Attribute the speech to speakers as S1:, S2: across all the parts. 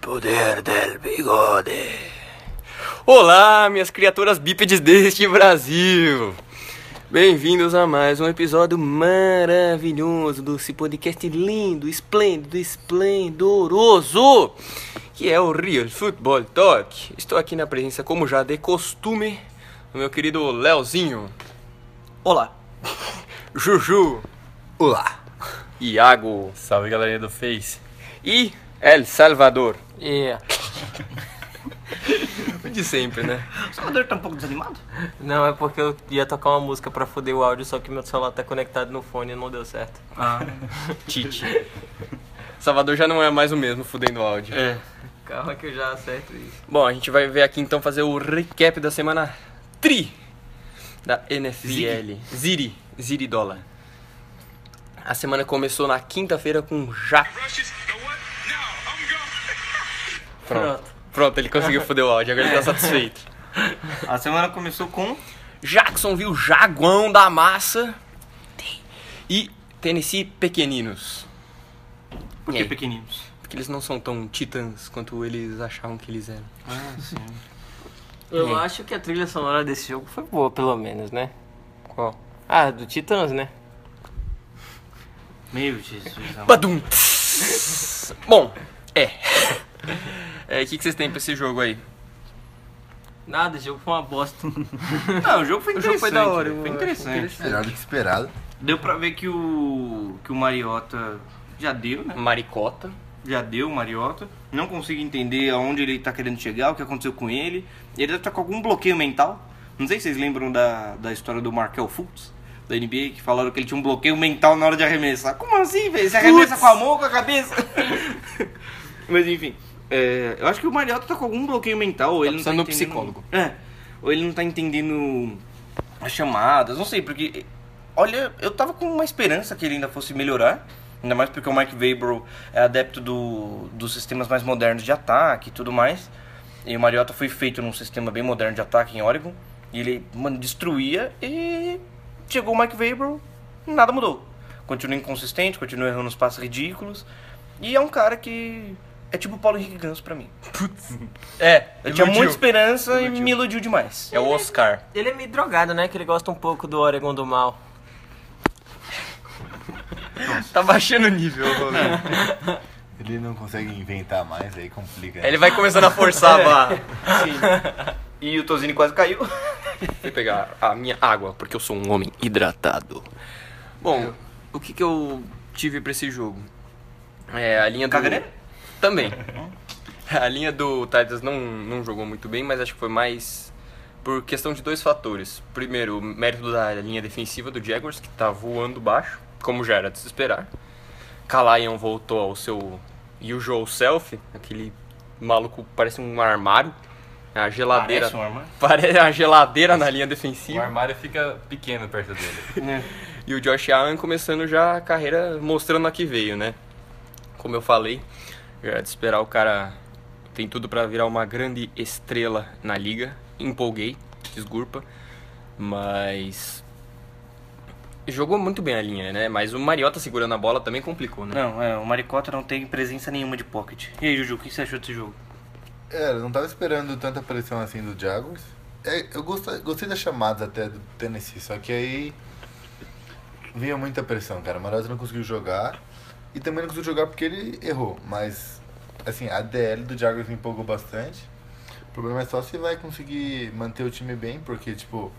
S1: poder del bigode. Olá, minhas criaturas bípedes deste Brasil. Bem-vindos a mais um episódio maravilhoso do esse podcast lindo, esplêndido, esplendoroso, que é o Real Football Talk. Estou aqui na presença, como já de costume, do meu querido Leozinho,
S2: Olá.
S1: Juju,
S3: Olá.
S1: Iago
S4: Salve galerinha do Face.
S1: e El Salvador.
S2: E
S1: De sempre, né?
S3: O Salvador tá um pouco desanimado?
S2: não é porque eu ia tocar uma música pra foder o áudio, só que meu celular tá conectado no fone e não deu certo.
S1: Tite. Salvador já não é mais o mesmo fudendo áudio.
S4: É.
S2: Calma que eu já acerto isso.
S1: Bom, a gente vai ver aqui então fazer o recap da semana tri da NFL. Ziri, Ziri dólar. A semana começou na quinta-feira com já. Pronto. Pronto, ele conseguiu foder o áudio, agora ele tá satisfeito.
S3: A semana começou com.
S1: Jacksonville Jaguão da Massa e Tennessee Pequeninos.
S3: Por
S1: E
S3: que
S1: aí?
S3: pequeninos?
S1: Porque eles não são tão titãs quanto eles achavam que eles eram.
S3: Ah, sim.
S2: Eu
S1: E aí?
S2: acho que a trilha sonora desse jogo foi boa, pelo menos, né? Qual? Ah, do Titãs, né?
S3: Meu Jesus. amado.
S1: Badum! Tss. Bom, é. É, O que, que vocês têm pra esse jogo aí?
S2: Nada, o jogo foi uma bosta.
S3: Não, o jogo foi
S1: O
S3: interessante. né?
S1: jogo foi da hora,
S3: Foi
S1: eu-
S3: interessante.
S1: interessante.
S4: Melhor do que esperado.
S3: Deu pra ver que o. que o Mariota já deu, né?
S1: Maricota.
S3: Já deu o Mariota. Não consigo entender aonde ele tá querendo chegar, o que aconteceu com ele. Ele deve estar com algum bloqueio mental. Não sei se vocês lembram da, da história do Markel Fultz, da NBA, que falaram que ele tinha um bloqueio mental na hora de arremessar. Como assim, velho? Você arremessa com a mão ou com a cabeça? Mas enfim, é, eu acho que o Mariota tá com algum bloqueio mental. ou ele não tá
S1: precisando de um
S3: entendendo-
S1: psicólogo.
S3: É. Ou ele não tá entendendo as chamadas, não sei, porque. Olha, eu tava com uma esperança que ele ainda fosse melhorar. Ainda mais porque o Mike Vabro é adepto do, dos sistemas mais modernos de ataque e tudo mais. E o Mariota foi feito num sistema bem moderno de ataque em Oregon. E ele, mano, destruía e chegou o Mike Vabro, nada mudou. Continua inconsistente, continua errando uns passos ridículos. E é um cara que é tipo o Paulo Henrique Ganso pra mim.
S1: É,
S3: Eu tinha muita
S1: muito espelho.
S3: esperança e
S1: Iludiu.
S3: me iludiu demais.
S1: É o Oscar.
S2: Ele é meio drogado, né? Que ele gosta um pouco do Oregon do Mal.
S1: Tá baixando o nível, Rolando.
S4: Ele não consegue inventar mais, aí complica. né?
S1: Ele vai começando a forçar a barra.
S3: E o Tozini quase caiu.
S1: Fui pegar a minha água, porque eu sou um homem hidratado. Bom, o que, que eu tive pra esse jogo? É, a linha do...
S3: Caganeira?
S1: Também. A linha do Titans não, não jogou muito bem, mas acho que foi mais por questão de dois fatores. Primeiro, o mérito da linha defensiva do Jaguars, que tá voando baixo, como já era de se esperar. Kalayan voltou ao seu usual self, aquele maluco parece um armário. A geladeira.
S3: Parece um armário.
S1: Parece a geladeira na linha
S4: O
S1: defensiva. É.
S4: armário fica pequeno perto dele.
S1: E o Josh Allen começando já a carreira mostrando a que veio, né? Como eu falei, já era de esperar o cara tem tudo pra virar uma grande estrela na liga. Empolguei, desculpa, mas jogou muito bem a linha, né? Mas o Mariota segurando a bola também complicou, né?
S3: Não, é, o Maricota não tem presença nenhuma de pocket. E aí, Juju, o que você achou desse jogo?
S5: É, eu não tava esperando tanta pressão assim do Jaguars. É, eu gostei, gostei das chamadas até do Tennessee, só que aí vinha muita pressão, cara. O Marosa não conseguiu jogar e também não conseguiu jogar porque ele errou. Mas, assim, a DL do Jaguars me empolgou bastante. O problema é só se vai conseguir manter o time bem, porque, tipo,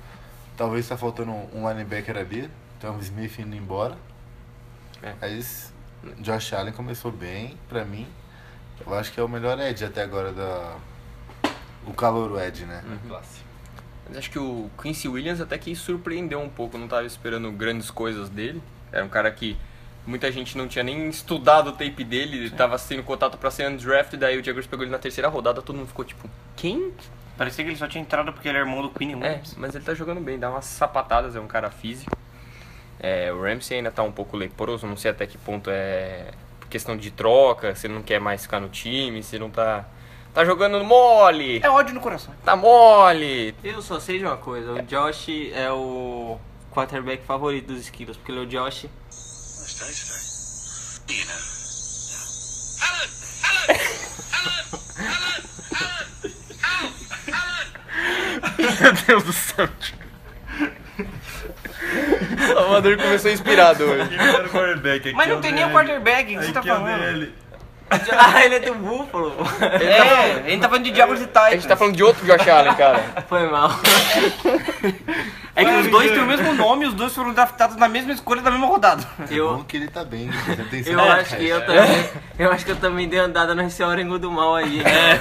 S5: talvez tá faltando um linebacker ali, então o Smith indo embora.
S1: É.
S5: Aí s- Josh Allen começou bem, pra mim. Eu acho que é o melhor Ed até agora da. O calor Ed, né?
S1: Mas acho que o Quincy Williams até que surpreendeu um pouco, não tava esperando grandes coisas dele. Era um cara que muita gente não tinha nem estudado o tape dele, ele tava sendo contato pra ser undrafted, daí o Jaguars pegou ele na terceira rodada, todo mundo ficou tipo, quem?
S3: Parecia que ele só tinha entrado porque ele era irmão do Queen
S1: É,
S3: Williams.
S1: mas ele tá jogando bem, dá umas sapatadas, é um cara físico. É, o Ramsey ainda tá um pouco leproso, não sei até que ponto é questão de troca, se ele não quer mais ficar no time, se não tá. Tá jogando mole!
S3: É. ódio no coração.
S1: Tá mole!
S2: Eu só sei de uma coisa, o Josh é o quarterback favorito dos Skills, porque ele é o Josh Meu Deus do céu.
S1: O Salvador começou inspirado hoje.
S6: Quem era o quarterback? Aqui
S3: Mas
S6: é
S3: não tem nem
S6: dele.
S3: o quarterback, o que você tá
S6: Aqui é o
S3: falando?
S6: dele.
S2: Ah, ele é do Buffalo.
S3: É, a gente tá falando de Jaguars e
S1: A
S3: Titans.
S1: gente tá falando de outro Josh Allen, cara.
S2: Foi mal.
S3: É que os dois têm o mesmo nome e os dois foram draftados na mesma escolha da mesma rodada.
S5: Bom
S2: Eu,
S5: que ele tá bem, você tem
S2: eu acho que eu também. Eu acho que eu também dei andada nesse Orengo do mal aí. né?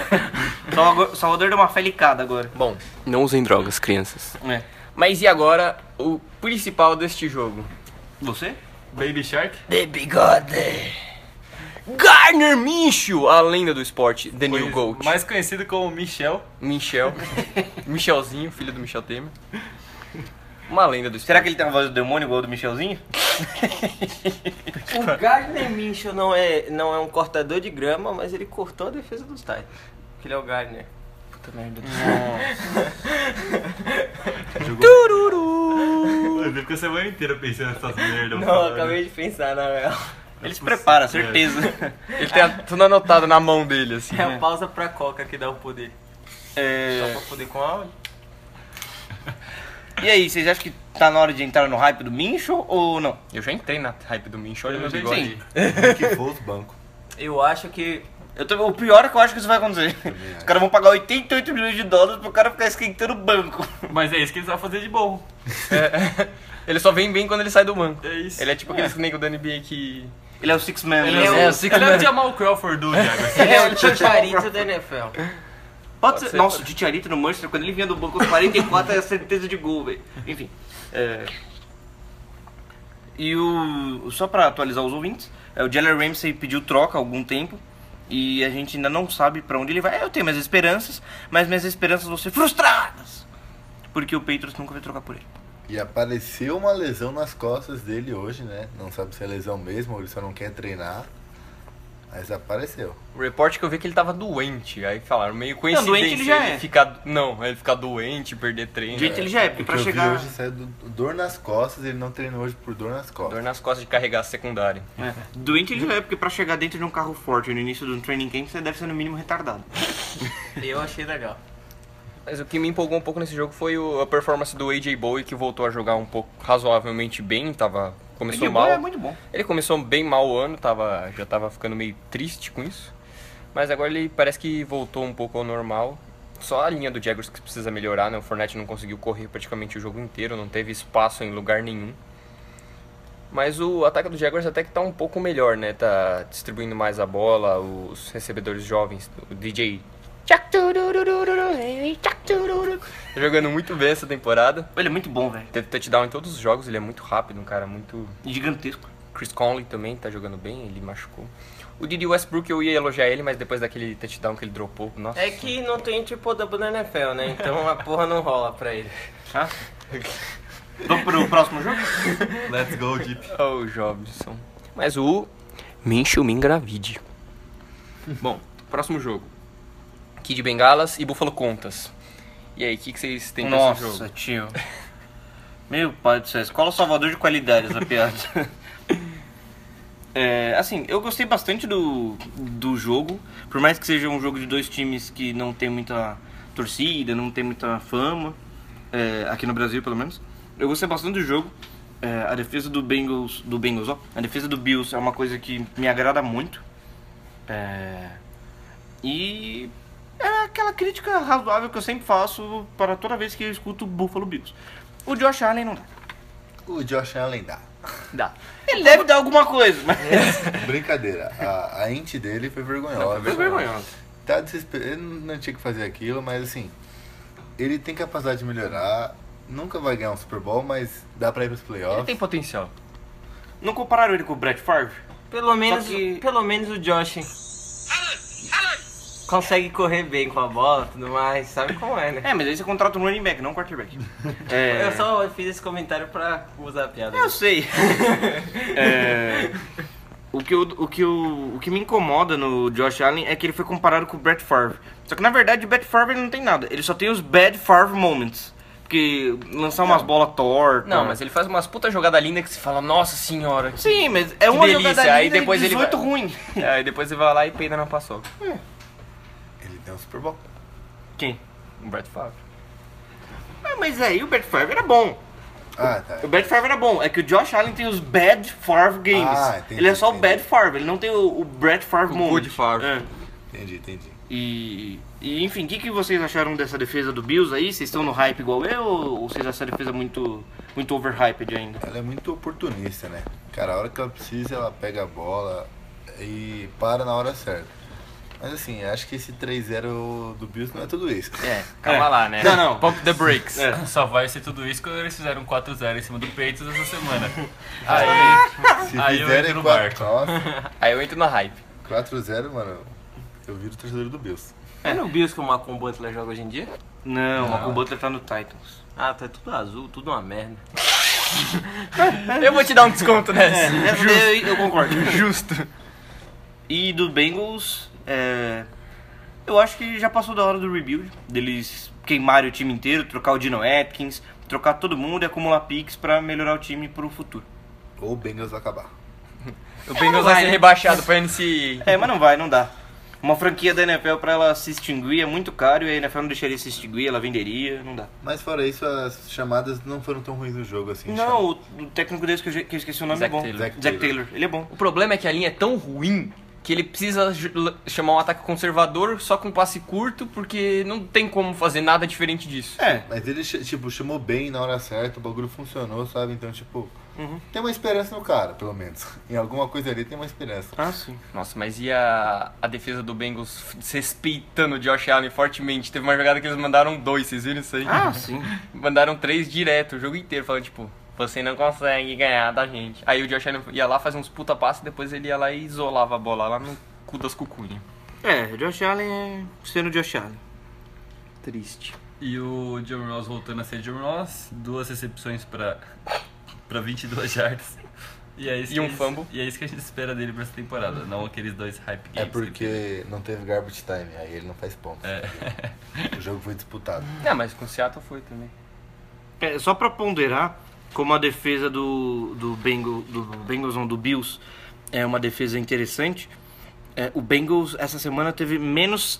S3: Salvador- Salvador deu uma felicada agora.
S1: Bom, não usem drogas, crianças.
S3: É.
S1: Mas e agora, o principal deste jogo?
S3: Você?
S6: Baby Shark?
S2: É.
S1: The Bigode. Garner Minshew, a lenda do esporte, The New Gold.
S6: Mais conhecido como Michel.
S1: Michel. Michelzinho, filho do Michel Temer. Uma lenda do esporte.
S3: Será que ele tem a voz do demônio igual a do Michelzinho?
S2: O Gardner Minshew não é, não é um cortador de grama, mas ele cortou a defesa dos Titans. Ele é o Gardner.
S3: Puta merda.
S6: Ele ficou a semana inteira pensando nessas merdas.
S2: Não,
S6: mano.
S2: acabei de pensar, na real.
S3: Ele se prepara, certeza.
S1: Ele tem a- tudo anotado na mão dele, assim.
S2: É a pausa pra coca que dá o poder. Só pra poder com a...
S3: E aí, vocês acham que tá na hora de entrar no hype do Mincho ou não?
S1: Eu já entrei na hype do Mincho, olha
S6: Eu
S1: meu
S6: já
S1: bigode.
S3: entrei.
S5: que for os bancos.
S2: Eu acho que...
S3: Eu tô- o pior é que eu acho que isso vai acontecer. Os caras vão pagar 88 milhões de dólares pro cara ficar esquentando o banco.
S6: Mas é isso que eles vão fazer de bom.
S1: É. Ele só vem bem quando ele sai do banco.
S6: É isso.
S1: Ele é tipo aqueles nego da NBA que...
S3: Ele é o Six Man.
S6: Ele é, o,
S1: é o Six
S6: ele é
S1: Man.
S6: o Jamal Crawford do Jaguars.
S2: Ele é o chicharito da NFL.
S3: Pode ser. Nossa, o Titiarito no Manchester, um quando ele vinha do banco aos 44, era certeza de gol, velho. Enfim. é. E o. Só pra atualizar os ouvintes, é, o Jalen Ramsey pediu troca há algum tempo. E a gente ainda não sabe pra onde ele vai. Eu tenho minhas esperanças, mas minhas esperanças vão ser frustradas. Porque o Patriots nunca vai trocar por ele.
S5: E apareceu uma lesão nas costas dele hoje, né? Não sabe se é lesão mesmo ou ele só não quer treinar. Mas apareceu.
S1: O repórter que eu vi é que ele tava doente. Aí falaram, meio
S3: doente
S1: coincidência.
S3: ele já é.
S1: ficar- não, ele ficar doente, perder treino.
S3: Gente, ele já é, porque
S5: O que
S3: pra
S5: eu
S3: chegar.
S5: vi hoje saiu do, dor nas costas, ele não treinou hoje por dor nas costas.
S1: Dor nas costas de carregar a secundária.
S3: É. Doente ele já é, porque pra chegar dentro de um carro forte no início de um training camp, você deve ser no mínimo retardado.
S2: Eu achei legal.
S1: Mas o que me empolgou um pouco nesse jogo foi o- a performance do AJ Bowie, que voltou a jogar um pouco razoavelmente bem, tava começou
S3: Ele
S1: mal.
S3: é muito bom.
S1: Ele começou bem mal o ano, tava, já tava ficando meio triste com isso. Mas agora ele parece que voltou um pouco ao normal. Só a linha do Jaguars que precisa melhorar, né? O Fournette não conseguiu correr praticamente o jogo inteiro, não teve espaço em lugar nenhum. Mas o ataque do Jaguars até que tá um pouco melhor, né? Tá distribuindo mais a bola, os recebedores jovens, o DJ tá jogando muito bem essa temporada.
S3: Ele é muito bom, velho.
S1: Teve touchdown em todos os jogos, ele é muito rápido, um cara muito
S3: Gigantesco.
S1: Chris Conley também tá jogando bem, ele machucou. O Didi Westbrook eu ia elogiar ele, mas depois daquele touchdown que ele dropou, nossa.
S2: É que não tem tipo double na NFL, né? Então a porra não rola pra ele.
S3: Ah. Vamos pro próximo jogo?
S6: Let's go, Deep.
S1: Oh, Jobson. Mas o Minshew me engravide. Bom, próximo jogo. Kid Bengalas e Buffalo Contas. E aí, o que, que vocês têm pra esse jogo?
S3: Nossa, tio. Meu pai do céu, escola Salvador de qualidade essa piada. É, assim, eu gostei bastante do, do jogo, por mais que seja um jogo de dois times que não tem muita torcida, não tem muita fama, é, aqui no Brasil pelo menos. Eu gostei bastante do jogo. É, a defesa do Bengals, do Bengals, ó, a defesa do Bills é uma coisa que me agrada muito. É, e é aquela crítica razoável que eu sempre faço para toda vez que eu escuto Buffalo Bills. O Josh Allen não dá.
S5: O Josh Allen dá.
S3: Dá. Ele deve dar alguma coisa, mas.
S5: Brincadeira, a, a ente dele foi vergonhosa.
S3: Foi vergonhoso.
S5: Tá desesperado, ele não tinha que fazer aquilo, mas assim, ele tem capacidade de melhorar. Nunca vai ganhar um Super Bowl, mas dá pra ir pros
S1: Ele
S5: playoffs.
S1: tem potencial.
S3: Não compararam ele com o Brett Favre?
S2: Pelo menos,
S3: que-
S2: pelo menos o Josh consegue correr bem com a bola e tudo mais, sabe como é, né?
S3: É, mas aí você contrata um running back, não um quarterback. É,
S2: Eu só fiz esse comentário pra usar a piada.
S3: Eu sei. É, O que, eu- o, que eu- o que me incomoda no Josh Allen é que ele foi comparado com o Brett Favre. Só que na verdade o Brett Favre ele não tem nada. Ele só tem os bad Favre moments. Porque lançar umas bolas tortas.
S1: Não, mas ele faz umas puta jogada linda que se fala, nossa senhora. que-"
S3: Sim, mas é uma
S1: delícia,
S3: jogada
S1: aí
S3: linda
S1: depois
S3: e
S1: ele
S3: 18
S1: vai-
S3: ruim.
S1: Aí depois ele vai lá e peida na paçoca.
S5: Ele tem um Super Bowl.
S3: Quem?
S1: O Brett Favre.
S3: Ah, mas aí o Brett Favre era bom.
S5: Ah, tá.
S3: O Brett Favre era bom. É que o Josh Allen tem os Bad Favre Games.
S5: Ah, entendi,
S3: ele é só o
S5: entendi.
S3: Bad Favre, ele não tem o, o Brett Favre
S1: O
S3: Moment.
S1: Good Favre.
S3: É.
S5: Entendi, entendi.
S3: E, e, enfim, o que, que vocês acharam dessa defesa do Bills aí? Vocês estão no hype igual eu ou ou vocês acham essa defesa muito, muito overhyped ainda?
S5: Ela é muito oportunista, né? Cara, a hora que ela precisa, ela pega a bola e para na hora certa. Mas assim, acho que esse 3-0 do Bills não é tudo isso.
S1: É, calma lá, né?
S3: Não, não.
S7: Pump the brakes.
S3: É.
S7: Só vai ser tudo isso quando eles
S6: um
S7: fizeram 4-0 em cima do Peitos essa semana. Aí,
S5: Se
S7: Aí eu
S5: fizer
S7: entro
S5: é
S7: no barco.
S5: 4 Nossa,
S1: Aí eu entro na hype.
S5: 4-0, mano, eu viro o torcedor do Bills.
S1: É no Bills que o Macon Butler joga hoje em dia?
S3: Não, o Butler tá no Titans.
S1: Ah, tá tudo azul, tudo uma merda. eu vou te dar um desconto nessa.
S3: Essa daí É, eu, eu concordo. Justo. E do Bengals, é, eu acho que já passou da hora do rebuild. Deles queimarem o time inteiro, trocar o Dino Atkins, trocar todo mundo e acumular picks pra melhorar o time pro futuro.
S5: Ou o Bengals vai acabar.
S1: O Bengals vai ser rebaixado pra NC.
S3: É, mas não vai, não dá. Uma franquia da NFL pra ela se extinguir é muito caro e a NFL não deixaria se extinguir, ela venderia, não dá.
S5: Mas fora isso, as chamadas não foram tão ruins no jogo assim.
S3: Não, o, o técnico deles que eu, je- que eu esqueci o nome
S1: Zac
S3: é bom.
S1: Taylor.
S5: Zac
S3: Zac
S5: Taylor.
S3: Taylor. Ele é bom.
S1: O problema é que a linha é tão ruim que ele precisa ju- l- chamar um ataque conservador só com passe curto, porque não tem como fazer nada diferente disso.
S3: É,
S5: Mas ele, ch- tipo, chamou bem na hora certa, o bagulho funcionou, sabe? Então, tipo, tem uma esperança no cara, pelo menos. Em alguma coisa ali tem uma esperança.
S3: ah, sim.
S1: Nossa, mas e a, a defesa do Bengals f- respeitando o Josh Allen fortemente? Teve uma jogada que eles mandaram dois, vocês viram isso aí?
S3: Ah, sim.
S1: Mandaram três direto, o jogo inteiro, falando tipo, você não consegue ganhar da gente. Aí o Josh Allen ia lá, fazia uns puta passes, depois ele ia lá e isolava a bola lá no cu das cucunhas.
S3: É, o Josh Allen é sendo o Josh Allen.
S1: Triste.
S7: e o John Ross voltando a ser John Ross, duas recepções pra, pra 22 jardas. E, é isso
S1: E
S7: que
S1: um
S7: a gente-
S1: fumble.
S7: E é isso que a gente espera dele pra essa temporada, não aqueles dois hype
S5: É
S7: games.
S5: porque não teve garbage time, aí ele não faz ponto.
S7: É.
S5: O jogo foi disputado.
S1: Não, É, mas com o Seattle foi também.
S3: É, só pra ponderar, como a defesa do, do, Bengal, do Bengals, não, do Bills, é uma defesa interessante, é, o Bengals essa semana teve menos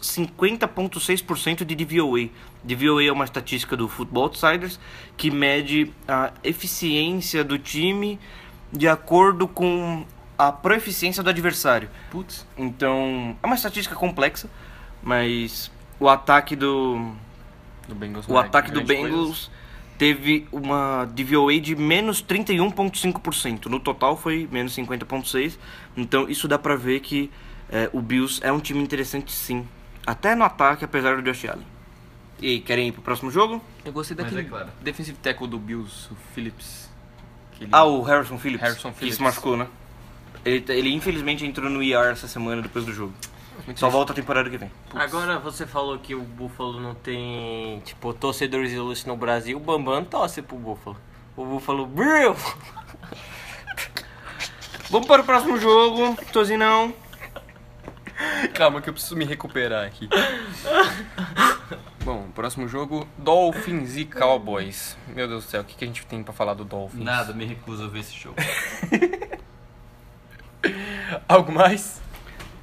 S3: 50,6% de DVOA. DVOA é uma estatística do Football Outsiders que mede a eficiência do time de acordo com a proeficiência do adversário.
S1: Putz.
S3: Então, é uma estatística complexa, mas o ataque do,
S1: Do Bengals
S3: o
S1: não é
S3: ataque do
S1: grande coisa.
S3: Bengals teve uma DVOA de menos 31,5%. No total foi menos 50,6%. Então isso dá pra ver que eh, o Bills é um time interessante sim. Até no ataque, apesar do Josh Allen. E aí, querem ir pro próximo jogo?
S1: Eu gostei
S7: Mas
S1: daquele
S7: é claro.
S1: defensive tackle do Bills, o Phillips. que ele-
S3: Ah, o Harrison Phillips.
S1: Harrison
S3: Que
S1: Phillips.
S3: se machucou, né? Ele, ele infelizmente entrou no IR essa semana depois do jogo.
S1: Muito
S3: Só
S1: triste.
S3: volta a temporada que vem.
S1: Agora
S2: Agora você falou que o Buffalo não tem, tipo, torcedores ilustres no Brasil. O Bambam torce pro Buffalo. O Buffalo Bill!
S3: Vamos para o próximo jogo. Tozinão.
S1: Calma que eu preciso me recuperar aqui. Bom, próximo jogo, Dolphins e Cowboys. Meu Deus do céu, o que, que a gente tem pra falar do Dolphins?
S7: Nada, me recuso a ver esse jogo.
S1: Algo mais?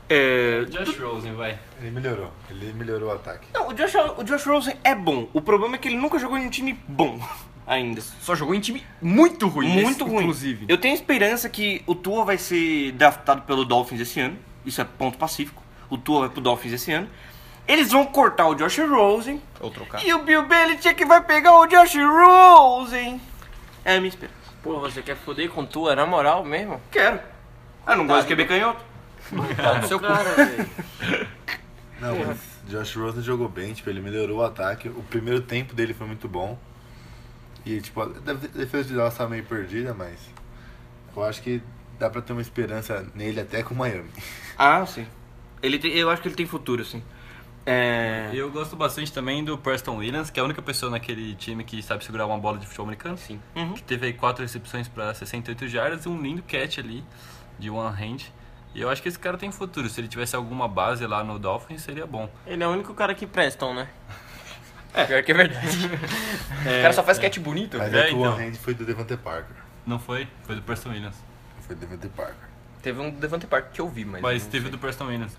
S3: É,
S7: Josh Rosen, vai.
S5: Ele melhorou. Ele melhorou o ataque.
S3: Não, o Josh, o Josh Rosen é bom. O problema é que ele nunca jogou em um time bom ainda.
S1: Só jogou em time muito ruim.
S3: Muito ruim.
S1: Inclusive.
S3: Eu tenho esperança que o Tua vai ser draftado pelo Dolphins esse ano. Isso é ponto pacífico. O Tua vai pro Dolphins esse ano. Eles vão cortar o Josh Rosen.
S1: Ou trocar.
S3: E o Bill Belichick vai pegar o Josh Rosen. É a minha esperança.
S2: Pô, você quer foder com tua, na moral mesmo?
S3: Quero. Eu não gosto de QB canhoto.
S1: Tá no seu cu.
S5: Não, mas Ah, Josh Rosen jogou bem, tipo, ele melhorou o ataque. O primeiro tempo dele foi muito bom. E, tipo, a def- defesa de Dallas tá meio perdida, mas eu acho que dá pra ter uma esperança nele até com o Miami.
S3: Ah, sim. Ele tem- eu acho que ele tem futuro, sim. É...
S7: E eu gosto bastante também do Preston Williams, que é a única pessoa naquele time que sabe segurar uma bola de futebol americano. Sim. Que teve aí quatro recepções para 68 jardas e um lindo catch ali de one hand. E eu acho que esse cara tem futuro. Se ele tivesse alguma base lá no Dolphins, seria bom.
S2: Ele é o único cara que prestam, né?
S1: Pior que é verdade. o cara só faz catch bonito.
S5: Mas
S7: É,
S5: é, que o
S7: então.
S5: one-hand foi do Devante Parker.
S7: Não foi? Foi do Preston Williams.
S5: Foi do Devante Parker.
S1: Teve um do Devante Park que eu vi, mas...
S7: Mas
S1: eu não
S7: teve o
S1: sei.
S7: do Preston Williams.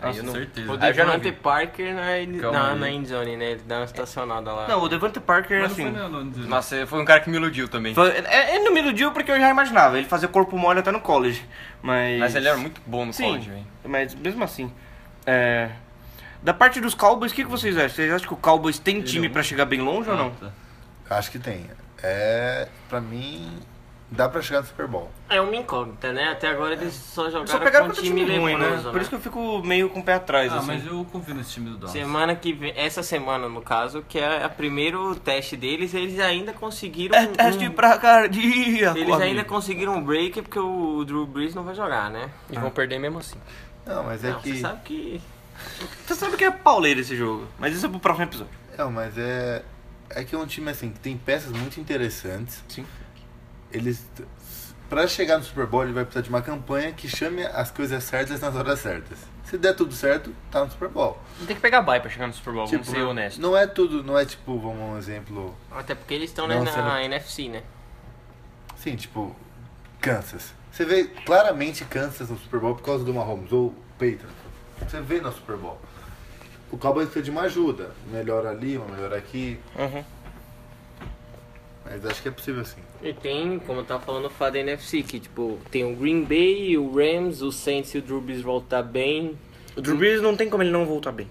S1: Aí eu não...
S7: certeza. Ah,
S1: Poder-
S2: Aí o
S1: já não
S2: Devante
S1: vi.
S2: Parker na,
S7: Calma
S2: na,
S7: aí.
S2: na endzone, né? Ele dá uma estacionada lá.
S3: Não, o Devante Parker,
S7: Mas não
S3: assim.
S7: foi na Londres.
S1: Nossa, ele foi um cara que me iludiu também.
S3: foi- é- Ele não me iludiu porque eu já imaginava. Ele fazia corpo mole até no college. Mas.
S1: Mas ele era muito bom no
S3: Sim.
S1: college, velho.
S3: Mas mesmo assim. é, Da parte dos Cowboys, o que, que vocês acham? Vocês acham que o Cowboys tem time pra chegar bem longe ou não?
S5: Acho que tem. É. Pra mim, dá pra chegar no Super Bowl.
S2: É uma incógnita, né? Até agora eles só jogaram
S3: Só pegaram
S2: com um
S3: contra
S2: time,
S3: time ruim, né?
S2: leproso,
S3: Por isso que eu fico meio com o pé atrás,
S7: Ah,
S3: assim.
S7: mas eu confio nesse time do Dallas.
S2: Semana que vem, essa semana no caso, que é o primeiro teste deles, eles ainda conseguiram.
S3: É
S2: um-
S3: teste
S2: um-
S3: pra cardíaco,
S2: Eles ainda
S3: amigo.
S2: conseguiram um break porque o Drew Brees não vai jogar, né?
S1: E vão perder mesmo assim.
S5: Não, mas é
S2: não,
S5: que.
S2: você sabe que.
S3: Você sabe que é pauleiro esse jogo, mas isso é pro próximo episódio.
S5: Não, mas é. É que é um time assim que tem peças muito interessantes.
S3: Sim.
S5: Eles. Pra chegar no Super Bowl, ele vai precisar de uma campanha que chame as coisas certas nas horas certas. Se der tudo certo, tá no Super Bowl.
S1: Tem que pegar bye pra chegar no Super Bowl, vamos
S3: Tipo,
S1: ser honestos.
S5: Não é tudo, não é tipo, vamos um exemplo.
S2: Até porque eles estão né,
S5: Não,
S2: na
S5: você não-
S2: NFC, né?
S5: Sim, tipo, Kansas. Você vê claramente Kansas no Super Bowl por causa do Mahomes ou Peyton. Você vê no Super Bowl. O Cowboys precisa de uma ajuda. Melhor ali, uma melhor aqui.
S1: Uhum.
S5: Mas acho que é possível sim.
S2: E tem, como eu tava falando, o Fada NFC, que tipo, tem o Green Bay, o Rams, o Saints e o Drew Brees voltar bem.
S3: O Drew Brees não tem como ele não voltar bem.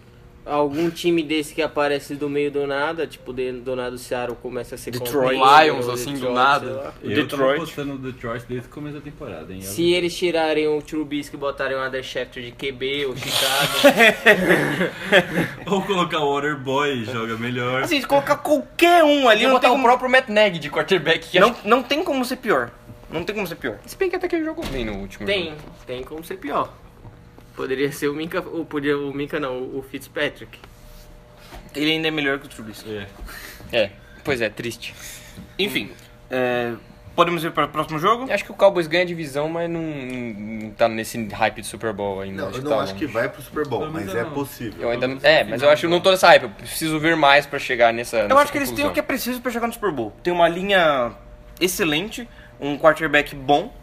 S2: Algum time desse que aparece do meio do nada, tipo, de- do nada o Seattle começa a ser
S3: Detroit.
S2: contender,
S1: Lions,
S2: ou
S1: assim, do
S2: sei
S1: nada.
S2: lá.
S7: Eu
S3: Detroit.
S7: tô apostando no Detroit desde o começo da temporada, hein?
S2: Se eles tirarem o Trubisky e botarem o Undershafter de QB ou Chicago,
S7: Ou colocar o Waterboy, joga melhor.
S3: Assim, se colocar qualquer um ali,
S1: Podia
S3: não
S1: botar
S3: tem,
S1: o
S3: como...
S1: próprio Matt Nagy de quarterback. Que
S3: não,
S1: acho-
S3: não tem como ser pior. Não tem como ser pior.
S1: Se bem que até que ele jogou bem no último
S2: tem,
S1: jogo.
S2: tem como ser pior. Poderia ser o Minka, ou podia, o Minka não, o Fitzpatrick.
S3: Ele ainda é melhor que o Drew Brees.
S7: É.
S1: É, pois é, triste.
S3: Enfim, é, podemos ir para o próximo jogo?
S1: Acho que o Cowboys ganha a divisão, mas não, não tá nesse hype de Super Bowl ainda.
S5: Não, eu
S1: tá
S5: não acho que
S1: longe.
S5: vai pro Super Bowl,
S7: Pelo menos
S5: mas
S7: eu
S5: é
S7: não.
S5: possível.
S1: Eu ainda não- É, mas eu acho que eu não tô nessa hype. Eu preciso ver mais pra chegar nessa.
S3: Eu acho que eles têm o que é
S1: é.
S3: preciso pra chegar no Super Bowl. Tem uma linha excelente, um quarterback bom,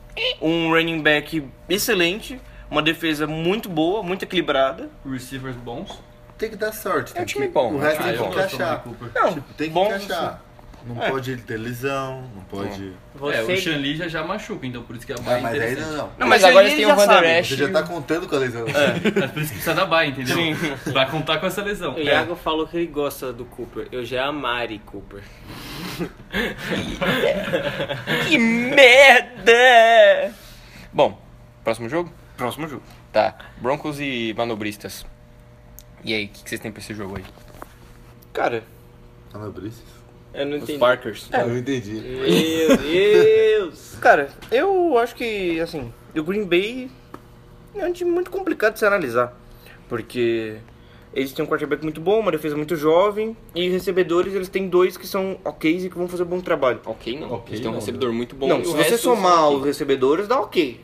S3: um running back excelente, uma defesa muito boa, muito equilibrada.
S7: Receivers bons.
S5: Tem que dar sorte. tem
S1: um time
S5: que-
S1: bom, é
S5: O
S1: um
S5: resto
S1: time
S5: tem que
S1: bom.
S5: encaixar.
S3: Não,
S5: Tipo, tem que
S3: bom,
S5: encaixar. Não
S1: É.
S5: pode ter lesão, não pode.
S7: É, o
S2: Você,
S7: Shanli já, já machuca, então por isso que a
S5: Ah,
S7: Bay é
S5: mas aí
S7: interessante.
S5: não, não.
S3: Não,
S1: mas
S3: mas
S1: agora
S3: aí
S1: eles têm
S3: eles
S1: o
S3: já
S1: Vander
S3: sabem.
S1: Esch
S5: Você
S1: e
S5: já
S1: o-
S5: tá contando com a lesão.
S1: É.
S7: Mas por isso que precisa da Bay, entendeu? Vai contar com essa lesão.
S2: o
S3: É.
S2: Iago falou que ele gosta do Cooper. Eu já amarei Cooper.
S1: Que merda! Bom, próximo jogo?
S3: Próximo jogo.
S1: Tá. Broncos e manobristas. E aí, o que, que vocês têm pra esse jogo aí?
S3: Cara,
S5: Tá Anobrices.
S2: Eu não entendi.
S1: Parkers.
S5: Eu não entendi.
S2: Meu Deus!
S3: cara, eu acho que, assim, o Green Bay é um time muito complicado de se analisar. Porque eles têm um quarterback muito bom, uma defesa muito jovem, e recebedores eles têm dois que são ok e que vão fazer um bom trabalho.
S1: Ok, não.
S7: Ok,
S1: eles têm
S7: não.
S1: um
S5: né?
S1: recebedor muito bom.
S3: não,
S1: e
S3: se
S1: o
S3: você
S1: resto
S3: somar
S1: são
S3: os recebedores, dá ok.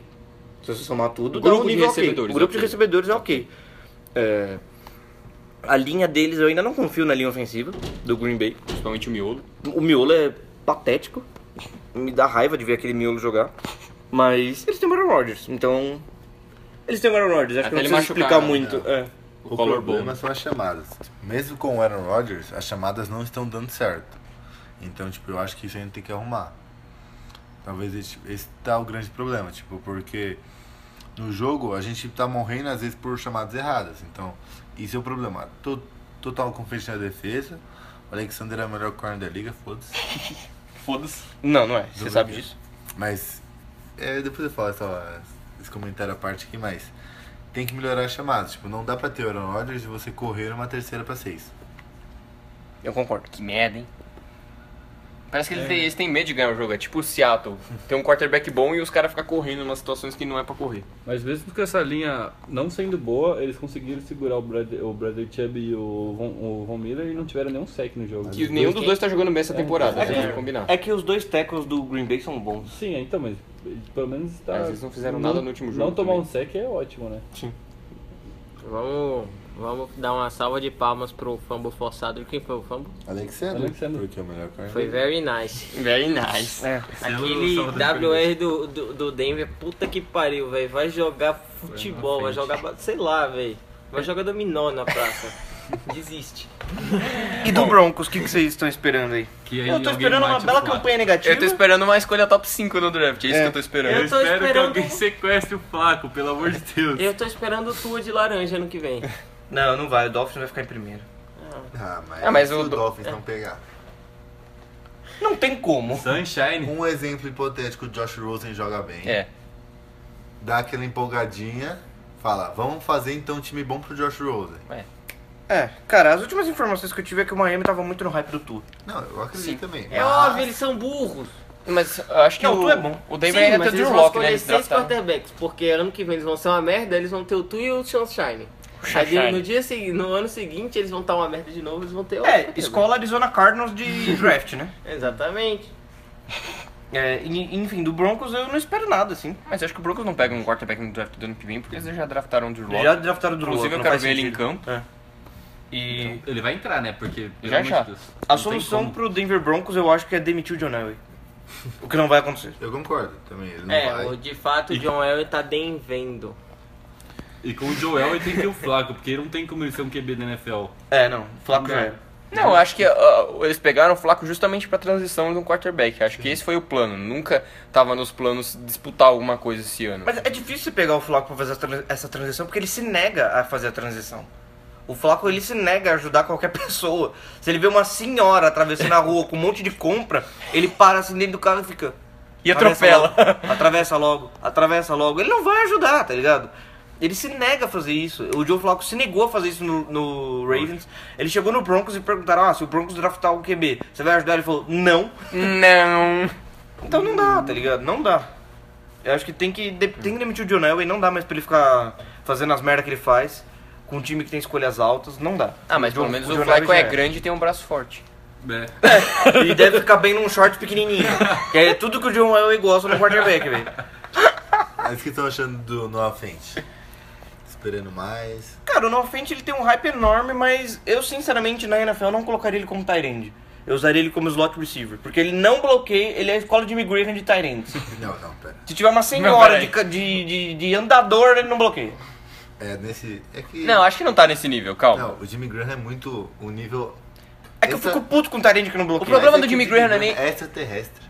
S3: Se você somar tudo,
S1: O
S3: dá
S1: grupo
S3: um
S1: de
S3: nível ok.
S1: recebedores,
S3: O grupo de
S1: ok.
S3: recebedores é ok. É, a linha deles, eu ainda não confio na linha ofensiva do Green Bay.
S1: Principalmente o miolo.
S3: O miolo é patético. Me dá raiva de ver aquele miolo jogar. Mas eles têm o Aaron Rodgers, então... Eles têm o Aaron Rodgers, acho
S1: Até
S3: que eu
S1: ele
S3: não preciso
S1: machucar,
S3: explicar
S1: né?
S3: muito. é.
S5: O
S1: Color
S5: problema são as chamadas. Mesmo com o Aaron Rodgers, as chamadas não estão dando certo. Então, tipo, eu acho que isso a gente tem que arrumar. Talvez esse, esse tá o grande problema, tipo, porque no jogo a gente tá morrendo às vezes por chamadas erradas. Então, isso é o problema. Tô, total confiante na defesa. O Alexander é o melhor corner da liga, foda-se.
S1: Foda-se.
S3: Não, não é. Você sabe disso.
S5: Mas é, depois eu falo essa, esse comentário à parte aqui, mas tem que melhorar as chamadas. Tipo, não dá pra ter o Aaron Rodgers e você correr uma terceira pra seis.
S3: Eu concordo.
S1: Que merda, hein? Parece que eles, têm, eles têm medo de ganhar o jogo. É tipo o Seattle. Tem um quarterback bom e os caras ficam correndo em umas situações que não é pra correr.
S7: Mas mesmo com essa linha não sendo boa, eles conseguiram segurar o Bradley, o Bradley Chubb e o Von, o Von Miller e não tiveram nenhum sec no jogo.
S1: Que nenhum dos dois tá jogando bem essa temporada. É, é, combinar.
S3: É que os dois tackles do Green Bay são bons.
S7: Sim, é, então, mas pelo menos está.
S1: Mas eles não fizeram nada no último jogo
S7: Não tomar
S1: também.
S7: um sec é ótimo, né?
S2: Vamos, vamos dar uma salva de palmas pro fumble forçado. Quem foi o fumble?
S5: Alexander,
S7: Alexander.
S5: porque é o melhor corner.
S2: Foi very nice.
S1: Very nice.
S2: Aquele WR do, do, do Denver, puta que pariu, velho. Vai jogar futebol, vai jogar, ba- sei lá, velho. Vai jogar dominó na praça. Desiste.
S3: E do Broncos, o que, que vocês estão esperando aí?
S7: Que aí
S3: Eu tô
S7: alguém
S3: esperando uma
S7: mate o
S3: bela
S7: Flávio.
S3: campanha negativa.
S1: Eu tô esperando uma escolha top 5 no draft, é isso que eu tô esperando.
S2: Eu
S7: Eu,
S2: tô
S7: espero que
S2: esperando-
S3: um-
S7: alguém sequestre o Flaco, pelo amor de Deus.
S2: Eu tô esperando tua de laranja ano que vem.
S3: Não, não vai. O Dolphins vai ficar em primeiro.
S5: Ah, mas,
S1: Ah, mas
S5: se
S1: o
S5: o
S1: do-
S5: Dolphins não pegar.
S3: Não tem como.
S7: Sunshine?
S5: Um exemplo hipotético, o Josh Rosen joga bem.
S1: É.
S5: Dá aquela empolgadinha, fala, vamos fazer então um time bom pro Josh Rosen.
S3: É, cara, as últimas informações que eu tive é que o Miami tava muito no hype do Tu.
S5: Não, eu acredito
S1: Sim.
S5: também.
S2: É óbvio, eles são burros.
S1: Mas eu acho que
S3: Não,
S1: o,
S3: tu é bom.
S1: o Denver
S2: Sim,
S1: ainda tem
S2: mas
S1: o
S2: eles
S1: Drew
S2: vão
S1: Lock, né?
S2: escolher
S1: Eles
S2: seis
S1: draftaram.
S2: quarterbacks, porque ano que vem eles vão ser uma merda, eles vão ter o Tu e o Sunshine. Aí no, dia, segui- no ano seguinte eles vão estar uma merda de novo, eles vão ter outro
S3: É,
S2: quarterback.
S3: escola Arizona Cardinals de draft, né?
S2: Exatamente.
S3: É, e- enfim, do Broncos eu não espero nada, assim.
S1: Mas eu acho que o Broncos não pega um quarterback no draft do ano que vem, porque eles já draftaram o Drew Lock.
S3: Já draftaram o Drew
S1: Inclusive,
S3: Lock,
S1: eu
S3: não
S1: quero
S3: faz
S1: ver ele em
S3: sentido. É.
S1: campo.
S3: E
S7: Ele vai entrar, né? Porque, pelo
S1: Já,
S7: amor de
S1: já.
S7: Deus, não
S3: a
S7: tem
S3: solução
S7: como.
S3: pro Denver Broncos eu acho que é demitir o John Elway. O que não vai acontecer.
S5: Eu concordo também, ele não
S2: é,
S5: vai.
S2: o- de fato o John Elway tá devendo.
S7: E com o Joel ele tem que ter o Flaco, porque ele não tem como ele ser um QB da NFL.
S3: É, não. Flaco já era.
S1: Não, eu acho que ah, eles pegaram o Flaco justamente pra transição de um quarterback. Acho que esse foi o plano. Nunca tava nos planos disputar alguma coisa esse ano.
S3: Mas é difícil você pegar o Flaco pra fazer essa tran- essa transição, porque ele se nega a fazer a transição. O Flaco, ele se nega a ajudar qualquer pessoa. Se ele vê uma senhora atravessando a rua com um monte de compra, ele para assim dentro do carro e fica...
S1: E
S3: "Atravessa
S1: atropela."
S3: logo, atravessa logo, atravessa logo. Ele não vai ajudar, tá ligado? Ele se nega a fazer isso. O Joe Flaco se negou a fazer isso no, no Ravens. Ele chegou no Broncos e perguntaram, ah, se o Broncos draftar o QB, você vai ajudar? Ele falou, não.
S1: Não.
S3: Então não dá, tá ligado? Não dá. Eu acho que tem que, de- tem que demitir o John Elway, não dá mais pra ele ficar fazendo as merdas que ele faz com um time que tem escolhas altas, não dá.
S1: Ah, mas
S3: O
S1: pelo
S3: John-
S1: menos
S3: o
S1: o
S3: John
S1: Flaco
S3: Elway
S1: é
S3: já
S1: grande e tem um braço forte.
S7: É.
S3: E deve ficar bem num short pequenininho. Que é tudo que o John Elway gosta no quarterback, velho.
S5: Mas o que estão achando do No Offense? Esperando mais.
S3: Cara, o Nofente ele tem um hype enorme, mas eu sinceramente na NFL não colocaria ele como tight end. Eu usaria ele como slot receiver, porque ele não bloqueia, ele é a escola de Graham de tight end.
S5: Não, não, pera.
S3: Se tiver uma senhora de, ca- de, de, de andador, ele não bloqueia.
S5: É nesse. É que.
S1: Não, acho que não tá nesse nível, calma.
S5: Não, o Jimmy Graham é muito. O nível.
S3: É que eu
S5: Essa-
S3: fico puto com o Tarente que não bloqueia.
S1: O problema
S5: Mas
S1: do
S5: é que
S1: Jimmy
S5: o
S1: Graham É. não é nem-
S5: É extraterrestre.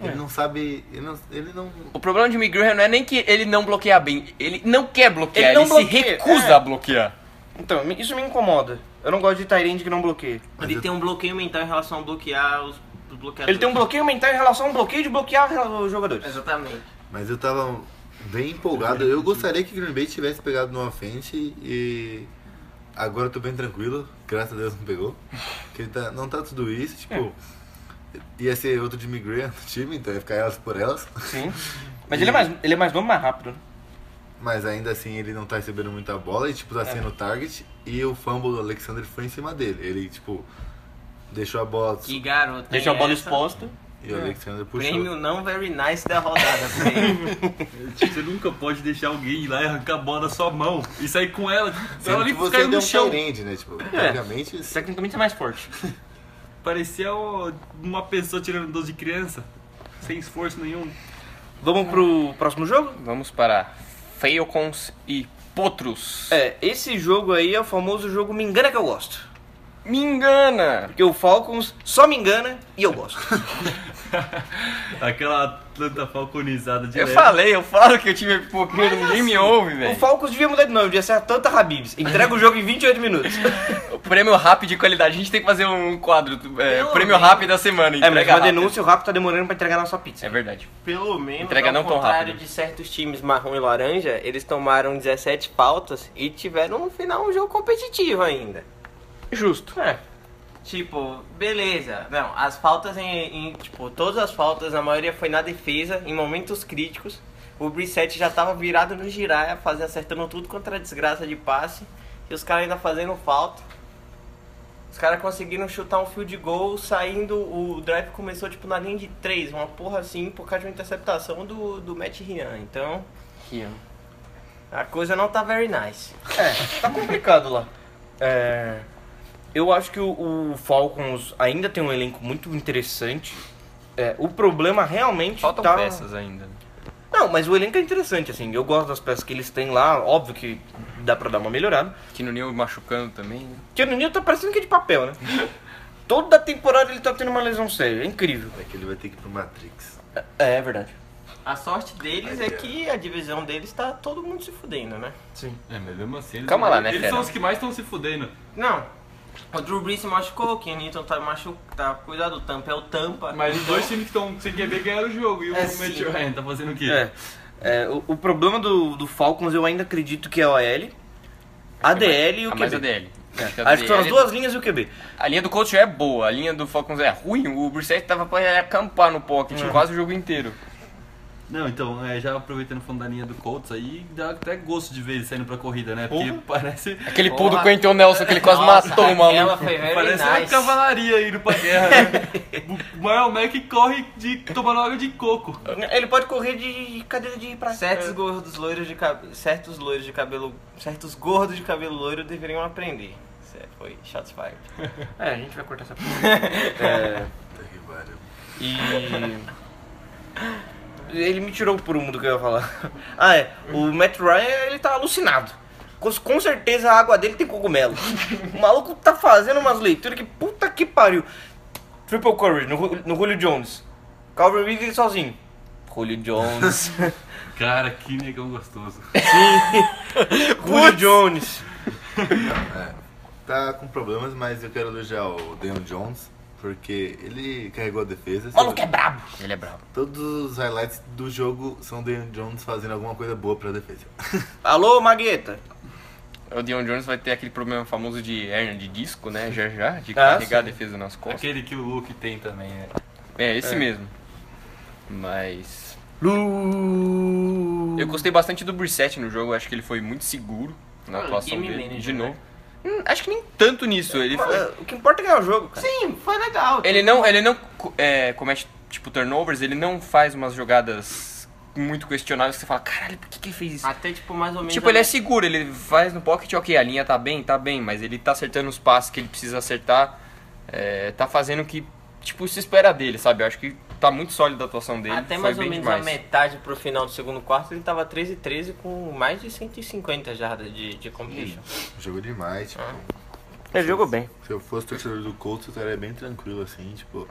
S5: Ele não sabe. Ele não. Ele não...
S1: O problema de Jimmy Graham não é nem que ele não bloqueia bem. Ele não quer bloquear,
S3: Ele
S1: ele,
S3: não
S1: se
S3: bloqueia,
S1: recusa
S3: é.
S1: a bloquear.
S3: Então, me- isso me incomoda. Eu não gosto de Tyrande que não bloqueia.
S2: Ele tem um bloqueio mental em relação a bloquear os, os bloqueadores.
S3: Ele tem um bloqueio mental em relação a um bloqueio de bloquear rela- os jogadores.
S2: Exatamente.
S5: Mas eu tava bem empolgado. Eu gostaria que Green Bay tivesse pegado no offense e. Agora eu tô bem tranquilo. Graças a Deus não pegou. Porque tá- não tá tudo isso, tipo.
S1: É.
S5: Ia ser outro Jimmy Graham no time, então ia ficar elas por elas.
S3: Sim. Mas ele é mais, ele é mais novo, mais rápido. né?
S5: Mas ainda assim ele não tá recebendo muita bola e tipo tá sendo o target. E o fumble do Alexander foi em cima dele. Ele, tipo, deixou a bola.
S2: Que garoto. hein?
S3: Deixa a bola
S2: Essa-
S3: exposta.
S5: E o Alexander puxou.
S2: Prêmio não very nice da rodada. prêmio.
S7: Tipo, Você nunca pode deixar alguém ir lá e arrancar a bola da sua mão e sair com ela.
S5: Sendo
S7: Ela
S5: que
S7: ali
S5: você
S7: caiu
S5: deu
S7: no
S5: um
S7: chão.
S5: tight end, né? Tipo, tecnicamente,
S3: Tecnicamente é mais forte.
S7: Parecia ó, uma pessoa tirando doce de criança, sem esforço nenhum.
S3: Vamos pro próximo jogo?
S1: Vamos para Falcons e Potros.
S3: É, esse jogo aí é o famoso jogo Me Engana Que Eu Gosto.
S1: Me engana!
S3: Porque o Falcons só me engana e eu gosto.
S7: Aquela Atlanta falconizada de
S1: Eu
S7: leve.
S1: falei, eu falo que o time é pipoqueiro, ninguém me ouve,
S3: assim, o
S1: velho.
S3: Falcons devia mudar de nome, devia ser a Tanta Habibs. Entrega o jogo em 28 minutos. É,
S1: O prêmio rápido de qualidade, a gente tem que fazer um quadro. É,
S2: Pelo
S1: prêmio
S2: menos.
S1: rápido da semana,
S3: É, mas
S1: entrega
S3: uma
S1: rápido.
S3: denúncia, o Rafa tá demorando pra entregar a nossa pizza.
S1: É verdade.
S2: Pelo menos,
S1: Entrega
S2: ao
S1: não tão
S2: contrário
S1: rápido.
S2: de certos times marrom e laranja, eles tomaram 17 pautas e tiveram no final um jogo competitivo ainda.
S3: Justo. É.
S2: Tipo, beleza. Não, as faltas em, em- Tipo, todas as faltas, a maioria foi na defesa, em momentos críticos. O Brissette já tava virado no giraia, fazendo, acertando tudo contra a desgraça de passe. E os caras ainda fazendo falta. Os caras conseguiram chutar um field goal saindo. O drive começou tipo na linha de 3, uma porra assim, por causa de uma interceptação do, do Matt Ryan. Então, a coisa não tá very nice.
S3: É, tá complicado lá. É, eu acho que o, o Falcons ainda tem um elenco muito interessante. É, o problema realmente
S1: Faltam
S3: tá...
S1: peças ainda. né?
S3: Não, Não, mas o elenco é interessante, assim. Eu gosto das peças que eles têm lá. Óbvio que dá pra dar uma melhorada.
S1: Que no Neo machucando também, né?
S3: Que o Nuninho tá parecendo que é de papel, né? Toda temporada ele tá tendo uma lesão séria. É incrível.
S5: É que ele vai ter que ir pro Matrix.
S3: É, é verdade.
S2: A sorte deles é que a divisão deles tá todo mundo se fudendo, né?
S7: É, mas mesmo assim. Eles
S1: Calma lá, né,
S7: Eles
S1: fera?
S7: são os que mais estão se fudendo.
S2: Não. O Drew Brees se machucou, o Kenilton tá machucado, tá cuidado, o Tampa é o Tampa.
S7: Mas os
S2: Então,
S7: dois times que estão sem QB ganharam o jogo. E o
S2: É, sim.
S7: Matt Ryan tá fazendo o quê?
S3: É. É, o, o problema do, do Falcons eu ainda acredito que é a OL, a DL e o
S1: Ah, mas a
S3: QB.
S1: DL. Acho que a
S3: Acho que são as
S1: DL
S3: duas linhas e o QB.
S1: A linha do Colts é boa, a linha do Falcons é ruim, o Brissette tava pra acampar no pocket quase o jogo inteiro.
S7: Não, então, é, já aproveitando falando da linha do Colts aí, dá até gosto de ver ele saindo pra corrida, né? Porque parece.
S1: Aquele pulo do
S2: Porra.
S1: Quentin Nelson que ele quase
S2: Nossa,
S1: matou o maluco.
S2: Aquela foi very
S7: Parece uma
S2: É, nice.
S7: cavalaria indo pra guerra, né? o Marlon Mack corre de, tomando água de coco.
S3: Ele pode correr de cadeira de praia. É.
S2: Certos gordos loiros de cabelo. Certos loiros de cabelo. Certos gordos de cabelo loiro deveriam aprender. Isso é- Foi shots fired.
S3: É, a gente vai cortar essa parte. É,
S5: Puta que pariu.
S3: e. Ele me tirou o prumo do que eu ia falar. Ah, é. O Matt Ryan, ele tá alucinado. Com, com certeza a água dele tem cogumelo. O maluco tá fazendo umas leituras que puta que pariu. Triple Courage no, Ju- no Julio Jones. Calvin Ridley sozinho. Julio Jones.
S7: Cara, que negão gostoso.
S3: Julio Jones.
S5: Tá com problemas, mas eu quero elogiar o Daniel Jones, porque ele carregou a defesa. Tipo,
S3: O maluco é brabo.
S1: Ele é bravo.
S5: Todos os highlights do jogo são Daniel Jones fazendo alguma coisa boa pra defesa.
S3: Alô, Magueta.
S1: O Dion Jones vai ter aquele problema famoso de hernia de disco, né? Já já, de
S3: Ah,
S1: carregar a defesa nas costas.
S7: Aquele que o Luke tem também, né?
S1: É, esse mesmo. Mas. Eu gostei bastante do Brissette no jogo, acho que ele foi muito seguro na
S2: Ah,
S1: atuação
S2: game
S1: dele.
S2: manager,
S1: De
S2: né?
S1: novo. Hum, acho que nem tanto nisso. Ele, foi-
S3: Ah, O que importa é ganhar o jogo, cara.
S2: Sim, foi legal.
S1: ele não, ele não co- é, comete tipo turnovers, ele não faz umas jogadas muito questionáveis que você fala, caralho, por que, que ele fez isso?
S2: Até tipo mais ou menos.
S1: Tipo, ele é seguro, ele faz no pocket, ok, a linha tá bem, tá bem, mas ele tá acertando os passes que ele precisa acertar, é, tá fazendo o que, tipo, se espera dele, sabe? Eu acho que tá muito sólido a atuação dele,
S2: Até
S1: foi
S2: mais ou
S1: bem
S2: menos
S1: demais.
S2: a metade pro final do segundo quarto, ele tava 13 13 com mais de 150 jardas de, de completion.
S5: Jogou demais, tipo.
S2: Ele jogou bem.
S5: Se eu fosse torcedor do Colts, eu estaria bem tranquilo, assim, tipo...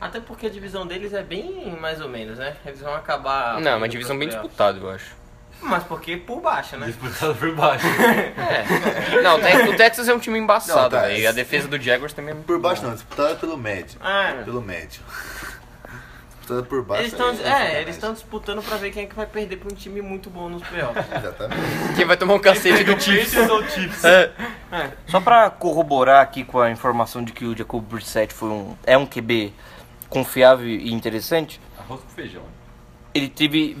S2: Até porque a divisão deles é bem mais ou menos, né? Eles vão acabar.
S1: Não, uma divisão bem disputada, eu acho.
S2: Mas porque por baixo, né?
S7: Disputado por baixo.
S1: É. Não, o Tex- o Texas é um time
S5: Não,
S1: embaçado,
S5: tá,
S1: velho, e a defesa do Jaguars também é muito
S5: Por baixo não, disputada pelo médio.
S2: Ah,
S5: Pelo médio. disputada por baixo. né?
S2: eles estão
S5: aí
S2: é, eles estão disputando pra ver quem é que vai perder pra um time muito bom nos playoffs.
S5: Exatamente.
S1: Quem vai tomar um cacete do Chiefs?
S3: Só pra corroborar aqui com a informação de que o Jacob Brissett foi um, é um QB confiável e interessante,
S7: Arroz com feijão.
S3: ele teve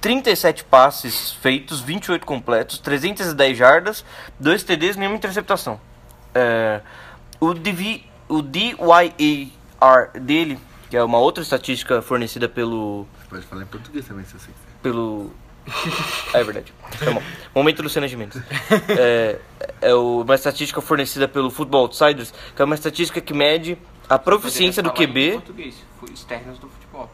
S3: 37 passes feitos, 28 completos, 310 jardas, 2 TDs, nenhuma interceptação. É, o, DV, o DYAR dele, que é uma outra estatística fornecida pelo
S5: Pode falar em português também, se você quiser.
S3: pelo. Ah, é verdade. Tá bom. Momento Luciana Gimenez. É, é o- uma estatística fornecida pelo Football Outsiders, que é uma estatística que mede a proficiência do QB.
S2: externos do futebol.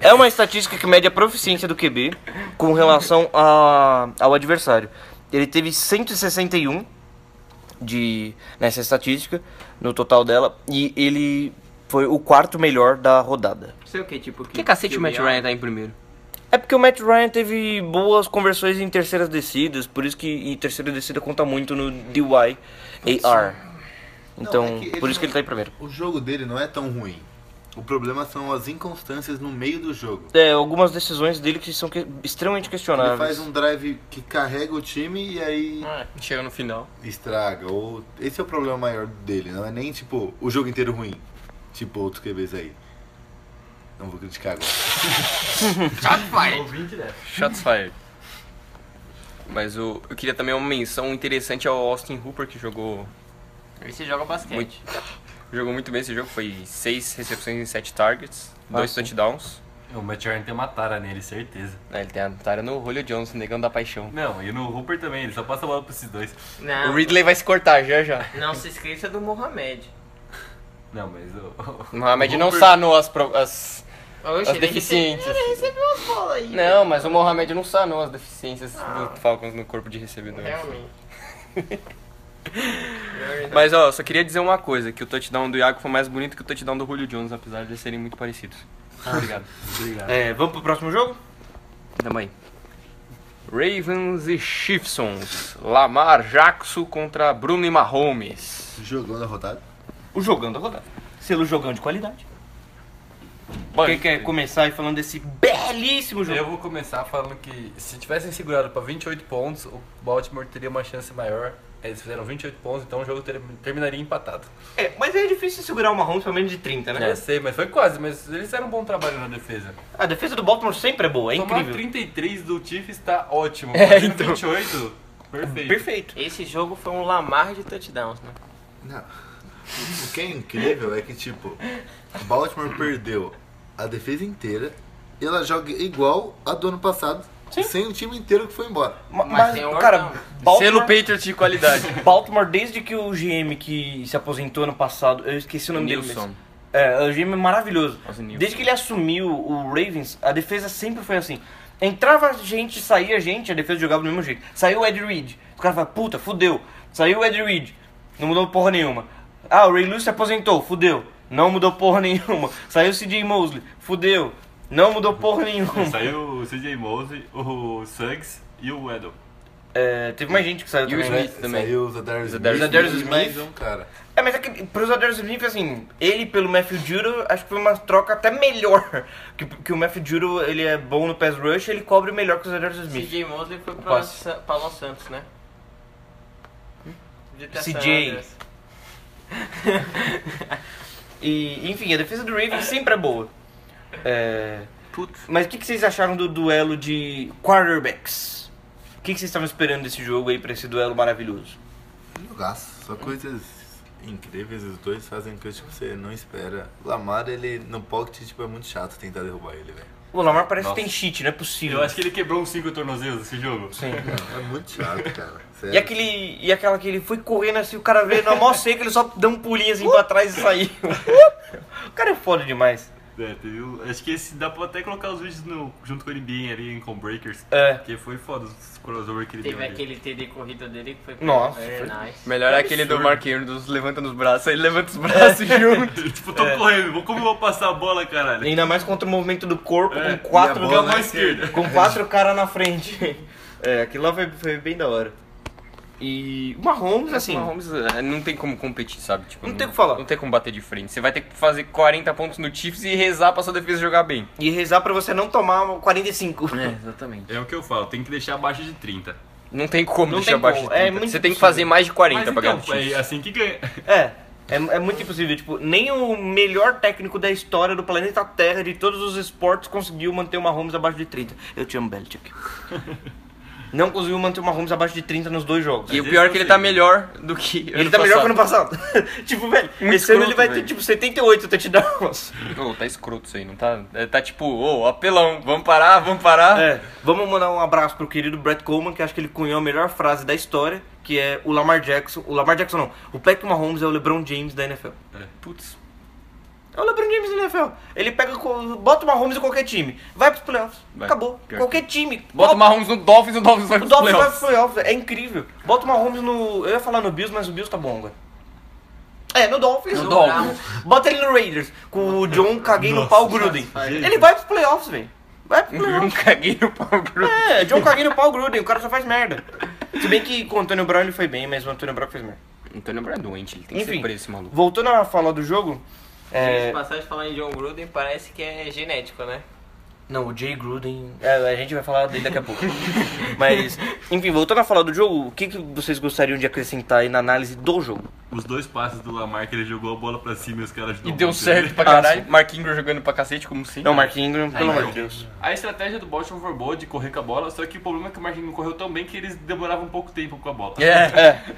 S3: É uma estatística que mede a proficiência do QB com relação a- ao adversário. Ele teve 161 de nessa estatística, no total dela, e ele foi o quarto melhor da rodada.
S2: Não sei o que, tipo... Por
S1: que cacete o Matt Ryan tá em primeiro?
S3: É porque o Matt Ryan teve boas conversões em terceiras descidas, por isso que em terceira descida conta muito no DYAR. Então,
S5: Não, é que ele
S3: por isso que
S5: não-
S3: ele tá em primeiro.
S5: O jogo dele não é tão ruim. O problema são as inconstâncias no meio do jogo.
S3: É, algumas decisões dele que são que- extremamente
S5: Ele
S3: questionáveis.
S5: faz um drive que carrega o time e aí
S1: é. Chega no final.
S5: estraga. Ou... Esse é o problema maior dele. Não é nem, tipo, o jogo inteiro ruim. Tipo outros QBs aí. Não vou criticar agora.
S1: Shots fired. Mas o, eu queria também uma menção interessante ao Austin Hooper, que jogou
S2: Esse joga basquete.
S1: Muito. Jogou muito bem esse jogo, foi seis recepções em sete targets,
S8: Ah,
S1: dois touchdowns.
S7: O Matt Ryan tem uma tara nele, certeza.
S1: Ah, ele tem a tara no Julio Jones, negão da paixão.
S7: Não, e no Hooper também, ele só passa a bola pra esses dois.
S1: O
S2: Não,
S1: Ridley vai se cortar já já.
S2: não se esqueça do Mohamed.
S7: Não, mas o.
S1: O Mohamed não sanou as, pro- as, Oxe,
S8: As
S1: ele
S8: deficientes.
S1: recebe-
S2: Recebeu umas bolas aí.
S8: Não, mas o Mohamed não sanou as deficiências do Falcons no corpo de recebedores.
S2: Realmente.
S1: Mas ó, só queria dizer uma coisa, que o touchdown do Iago foi mais bonito que o touchdown do Julio Jones, apesar de eles serem muito parecidos. Obrigado.
S3: É, vamos pro próximo jogo?
S1: Tamo aí. Ravens e Chiefsons. Lamar Jackson contra Bruno e Mahomes.
S5: Jogou na rodada.
S3: O jogão da rodada. Selo jogão de qualidade. Quem
S1: é
S3: quer começar aí falando desse belíssimo jogo?
S7: Eu vou começar falando que se tivessem segurado pra 28 pontos, o Baltimore teria uma chance maior. Eles fizeram 28 pontos, então o jogo ter- terminaria empatado.
S3: É, mas é difícil segurar o Mahomes pelo menos de 30, né?
S7: Eu sei, mas foi quase, mas eles fizeram um bom trabalho na defesa.
S3: A defesa do Baltimore sempre é boa, é
S7: Tomar
S3: incrível.
S7: 33 do Chiefs tá ótimo. É,
S8: então.
S7: 28, perfeito.
S3: Perfeito.
S2: Esse jogo foi um lamar de touchdowns, né?
S5: Não. O que é incrível é que, tipo, Baltimore perdeu a defesa inteira. E ela joga igual a do ano passado, sem o time inteiro que foi embora.
S3: Ma-
S2: Mas
S3: Mas,
S2: tem ordem,
S3: cara,
S2: não.
S1: Selo
S3: Baltimore,
S1: Patriots de qualidade.
S3: Baltimore, desde que o GM que se aposentou ano passado, eu esqueci o nome dele.
S1: Nilson.
S3: mas- É, o GM é maravilhoso.
S1: Nossa, Nilson.
S3: Desde que ele assumiu o Ravens, a defesa sempre foi assim. Entrava gente, saía gente, a defesa jogava do mesmo jeito. Saiu o Ed Reed. O cara fala, puta, fudeu. Saiu o Ed Reed. Não mudou porra nenhuma. Ah, o Ray Lewis se aposentou, fudeu. Não mudou porra nenhuma. Saiu o CJ Mosley, fudeu. Não mudou porra nenhuma.
S6: Saiu o CJ Mosley, o Suggs e o Weddle.
S3: É, teve mais gente que saiu
S1: E o
S3: também. né?
S1: Smith também.
S5: Saiu o Zadarius
S1: Zadarius
S5: Smith,
S1: Smith.
S5: e mais um cara.
S3: É, mas é que pros jogadores do Smith, assim, ele pelo Matthew Juro, acho que foi uma troca até melhor. Que, que o Matthew Juro, ele é bom no pass rush, ele cobre melhor que os jogadores do Smith.
S2: CJ Mosley foi pra,
S3: Passe.
S2: Sa pra Los Santos, né? De ter
S3: CJ.
S2: essa-
S3: E, enfim, a defesa do Ravens sempre é boa. É... Mas o que, que vocês acharam do duelo de quarterbacks? O que, que vocês estavam esperando desse jogo aí, pra esse duelo maravilhoso?
S5: um Jogaço. Só coisas incríveis. Os dois fazem coisas que você não espera. Lamar, ele no pocket, tipo, é muito chato tentar derrubar ele, velho.
S3: O Lamar parece
S6: Nossa.
S3: que tem cheat, não é possível.
S6: Eu acho que ele quebrou uns 5 tornozelos esse jogo.
S3: Sim.
S5: É muito chato, cara. Sério.
S3: E, aquele, e aquela que ele foi correndo assim, o cara veio na mó seca, ele só deu um pulinho assim
S6: Uh!
S3: pra trás e saiu. o cara é foda demais.
S6: É, teve um- acho que esse dá pra até colocar os vídeos no, junto com o NBA ali em Com Breakers.
S3: É.
S6: Porque foi foda os crossover que ele
S2: Teve
S6: deu ali.
S2: aquele TD corrida dele que foi
S3: Nossa,
S2: very
S3: foi-
S2: nice.
S1: Melhor é aquele do Mark Henry, dos levanta nos braços, aí ele levanta os
S3: É.
S1: braços junto.
S6: tipo, tô correndo, vou- como eu vou passar a bola, caralho?
S3: Ainda mais contra o movimento do corpo,
S6: É,
S3: com
S5: e
S3: quatro,
S5: a
S6: Jogar
S5: bola,
S6: pra esquerda.
S3: com quatro caras na frente. É, aquilo lá foi, foi bem da hora. E o Mahomes, assim,
S1: Mahomes, é, não tem como competir, sabe? Tipo,
S3: Não tem o que falar.
S1: Não tem como bater de frente. Você vai ter que fazer 40 pontos no Chiefs e rezar pra sua defesa jogar bem.
S3: e rezar pra você não tomar uma 45.
S1: exatamente.
S6: É o que eu falo, tem que deixar abaixo de 30.
S1: Não tem como
S3: Não
S1: deixar
S3: tem
S1: abaixo de
S3: como,
S1: 30.
S3: é muito
S1: Você tem que
S3: impossível.
S1: fazer mais de 40 pra ganhar
S6: Mas
S1: do
S6: então,
S1: Chiefs.
S6: é assim que ganha.
S3: É, é, é muito impossível. Tipo, nem o melhor técnico da história do planeta Terra, de todos os esportes, conseguiu manter o Mahomes abaixo de 30. Eu te amo, Belichick. Não conseguiu manter o Mahomes abaixo de 30 nos dois jogos.
S1: E o pior é que ele tá melhor do que.
S3: ele tá melhor que ano passado. tipo, velho,
S1: Muito
S3: esse ano ele
S1: escroto,
S3: vai ter,
S1: velho.
S3: tipo, 78 touchdowns.
S1: Ô, tá escroto isso aí, não tá? É, tá tipo, ô, apelão, vamos parar, vamos parar.
S3: É, vamos mandar um abraço pro querido Brett Coleman, que acho que ele cunhou a melhor frase da história, que é o Lamar Jackson. O Lamar Jackson não, o Patrick Mahomes é o LeBron James da NFL.
S1: Putz.
S3: É o LeBron James da NFL. Ele pega, co- bota o Mahomes em qualquer time, vai pros playoffs,
S1: Vai.
S3: acabou.
S1: Pior
S3: qualquer time.
S1: Bota o
S3: Mahomes.
S1: Mahomes no Dolphins, o Dolphins vai
S3: O
S1: pro
S3: Dolphins vai
S1: playoffs.
S3: pros playoffs, é incrível. Bota o Mahomes no. Eu ia falar no Bills, mas o Bills tá bom agora. É, no Dolphins. Ah,
S1: No Dolphins.
S3: Bota ele no Raiders, com o John caguei no pau Gruden. Ele vai pros playoffs, velho. Vai pros
S1: Eu
S3: playoffs.
S1: não caguei no pau Gruden.
S3: É, John Caguei no pau Gruden, o cara só faz merda. Se bem que com o Antônio Brown ele foi bem, mas o Antônio Brown fez merda.
S1: Antônio Brown é doente, ele tem que
S3: Enfim,
S1: ser preso, esse maluco.
S3: voltando a falar do jogo,
S2: É...
S3: é...
S2: Passar de falar em John Gruden parece que é genético, né?
S3: Não, o Jay Gruden... É, a gente vai falar dele daqui a pouco. mas, enfim, voltando a falar do jogo, o que, que vocês gostariam de acrescentar aí na análise do jogo?
S6: Os dois passes do Lamar que ele jogou a bola pra cima e os caras
S1: E
S6: ajudaram
S1: deu
S6: muito ele.
S1: certo pra caralho. Mark Ingram jogando pra cacete, como sim.
S3: Não, Mark Ingram, pelo
S6: não.
S3: amor de Deus.
S6: A estratégia do Baltimore foi boa de correr com a bola, só que o problema é que o Marquinhos não correu tão bem que eles demoravam um pouco tempo com a bola.
S1: É.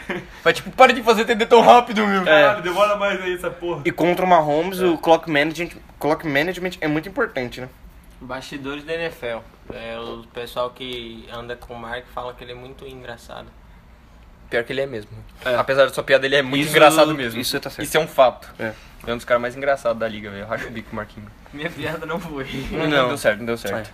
S3: É,
S1: Vai tipo, para de fazer TD tão rápido, meu.
S6: Caralho, demora mais aí essa porra.
S3: e contra o Mahomes, o clock management, clock management é muito importante, né?
S2: Bastidores da NFL. É, o pessoal que anda com o Mark fala que ele é muito engraçado.
S1: Pior que ele é mesmo. Apesar da sua piada, ele é muito engraçado mesmo.
S3: isso tá certo.
S1: Isso é um fato.
S3: É.
S1: Ele é um dos caras mais engraçados da liga, velho. Racha o bico, Marquinhos.
S2: Minha piada não foi.
S1: Não, É. deu certo, não deu certo.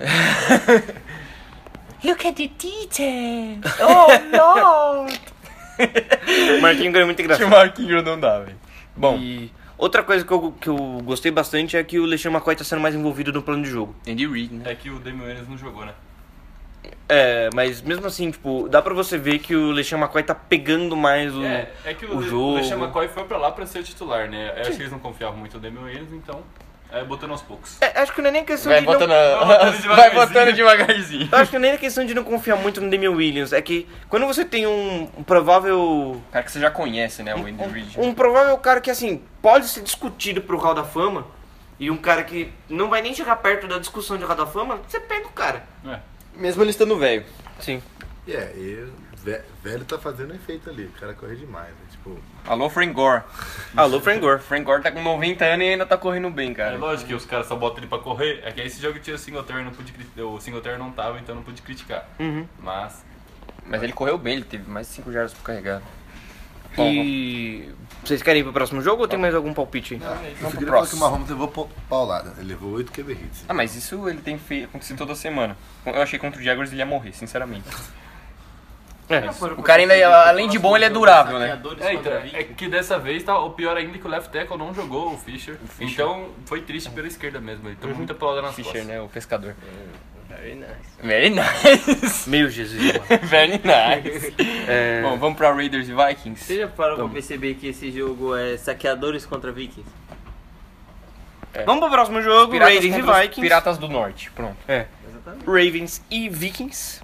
S3: O Marquinho ganhou muito
S1: Se o
S3: engraçado.
S1: Marquinhos não dá, velho. Bom,
S3: E outra coisa que eu, que eu gostei bastante é que o LeSean McCoy tá sendo mais envolvido no plano de jogo.
S1: Andy Reid, né?
S6: É que o Damian Williams não jogou, né?
S3: É, mas mesmo assim, tipo, dá pra você ver que o LeSean McCoy tá pegando mais
S1: Hum.
S3: o...
S6: É, é que o,
S3: o
S6: Le-
S3: jogo.
S6: LeSean McCoy foi pra lá pra ser titular, né? Eu acho que eles não confiavam muito no Damian Williams, então... É, botando aos poucos.
S3: É, acho que não é nem questão
S1: Vai
S3: de
S1: botando,
S3: não...
S6: botando
S1: vai botando devagarzinho.
S3: Eu acho que não é nem questão de não confiar muito no Damian Williams. É que quando você tem um, um provável...
S1: O cara que você já conhece, né? O Andy Reid.
S3: Um provável cara que, assim, pode ser discutido pro Hall da Fama... E um cara que não vai nem chegar perto da discussão de Hall da Fama, você pega o cara.
S1: Mesmo ele estando velho.
S3: Sim.
S5: E é, e o ve- velho tá fazendo efeito ali. O cara corre demais, né? Tipo,
S1: Alô, Frank Gore.
S3: Alô, Frank Gore.
S1: Frank Gore tá com 90 anos e ainda tá correndo bem,
S6: É
S1: cara.
S6: lógico que os caras só botam ele pra correr. É que esse jogo tinha o Singletary, não pude cri- o Singletary não tava, então não pude criticar.
S1: Uhum.
S6: Mas,
S1: Mas ele correu bem, ele teve mais de 5 jardas por carregar.
S3: E vocês querem ir pro próximo jogo ou tem mais algum palpite?
S5: eu só
S1: pro
S5: queria falar que o
S1: próximo.
S5: Mahomes levou pau- paulada. né? Ele levou 8 QB hits.
S1: Ah, mas isso ele tem feito, acontecido toda semana. Eu achei que contra o Jaguars ele ia morrer, sinceramente. O cara ainda, além de bom, ele é durável, né?
S6: é, então, é que dessa vez tá o pior ainda que o left tackle não jogou o Fischer. Então foi triste pela esquerda mesmo. Ele tomou muita paulada nas
S1: Fischer,
S6: costas.
S1: né? O pescador.
S2: Very nice.
S1: Very nice.
S3: Meu Jesus.
S1: Very nice. Bom, vamos pra Raiders e
S2: Você
S1: Vikings.
S2: já parou pra
S1: Vamos.
S2: perceber que esse jogo é saqueadores contra vikings?
S3: Vamos pro próximo jogo, Ravens e
S1: contra os
S3: Vikings. É.
S1: Piratas do Norte, pronto.
S2: Exatamente.
S3: Ravens e Vikings.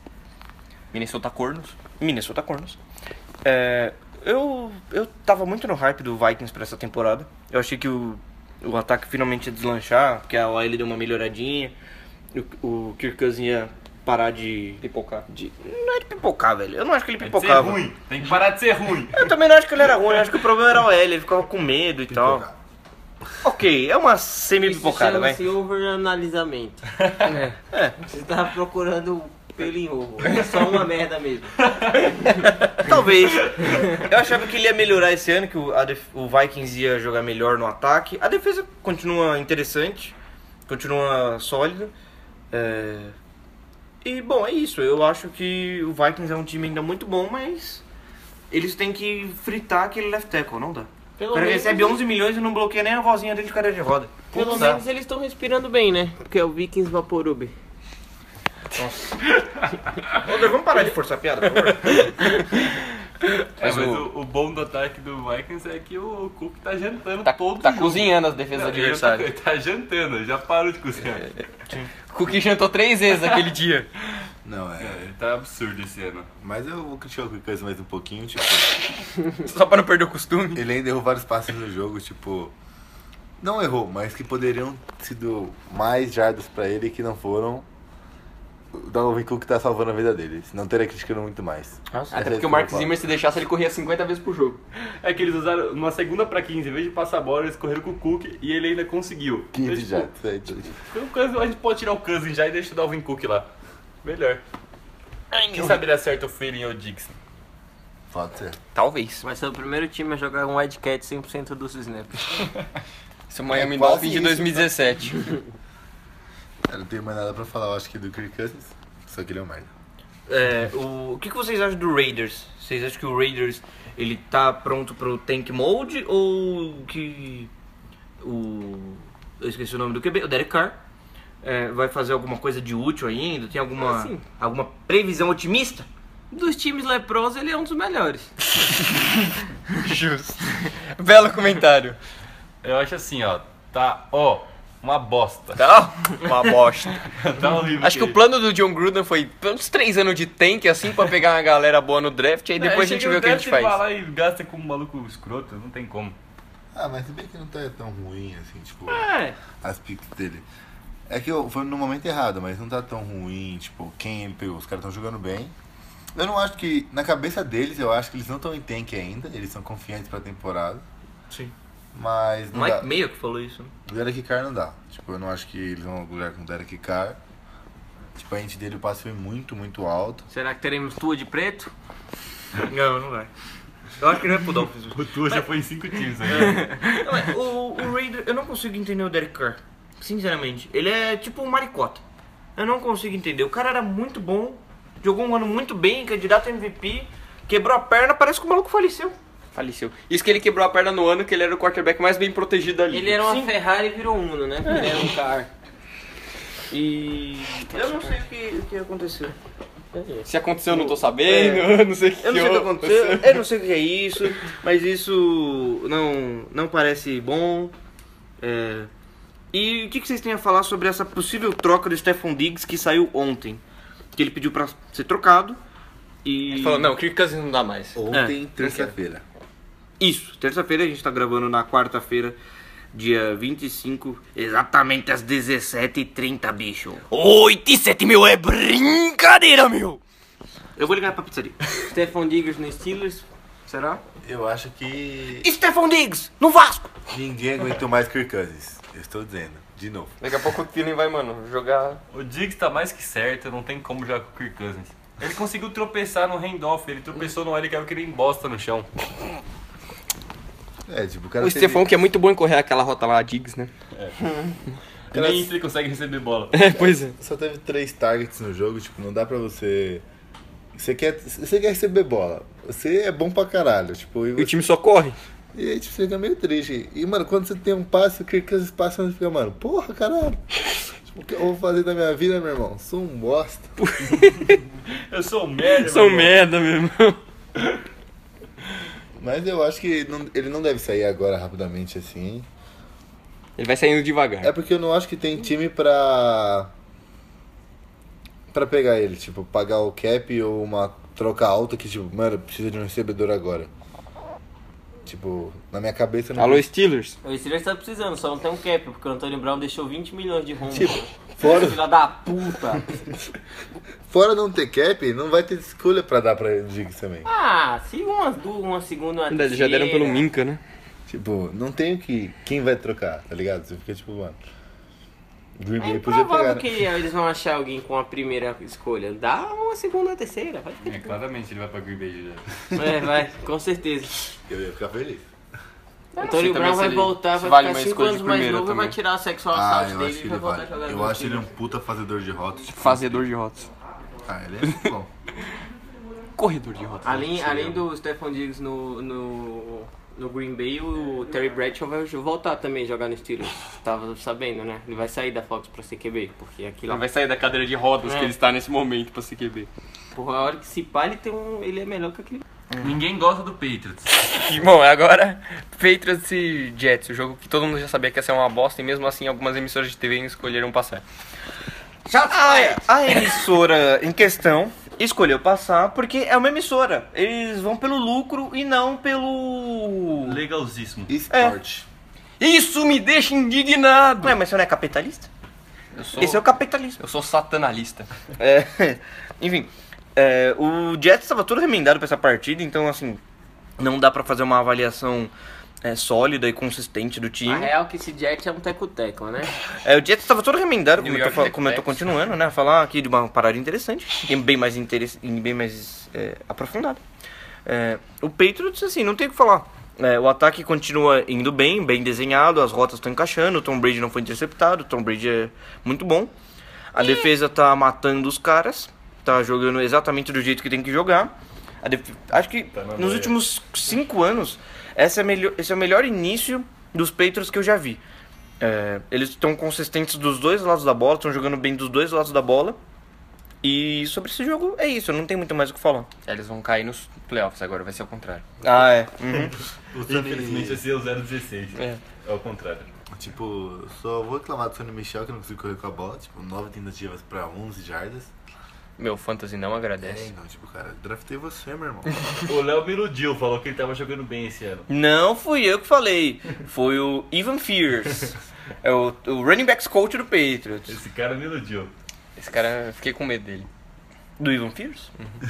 S1: Minnesota Cornos.
S3: Minnesota Cornos. É, eu, eu tava muito no hype do Vikings pra essa temporada. Eu achei que o, o ataque finalmente ia deslanchar, porque a OL deu uma melhoradinha. O, o Kirk Cousins ia parar de,
S1: Pipocar.
S3: de- Não é de pipocar, velho. Eu não acho que ele
S6: Tem que É ser
S3: pipocava.
S6: ruim. Tem que parar de ser ruim.
S3: Eu também não acho que ele era ruim, eu acho que o problema era a OL, ele ficava com medo e tal.
S5: Pipocar.
S3: Ok, é uma
S2: Isso
S3: semi-pipocada, vai.
S2: chama-se overanalisamento. É. Você tava procurando pelo em ovo. É só uma merda mesmo.
S3: Talvez. Eu achava que ele ia melhorar esse ano, que o, a def- o Vikings ia jogar melhor no ataque. A defesa continua interessante, continua sólida. É, E, bom, é isso. Eu acho que o Vikings é um time ainda muito bom, mas eles têm que fritar aquele left tackle, não dá? O
S2: Pelo
S3: cara
S2: menos, um-
S3: recebe 11 milhões e não bloqueia nem a vozinha dele de cara de roda.
S2: pelo
S3: Putz, dá.
S2: menos eles estão respirando bem, né? Porque é o Vikings Vaporub.
S3: Roder, vamos parar de forçar a piada, por favor.
S6: É, mas o, o bom do ataque do Vikings é que o Cook tá jantando
S1: Tá,
S6: todo
S1: tá
S6: jogo.
S1: cozinhando as
S6: Não,
S1: defesas
S6: ele
S1: adversárias.
S6: Tá, tá jantando, já parou de cozinhar.
S1: Cookie jantou três vezes aquele dia.
S5: Não, é.
S6: É, tá absurdo esse ano.
S5: Mas eu vou criticar o Kirk Cousins mais um pouquinho. Tipo,
S1: Só pra não perder o costume.
S5: ele ainda errou vários passes no jogo, tipo. Não errou, mas que poderiam sido mais jardas pra ele que não foram. O Donovan Cook tá salvando a vida dele, senão teria criticando muito mais. é
S1: Até porque o Mark Zimmer, se deixasse, ele corria 50 vezes por jogo.
S6: É que eles usaram uma segunda pra 15, em vez de passar a bola, eles correram com o Cook e ele ainda conseguiu.
S5: 15
S6: Então,
S5: já.
S6: tipo, o Cousins- a gente pode tirar o Cousins já e deixa o Dalvin Cook lá. Melhor. Quem sabe ele acerta o Feeling ou o Dixon.
S5: Pode ser.
S1: Talvez.
S2: Vai ser o primeiro time a jogar um Wildcat 100% dos snaps.
S1: Isso é o Miami
S5: É quase
S1: Dolphins de
S5: isso,
S1: 2017.
S5: Eu não tenho mais nada pra falar, eu acho que do Kirk Cousins. Só que ele é um merda.
S3: É, o, o que, que vocês acham do Raiders? Vocês acham que o Raiders ele tá pronto pro tank mode ou que o eu esqueci o nome do QB, o Derek Carr é, vai fazer alguma coisa de útil ainda? Tem alguma
S2: Ah, sim.
S3: alguma previsão otimista?
S2: Dos times leprosos, ele é um dos melhores.
S1: Justo. Belo comentário.
S6: Eu acho assim, ó. Tá, ó, uma bosta.
S1: Tá? Uma bosta.
S6: Tá
S7: Então,
S6: horrível.
S1: Acho que o plano do John Gruden foi uns três anos de tank, assim, pra pegar uma galera boa É, no draft, aí depois a gente vê o que a gente
S6: Vai
S1: faz.
S6: lá e gasta com um maluco escroto, não tem como.
S5: Ah, mas se bem que não tá tão ruim assim, tipo,
S2: É.
S5: as picks dele. É que eu- foi no momento errado, mas não tá tão ruim, tipo, quem ele pegou, os caras estão jogando bem. Eu não acho que, na cabeça deles, eu acho que eles não estão em tank ainda, eles são confiantes pra temporada.
S3: Sim.
S5: Mas
S3: O
S5: não dá.
S3: Mike Mayo que falou isso. Né?
S5: O Derek Carr não dá. Tipo, eu não acho que eles vão lugar com o Derek Carr. Tipo, a gente dele o passe foi muito, muito alto.
S2: Será que teremos tua de preto?
S3: Não, não vai. Eu acho que ele vai pro Dolphins.
S7: O Tua já foi em cinco times, né?
S3: Não, é, o, o Raider, eu não consigo entender o Derek Carr. Sinceramente. Ele é tipo um maricota. Eu não consigo entender. O cara era muito bom, jogou um ano muito bem, candidato a MVP, quebrou a perna, parece que o maluco faleceu.
S1: Faleceu. Isso que ele quebrou a perna no ano, que ele era o quarterback mais bem protegido ali.
S2: Ele era uma Ferrari e virou Uno, né? Ele era um carro.
S1: E.
S3: Eu não sei o que, o que aconteceu.
S1: Se aconteceu, eu não tô sabendo, É. eu não sei o que
S3: Eu não sei o que
S1: houve.
S3: aconteceu, eu não sei o que é isso, mas isso não, não parece bom. É, E o que, que vocês têm a falar sobre essa possível troca do Stephon Diggs que saiu ontem? Que ele pediu pra ser trocado e...
S1: Ele falou, não, Kirk Cousins não dá mais.
S5: Ontem,
S3: É.
S5: terça-feira.
S3: Isso, terça-feira a gente tá gravando na quarta-feira, dia 25, exatamente às 17h30, bicho.
S8: 87 mil é brincadeira, meu!
S3: Eu vou ligar pra pizzaria.
S2: Stefan Diggs no Steelers. Será?
S5: Eu acho que
S3: Stephon Diggs, no Vasco!
S5: ninguém aguentou mais Kirk Cousins. Eu estou dizendo, de novo.
S1: Daqui a pouco o Thielen vai, mano, jogar.
S7: O Diggs tá mais que certo, não tem como jogar com o Kirk Cousins. Ele conseguiu tropeçar no handoff, ele tropeçou no Eric que ele embosta no chão.
S5: É, tipo, o cara
S1: O
S5: teve-
S1: Stefão, que é muito bom em correr aquela rota lá, a Diggs, né?
S7: Nem isso ele consegue receber bola.
S1: É, pois é.
S5: Só teve três targets no jogo, tipo, não dá pra você. Você quer, você quer receber bola. Você é bom pra caralho, tipo, e,
S1: E o
S5: você-
S1: time só corre.
S5: e aí tipo, você fica meio triste. E, mano, quando você tem um passe, o Kirk Cousins passa, você fica, mano, porra, caralho. Tipo, o que eu vou fazer da minha vida, meu irmão? Sou um bosta.
S7: Eu sou um merda,
S1: São
S7: meu irmão.
S1: é merda, meu irmão.
S5: Mas eu acho que não- ele não deve sair agora rapidamente assim.
S1: Ele vai saindo devagar.
S5: É porque eu não acho que tem time pra. pra pegar ele, tipo, pagar o cap ou uma troca alta que, tipo, mano, precisa de um recebedor agora. Tipo, na minha cabeça não.
S1: Alô, Steelers?
S2: O Steelers tá precisando, só não tem um cap, porque o Antônio Brown deixou 20 milhões de rombo.
S5: Fora,
S2: Filha da puta.
S5: fora não ter cap, não vai ter escolha pra dar pra ele, Diggs também.
S2: Ah, se umas duas, uma segunda, uma
S1: Eles já deram pelo
S2: terceira.
S1: Minca, né?
S5: Tipo, não tem o que. Quem vai trocar, tá ligado? Você fica tipo, mano. Green
S2: É
S5: Bay podia pegar.
S2: improvável
S5: né?
S2: que eles vão achar alguém com a primeira escolha. Dá uma segunda, uma terceira. Vai.
S7: É, claramente ele vai pra Green Bay direto.
S2: É, vai, com certeza.
S5: Eu ia ficar feliz.
S1: também
S2: Antônio Brown
S1: se
S2: vai
S1: ele-
S2: voltar,
S1: se
S2: vai
S1: vale uma
S2: ficar 5
S1: escolha de
S2: anos mais
S1: primeira
S2: novo e vai
S1: também.
S2: tirar sexual
S5: Ah,
S2: assault
S5: eu
S2: dele
S5: acho
S2: e
S5: que
S2: vai
S5: ele
S2: voltar a jogar.
S5: vale. Eu acho ele um puta fazedor de rotas. Tipo,
S1: Fazedor de rotas.
S5: ah, ele é muito bom.
S1: Corredor de rotas.
S2: Além, além do Stefan Diggs no, no, no Green Bay, o Terry Bradshaw vai voltar também a jogar no Steelers. Tava sabendo, né? Ele vai sair da Fox pra CQB, porque aquilo...
S1: Ele vai sair da cadeira de rodas
S2: É.
S1: que ele está nesse momento pra se QB.
S2: Porra, a hora que se pá, ele, tem um, ele é melhor que aquele...
S7: Ninguém gosta do Patriots.
S1: Bom, agora Patriots e Jets, o jogo que todo mundo já sabia que ia ser uma bosta e mesmo assim algumas emissoras de TV ainda escolheram passar.
S3: A, Ah, é. a emissora em questão escolheu passar porque é uma emissora. Eles vão pelo lucro e não pelo.
S7: Legalzíssimo.
S5: Esporte.
S1: Isso me deixa indignado!
S3: Ué, mas você não é capitalista?
S1: Eu sou,
S3: Esse é o capitalismo.
S1: eu sou satanalista.
S3: É, enfim, é, o Jets estava todo remendado pra essa partida, então assim, não dá pra fazer uma avaliação é, sólida e consistente do time.
S2: A real que esse Jet é um teco-teco, né?
S3: É, o Jets estava todo remendado, como,
S1: New
S3: eu tô,
S1: York
S3: fa- como eu tô
S1: Jets.
S3: continuando, né? a Falar aqui de uma parada interessante e bem mais, interess- e bem mais é, aprofundada. É, o Patriots, assim, não tem o que falar. É, o ataque continua indo bem, bem desenhado, as rotas estão encaixando, o Tom Brady não foi interceptado, o Tom Brady é muito bom. A defesa tá matando os caras, tá jogando exatamente do jeito que tem que jogar. A def- Acho que
S1: Tá
S3: nos últimos cinco anos, essa é a melhor- esse é o melhor início dos Patriots que eu já vi. É, eles estão consistentes dos dois lados da bola, estão jogando bem dos dois lados da bola. E sobre esse jogo é isso, eu não tem muito mais o que falar.
S1: Eles vão cair nos playoffs agora, vai ser o contrário.
S3: Ah, é.
S5: O Sonny-
S7: Infelizmente esse é o 016.
S1: É.
S7: É o contrário.
S5: Tipo, só vou reclamar do Sonny Michel que não conseguiu correr com a bola. Tipo, 9 tentativas pra 11 jardas.
S1: Meu fantasy não
S5: É,
S1: agradece.
S5: não, tipo, cara, draftei você, meu irmão.
S7: O Léo me iludiu, falou que ele tava jogando bem esse ano.
S3: Não fui eu que falei, foi o Evan Fears. É o, o running backs coach do Patriots.
S7: Esse cara me iludiu.
S1: Esse cara, eu fiquei com medo dele.
S3: Do Evan Fears?
S1: Uhum.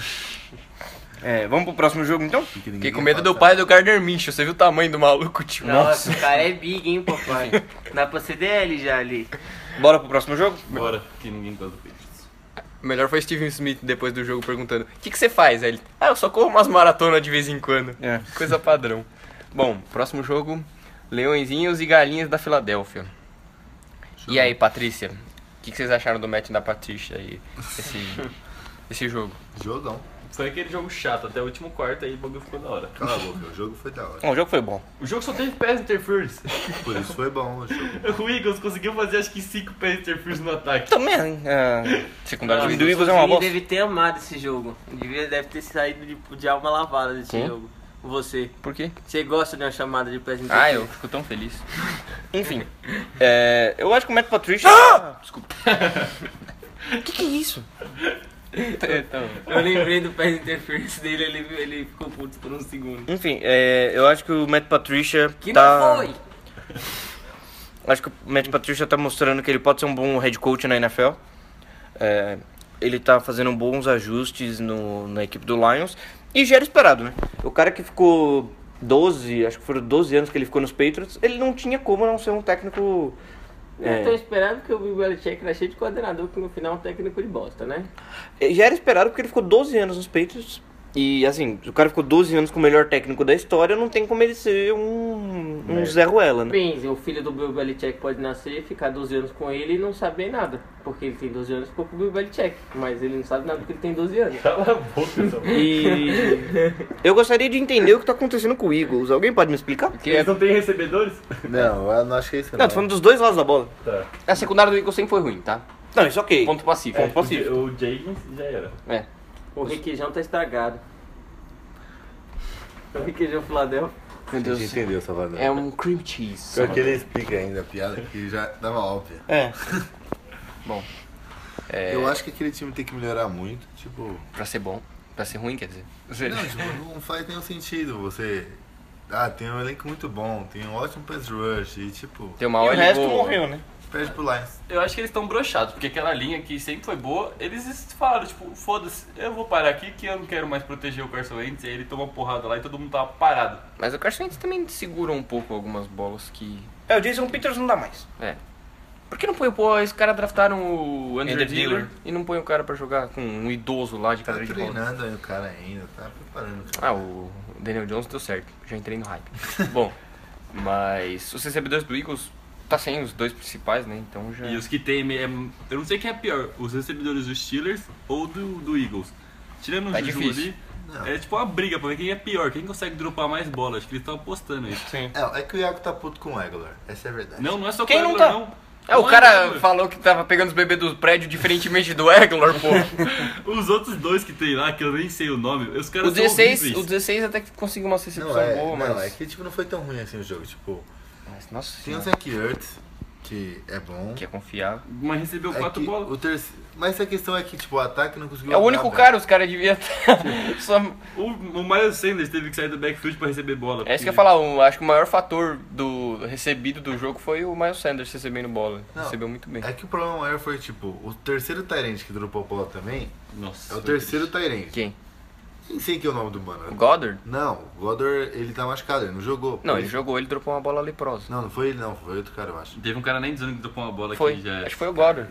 S3: É, vamos pro próximo jogo então?
S5: Porque
S1: Fiquei
S5: ninguém
S1: com medo do
S5: passa.
S1: pai do Gardner Minshew, você viu o tamanho do maluco, tio?
S2: Nossa, o cara é big, hein, papai? Dá pra CDL já ali.
S3: Bora pro próximo jogo?
S7: Bora, que ninguém gosta do Patriots.
S1: O melhor foi Steven Smith depois do jogo perguntando: O que, que você faz? Aí ele: Ah, eu só corro umas maratonas de vez em quando.
S3: É.
S1: Coisa padrão. Bom, próximo jogo: Leõezinhos e Galinhas da Filadélfia. E aí, Patrícia? O que, que vocês acharam do match da Patrícia aí? Esse, esse jogo?
S5: Jogão.
S6: Foi aquele jogo chato, até o último quarto aí o bagulho ficou da hora.
S5: Cala a boca, o jogo foi da hora.
S3: Bom, o jogo foi bom.
S6: O jogo só teve pass interference.
S5: Por isso foi bom o jogo.
S6: O Eagles conseguiu fazer acho que 5 pass interference no ataque.
S1: é.
S3: Também, uh, secundário
S2: Nossa,
S3: do Eagles é uma
S2: Sim,
S3: bosta.
S2: deve ter amado esse jogo. Devia, deve ter saído de, de alma lavada desse
S1: Quem?
S2: jogo. Você.
S1: Por quê?
S2: Você gosta de uma chamada de presente?
S1: Ah, eu fico tão feliz.
S3: Enfim, é, eu acho que o Matt Patricia.
S1: Ah!
S3: Desculpa. que que é isso?
S2: Eu lembrei do pé interference dele, ele, ele ficou puto por um segundo.
S3: Enfim, é, eu acho que o Matt Patricia.
S2: Que não
S3: tá...
S2: foi!
S3: Acho que o Matt Patricia tá mostrando que ele pode ser um bom head coach na NFL. É, ele tá fazendo bons ajustes no, na equipe do Lions. E já era esperado, né? O cara que ficou 12, acho que foram 12 anos que ele ficou nos Patriots, ele não tinha como não ser um técnico. É.
S2: Eu tô esperando que o Bill Belichick era cheio de coordenador, que no final é um técnico de bosta, né?
S3: É, Já era esperado porque ele ficou 12 anos nos Patriots. E assim, o cara ficou 12 anos com o melhor técnico da história, não tem como ele ser um, um Zé Ruela, né?
S2: Depende, o filho do Bill Belichick pode nascer, ficar 12 anos com ele e não saber nada. Porque ele tem 12 anos e ficou com o Bill Belichick, mas ele não sabe nada porque ele tem 12 anos.
S6: Cala a boca, essa porra.
S3: E eu gostaria de entender o que tá acontecendo com o Eagles. Alguém pode me explicar?
S1: Porque
S6: não têm recebedores?
S5: Não, eu não acho que é isso
S3: Não, tô falando dos dois lados da bola.
S1: a secundária do Eagles sempre foi ruim, tá?
S3: Não, isso ok.
S1: Ponto
S6: É
S1: pacífico.
S3: Ponto pacífico.
S6: O Jenkins já era.
S1: É.
S2: O requeijão tá estragado. O requeijão Filadélfia.
S1: Meu
S5: A
S1: Deus.
S5: gente entendeu essa parada.
S1: É um cream cheese.
S5: Pior que ele explica ainda a piada que já tava óbvia.
S3: É.
S5: Eu acho que aquele time tem que melhorar muito. Tipo,
S1: Pra ser bom. Pra ser ruim, quer dizer.
S3: É.
S5: não, tipo, não faz nenhum sentido você. Ah, tem um elenco muito bom, tem um ótimo pass rush e tipo,
S1: Tem uma
S3: E o
S1: hora ele
S3: resto
S1: voa.
S3: morreu, né?
S5: perde pro Lions.
S6: Eu acho que eles estão broxados, porque aquela linha que sempre foi boa, eles falaram, tipo, foda-se, eu vou parar aqui que eu não quero mais proteger o Carson Wentz, e aí ele toma uma porrada lá e todo mundo tava parado.
S1: Mas o Carson Wentz também segura um pouco algumas bolas que...
S3: É, o Jason Peters não dá mais.
S1: É. Por que não põe o... Pô, os caras draftaram o Andrew
S3: Andrew
S1: Diller
S3: Diller.
S1: e não põe o cara pra jogar com um idoso lá de
S5: Tá
S1: cadeira de rodas.
S5: treinando aí o cara ainda, tá preparando o cara.
S1: Ah, o Daniel Jones deu certo. Já entrei no hype. Bom, mas os recebedores do Eagles tá sem os dois principais, né? Então já...
S6: E os que tem, é- eu não sei quem é pior, os recebedores dos Steelers ou do, do Eagles. Tirando
S1: Tá
S6: o Juju
S1: difícil.
S6: ali, é tipo uma briga pra ver quem é pior, quem consegue dropar mais bola, acho que eles estão apostando isso.
S5: É, é que o Iago tá puto com o Eggler, essa é a verdade.
S6: Não, não é só
S3: Quem
S6: com
S3: não
S6: o
S3: tá?
S6: Eagles, não.
S1: É, o
S6: Não
S1: cara
S6: Eagles.
S1: falou que tava pegando os bebês do prédio diferentemente do Eglor, pô.
S6: Os outros dois que tem lá, que eu nem sei o nome, os caras
S1: O 16,
S6: são
S1: o
S6: horríveis.
S1: 16 até que conseguiu uma recepção
S5: não, é,
S1: boa,
S5: não,
S1: mas...
S5: é que tipo, não foi tão ruim assim o jogo. Tipo,
S1: mas nossa
S5: tem o
S1: senhora,
S5: Zach Ertz, que é bom.
S1: que é confiável.
S6: Mas recebeu
S5: É
S6: quatro
S5: que
S6: bolas.
S5: o terce- Mas a questão é que, tipo, o ataque não conseguiu.
S1: É o
S5: andar,
S1: único
S5: velho.
S1: cara, os caras deviam estar. Só...
S6: O, o Miles Sanders teve que sair do backfield pra receber bola.
S1: É isso que eu ia
S6: porque-
S1: falar, o- acho que o maior fator do recebido do jogo foi o Miles Sanders recebendo bola.
S5: Não.
S1: Recebeu muito bem.
S5: É que o problema maior foi, tipo, o terceiro Tyrant que dropou a bola também.
S6: Nossa.
S5: É o
S6: foi
S5: terceiro Tyrant.
S1: Quem?
S5: Nem sei que é o nome do
S1: O
S5: mano.
S1: Goddard?
S5: Não, o Goddard, ele tá machucado, ele não jogou.
S1: Não, ele jogou, ele dropou uma bola leprosa.
S5: Não, não foi ele, não, foi outro cara, eu acho.
S6: Teve um cara nem dizendo que tocou uma bola
S1: Foi,
S6: aqui já.
S1: acho que foi o Goddard.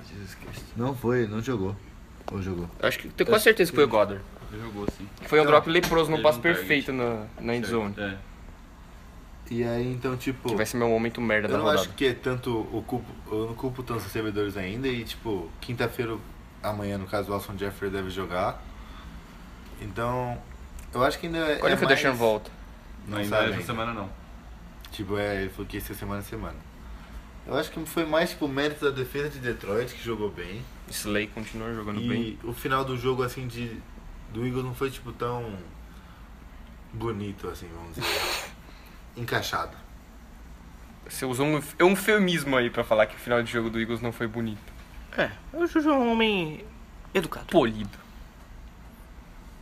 S5: Não foi, não jogou. Ou jogou.
S1: Acho que tenho quase certeza que foi o Goddard.
S6: Jogou assim.
S1: Foi um
S5: tá Não.
S1: drop leproso no
S6: Ele
S1: passo
S6: não perde.
S1: perfeito na, na endzone.
S6: É.
S5: E aí, então, tipo.
S1: Que vai ser meu momento merda
S5: Eu
S1: da
S5: não
S1: rodada.
S5: acho que é tanto o culpo. Eu não culpo tanto os recebedores ainda. E, tipo, quinta-feira, amanhã, no caso, o Alson Jeffrey deve jogar. Então, eu acho que ainda é.
S1: Olha
S5: é
S1: que o Deshaun
S5: mais...
S1: volta.
S5: Não
S6: ainda
S5: sabe
S6: é essa
S5: ainda.
S6: semana não.
S5: Tipo, é, ele falou que ia ser semana a semana. Eu acho que foi mais, tipo, mérito da defesa de Detroit, que jogou bem.
S1: Slay continua jogando
S5: e
S1: bem.
S5: o final do jogo, assim, de, do Eagles não foi, tipo, tão bonito, assim, vamos dizer. Encaixado.
S1: Você usou um, é um eufemismo aí pra falar que o final de jogo do Eagles não foi bonito.
S3: É, o Juju é um homem educado.
S1: Polido.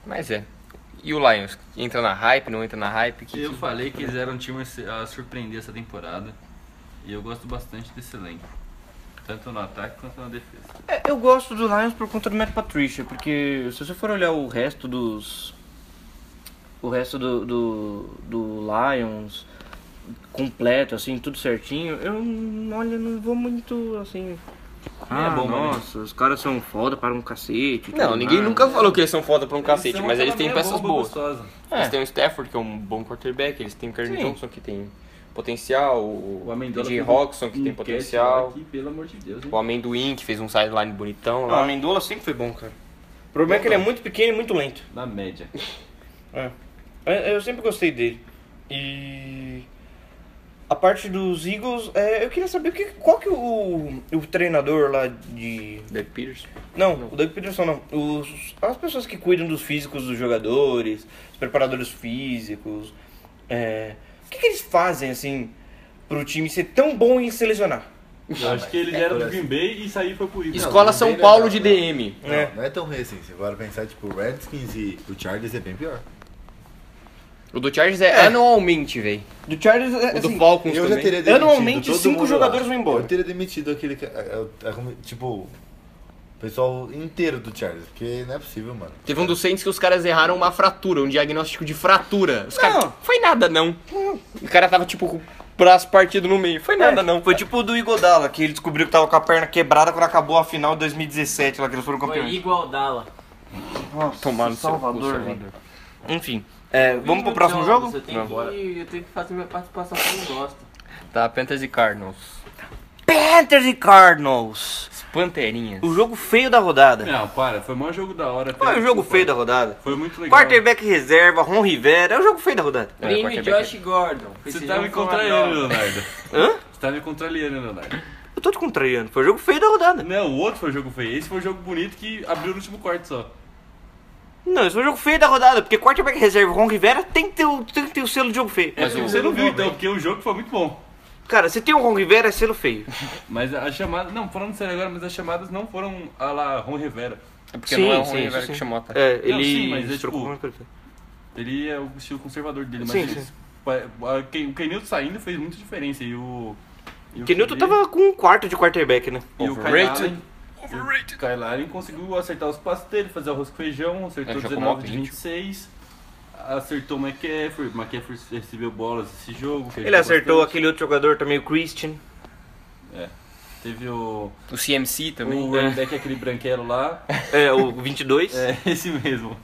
S1: Mas é. E o Lions? Entra na hype, não entra na hype? Que
S6: Eu falei que eles eram um time a surpreender essa temporada. E eu gosto bastante desse elenco. Tanto no ataque quanto na defesa.
S3: É, eu gosto do Lions por conta do Matt Patricia, porque se você for olhar o resto dos. O resto do, do, do Lions completo, assim, tudo certinho, eu não- olha, não vou muito assim.
S1: É
S7: Ah, bom,
S2: nossa, os caras são foda para um cacete.
S1: Não, ninguém nunca falou que eles são foda pra um cacete,
S6: são
S1: mas eles
S6: aquela
S1: têm
S6: meia
S1: peças
S6: bomba
S1: boas.
S6: gostosa.
S1: Eles têm o Stafford, que é um bom quarterback, eles têm o Karen
S6: Sim.
S1: Johnson, que tem potencial, o,
S6: O Amendola
S1: Jay
S6: fez
S1: Roxon, que
S6: um
S1: tem
S6: catch lá
S1: potencial,
S6: que, pelo amor de Deus, hein?
S1: o Amendoim, que fez um sideline bonitão
S3: Ah, o
S1: lá.
S3: Amendola sempre foi bom, cara. O problema é que ele é muito pequeno e muito lento.
S6: Na média.
S3: É, Eu sempre gostei dele. E a parte dos Eagles, é, eu queria saber o que, qual que o, o treinador lá de.
S1: Doug Peters.
S3: Não, o Doug Peterson não. Os, as pessoas que cuidam dos físicos dos jogadores, os preparadores físicos. é, o que, que eles fazem assim pro time ser tão bom em selecionar?
S6: Eu acho que ele era do Green Bay e saiu foi pro Eagles.
S1: Escola
S5: não,
S1: São
S5: bem
S1: Paulo
S5: legal,
S1: de
S5: não.
S1: DM.
S5: Não,
S3: É.
S5: não é tão ruim assim. Se agora pensar, tipo, o Redskins e o Chargers é bem pior.
S1: O do Chargers é, anualmente, velho.
S3: Do Chargers, é,
S1: O do
S3: assim,
S1: Falcons
S5: Eu já
S1: também.
S5: teria demitido.
S3: Anualmente,
S5: todo
S3: cinco
S5: mundo
S3: jogadores
S5: lá.
S3: vão embora.
S5: Eu teria demitido aquele. que- a- a- a- como- Tipo, o pessoal inteiro do Chargers. Porque não é possível, mano.
S1: Teve um dos Saints que os caras erraram uma fratura, um diagnóstico de fratura. Os caras,
S3: Não.
S1: foi nada não. O cara tava tipo com o braço partido no meio, foi nada não.
S3: Foi tipo o do Igodala, que ele descobriu que tava com a perna quebrada quando acabou a final de 2017, lá que eles foram
S2: Foi
S3: campeões.
S2: igual Dala.
S3: Nossa,
S1: Tomar no seu cu, Salvador.
S3: velho. Enfim, é, vamos pro próximo jogo?
S2: Eu tenho, que, eu tenho que fazer minha participação que eu não gosto.
S1: Tá, Panthers e Cardinals.
S3: Panthers e Cardinals.
S1: As Panterinhas.
S3: O jogo feio da rodada.
S6: Não, para, foi o maior jogo da hora. até.
S3: Foi o jogo feio da rodada.
S6: Foi muito legal.
S3: Quarterback reserva, Ron Rivera. É o jogo feio da rodada.
S1: É,
S2: Primo e
S1: quarterback.
S2: Josh Gordon.
S6: Você tá
S2: Precisamos
S6: me
S2: falar
S6: contrariando,
S2: dela.
S6: Leonardo.
S3: Hã?
S6: Você tá me contrariando, Leonardo.
S3: Eu tô te contrariando. Foi o jogo feio da rodada.
S6: Não, o outro foi o jogo feio. Esse foi o jogo bonito que abriu no último quarto só.
S3: Não, esse foi o jogo feio da rodada. Porque quarterback reserva, Ron Rivera tem que ter o, tem que ter o selo de jogo feio.
S6: É porque você não viu então, porque o jogo foi muito bom.
S3: Cara, se tem o Ron Rivera, é selo feio.
S6: Mas as chamadas. Não, falando sério agora, mas as chamadas não foram a la Ron Rivera.
S1: É porque
S3: Sim,
S1: não é o
S3: sim,
S1: Rony
S3: isso
S1: Rivera
S3: sim.
S1: que chamou a ataque.
S3: É, ele.
S6: Não, sim, mas é tipo-
S3: trocou uma coisa.
S6: Ele é o estilo conservador dele, mas
S3: Sim,
S6: eles-
S3: sim.
S6: pa- a- quem- o Kenilton saindo fez muita diferença. E o. E o
S3: Porque Newton
S6: Kyle-
S3: tava com um quarto de quarterback, né?
S6: E o Kyle
S1: Overrated.
S6: Allen, e o Kyle Allen conseguiu acertar os passos dele, fazer arroz com feijão,
S1: É,
S6: acertou
S1: jogou
S6: 19 de
S1: mal,
S6: 26. Acertou o McCaffrey, o McCaffrey recebeu bolas nesse jogo. que
S3: Ele acertou
S6: bastante.
S3: aquele outro jogador também, o Christian.
S6: Teve o.
S1: O CMC também. né?
S6: O running back, aquele branquelo lá.
S3: É, o 22.
S6: É, esse mesmo.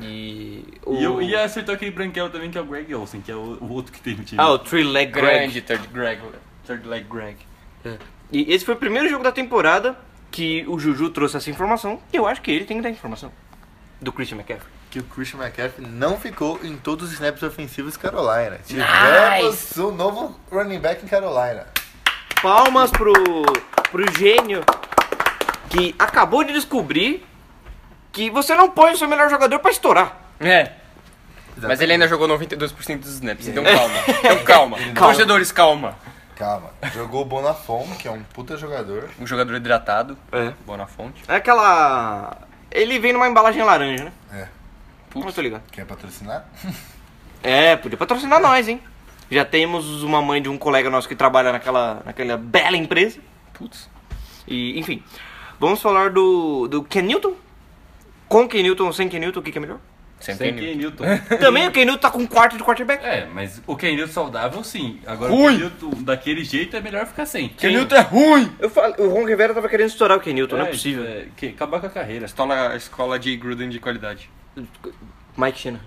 S1: E
S6: E, eu, e acertou aquele branquelo também, que é o Greg Olsen, que é o, o outro que tem no time.
S3: Ah, o Three Leg Greg.
S1: grande third Greg. Third leg Greg.
S3: É. E esse foi o primeiro jogo da temporada que o Juju trouxe essa informação. E eu acho que ele tem que dar informação. Do Christian McCaffrey.
S5: Que o Christian McCaffrey não ficou em todos os snaps ofensivos Carolina. Tivemos um novo running back em Carolina.
S3: Palmas pro, pro gênio que acabou de descobrir que você não põe o seu melhor jogador pra estourar.
S1: É. Mas
S5: é
S1: ele ainda jogou 92% dos snaps,
S3: É.
S1: então calma. Então calma. Torcedores, calma.
S5: Calma. Jogou o Bonafon, que é um puta jogador.
S1: Um jogador hidratado,
S3: É.
S1: bom na fonte.
S3: É aquela. Ele vem numa embalagem laranja, né?
S5: É.
S3: Não tô ligado.
S5: Quer patrocinar?
S3: É, podia patrocinar nós, hein? Já temos uma mãe de um colega nosso que trabalha naquela, naquela bela empresa.
S1: Putz.
S3: E, enfim, vamos falar do, do Ken Newton. Com Ken Newton ou sem Ken Newton, o que, que é melhor?
S1: Sempre
S6: Sem
S1: tem.
S6: Kenilton.
S3: Também o Ken Newton tá com um quarto de quarterback.
S6: É, mas o Kenilton saudável sim. Agora
S1: Ruim.
S6: o Kenilton daquele jeito é melhor ficar sem.
S1: Kenilton é ruim!
S3: Eu falei, o Ron Rivera tava querendo estourar o Ken Newton,
S6: É,
S3: não é possível.
S6: é, que- acabar com a carreira.
S1: Escola, escola de Gruden de qualidade.
S3: Mike Shanahan.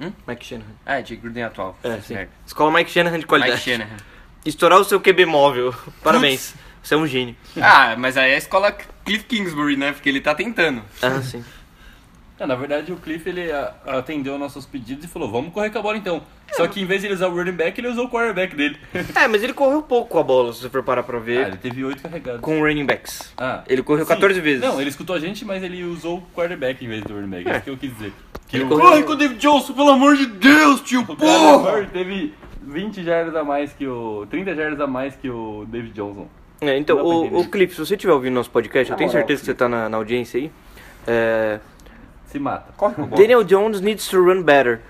S1: Hum?
S3: Mike Shanahan.
S1: Ah, de Gruden atual.
S3: É, sim.
S1: Merda.
S3: Escola Mike Shanahan de qualidade.
S1: Mike Shanahan.
S3: Estourar o seu QB móvel. Parabéns. Você é um gênio.
S1: Ah, mas aí é a escola Cliff Kingsbury, né? Porque ele tá tentando.
S3: Ah, sim.
S6: Ah, na verdade, o Cliff ele a- atendeu nossos pedidos e falou: vamos correr com a bola então. Só que em vez de ele usar o running back, ele usou o quarterback dele.
S3: é, mas ele correu pouco com a bola, se você for parar pra
S6: Ah,
S3: ver.
S6: ele teve oito carregados.
S3: com running backs.
S6: Ah,
S3: Ele correu
S6: sim.
S3: 14 vezes.
S6: Não, ele escutou a gente, mas ele usou o quarterback em vez do running back. É isso que eu quis dizer. Que
S3: Ele
S6: o-
S3: correu-
S6: Corre com o David Johnson, pelo amor de Deus, tio! Porra! Teve 20 jardas a mais que o. 30 jardas a mais que o David Johnson.
S3: É, então,
S6: Não Ah, dá pra
S3: o,
S6: entender.
S3: o Clipe, se você estiver ouvindo nosso podcast, eu tenho
S6: moral,
S3: certeza que você tá na, na audiência aí. É,
S6: Se mata.
S3: Daniel Jones needs to run better.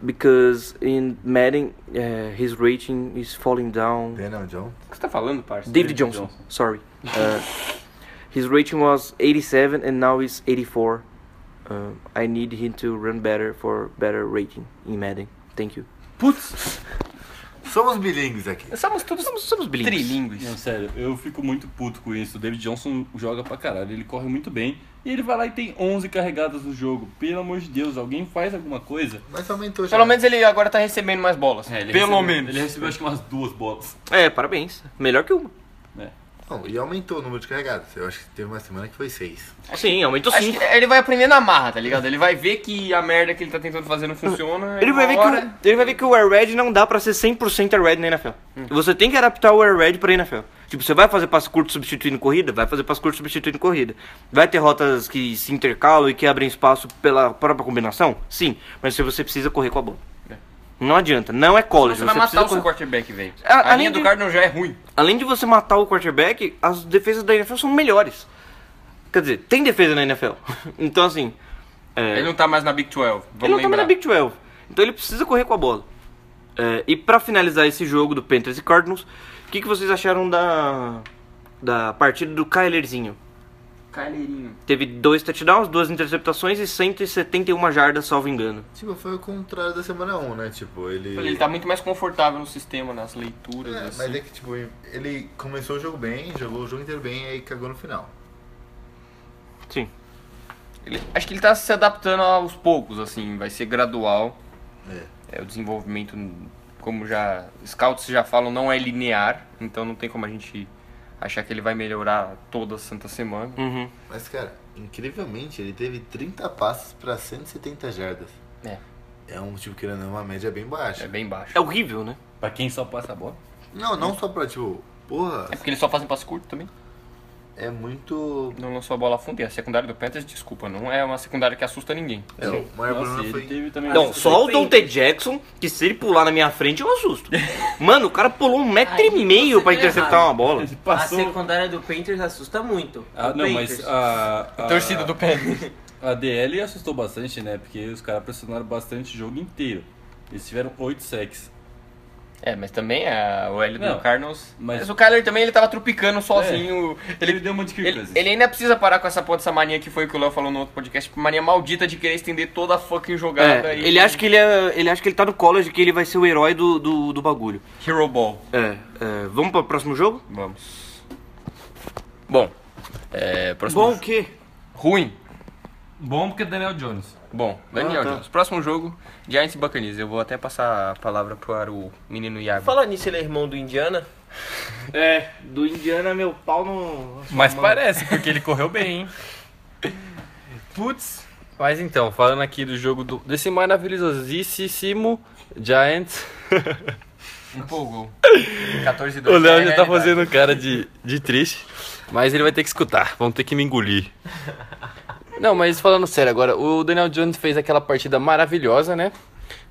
S3: Because in Madden, eh, his rating is falling down.
S5: Daniel Jones.
S1: O que você tá falando, parça?
S3: David
S6: David
S3: Johnson,
S6: Johnson.
S3: sorry. Uh, his rating was 87 and now it's 84. Uh, I need him to run better for better rating in Madden. Thank you.
S6: Putz!
S5: Somos bilíngues aqui.
S1: Somos todos somos, somos
S9: Não, sério, eu fico muito puto com isso. O David Johnson joga pra caralho, ele corre muito bem. E ele vai lá e tem 11 carregadas no jogo. Pelo amor de Deus, alguém faz alguma coisa?
S5: Mas aumentou já.
S1: Pelo menos ele agora tá recebendo mais bolas.
S9: É, ele
S1: Pelo
S9: recebeu-
S1: menos.
S9: Ele recebeu acho que umas duas bolas.
S1: É, parabéns. Melhor que uma.
S5: Não, e aumentou o número de carregados. Eu acho que teve uma semana que foi seis.
S3: Sim, aumentou
S1: Acho
S3: sim.
S1: que ele vai aprender na marra, tá ligado? Ele vai ver que a merda que ele tá tentando fazer não funciona.
S3: Ele vai, ver que o, ele vai ver que o Air Red não dá pra ser 100% Air Red na NFL.
S1: Hum.
S3: Você tem que adaptar o Air Red pra NFL. Tipo, você vai fazer passo curto substituindo corrida? Vai fazer passo curto substituindo corrida. Vai ter rotas que se intercalam e que abrem espaço pela própria combinação? Sim. Mas se você precisa correr com a bola. Não adianta. Não é college.
S1: É. Você vai matar
S3: precisa
S1: o seu
S3: correr.
S1: quarterback, velho.
S3: A-
S1: A,
S3: além
S1: linha do
S3: de-
S1: Cardinal já é ruim.
S3: Além de você matar o quarterback, as defesas da NFL são melhores. Quer dizer, tem defesa na NFL. Então, assim... é,
S1: Ele não tá mais na Big 12. Vamos
S3: ele não tá mais
S1: lembrar.
S3: na Big 12. Então ele precisa correr com a bola. É, e pra finalizar esse jogo do Panthers e Cardinals, o que, que vocês acharam da, da partida do Kylerzinho?
S1: Caleirinho.
S3: Teve dois touchdowns, duas interceptações e 171 jardas, salvo engano.
S5: Tipo, foi o contrário da semana 1, né? Tipo, ele.
S1: Ele tá muito mais confortável no sistema, nas leituras.
S5: É,
S1: assim.
S5: mas é que, tipo, ele começou o jogo bem, jogou o jogo inteiro bem, aí cagou no final.
S3: Sim.
S1: Ele- acho que ele tá se adaptando aos poucos, assim, vai ser gradual.
S5: É.
S1: É, o desenvolvimento, como já. Scouts já falam, não é linear, então não tem como a gente achar que ele vai melhorar toda santa semana.
S3: Uhum.
S5: Mas, cara, incrivelmente, ele teve 30 passes pra 170 jardas.
S1: É.
S5: É um, tipo, querendo ou não, uma média bem baixa.
S1: É bem baixo.
S3: É horrível, né?
S9: Pra quem só passa a bola.
S5: Não, não só pra, tipo, porra,
S1: É porque eles só fazem passe curto também.
S5: é muito.
S1: Não lançou a bola a fundo. E a secundária do Panthers, desculpa, não é uma secundária que assusta ninguém.
S5: É, o maior
S9: Nossa,
S5: problema
S9: ele
S5: foi.
S9: teve também.
S3: Não, só o Dante Jackson, que se ele pular na minha frente eu assusto. Mano, o cara pulou um metro e
S2: Aí,
S3: meio
S2: você
S3: pra
S2: tá
S3: interceptar
S2: errado.
S3: uma bola.
S9: Ele
S2: A
S9: passou.
S2: secundária do Panthers assusta muito.
S9: Ah,
S2: O
S9: não,
S2: Panthers.
S9: mas a, a
S1: Torcida do Panthers.
S9: A DL assustou bastante, né? Porque os caras pressionaram bastante o jogo inteiro. Eles tiveram 8 sacks.
S1: É, mas também a, o L do
S9: Não,
S1: Cardinals. Mas... É.
S9: mas-
S1: o Kyler também ele tava trupicando sozinho.
S9: Ele, deu uma de
S6: tipo
S9: Kirk
S1: Ele,
S9: Cousins.
S1: ele ainda precisa parar com essa porra dessa mania que foi o que o Léo falou no outro podcast, mania maldita de querer estender toda a fucking jogada
S3: É,
S1: e
S3: ele acha que ele, é, ele acha que ele tá no college, que ele vai ser o herói do, do, do bagulho.
S1: Hero Ball.
S3: É, é, vamos pro próximo jogo?
S1: Vamos. Bom, é, próximo
S3: Bom o
S1: jo-
S3: quê?
S1: ruim.
S6: Bom porque é Daniel Jones.
S1: Bom, Daniel
S3: Ah, tá.
S1: Jones. Próximo jogo, Giants e Buccaneers. Eu vou até passar a palavra para o menino Iago.
S3: Fala nisso, ele é irmão do Indiana? É, do Indiana meu pau no.
S6: Mas parece, porque ele correu bem, hein?
S1: Putz.
S6: Mas então, falando aqui do jogo do, desse maravilhosíssimo Giants.
S1: Empolgou. É, 14 e 2.
S6: O Léo já tá fazendo cara de, de triste, mas ele vai ter que escutar, vão ter que me engolir. Não, mas falando sério agora, o Daniel Jones fez aquela partida maravilhosa, né?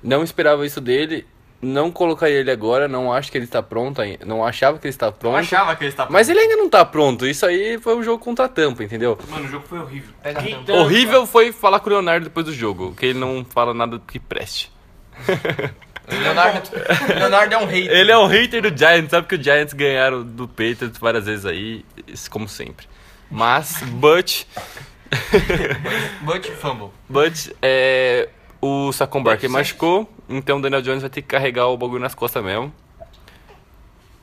S6: Não esperava isso dele, não colocaria ele agora, não acho que ele tá pronto ainda, não achava que ele está pronto.
S1: Achava que ele estava.
S6: Mas ele ainda não tá pronto, isso aí foi um jogo contra a tampa, entendeu?
S2: Mano, o jogo foi horrível.
S6: Horrível foi falar com o Leonardo depois do jogo, que ele não fala nada que preste.
S1: Leonardo, Leonardo é um rei.
S6: Ele é um hater do Giants, sabe que o Giants ganharam do Patriots várias vezes aí, isso como sempre. Mas, but,
S1: But fumble.
S6: but, é, o Sacon Barker machucou,
S1: né?
S6: então o Daniel Jones vai ter que carregar o bagulho nas costas mesmo.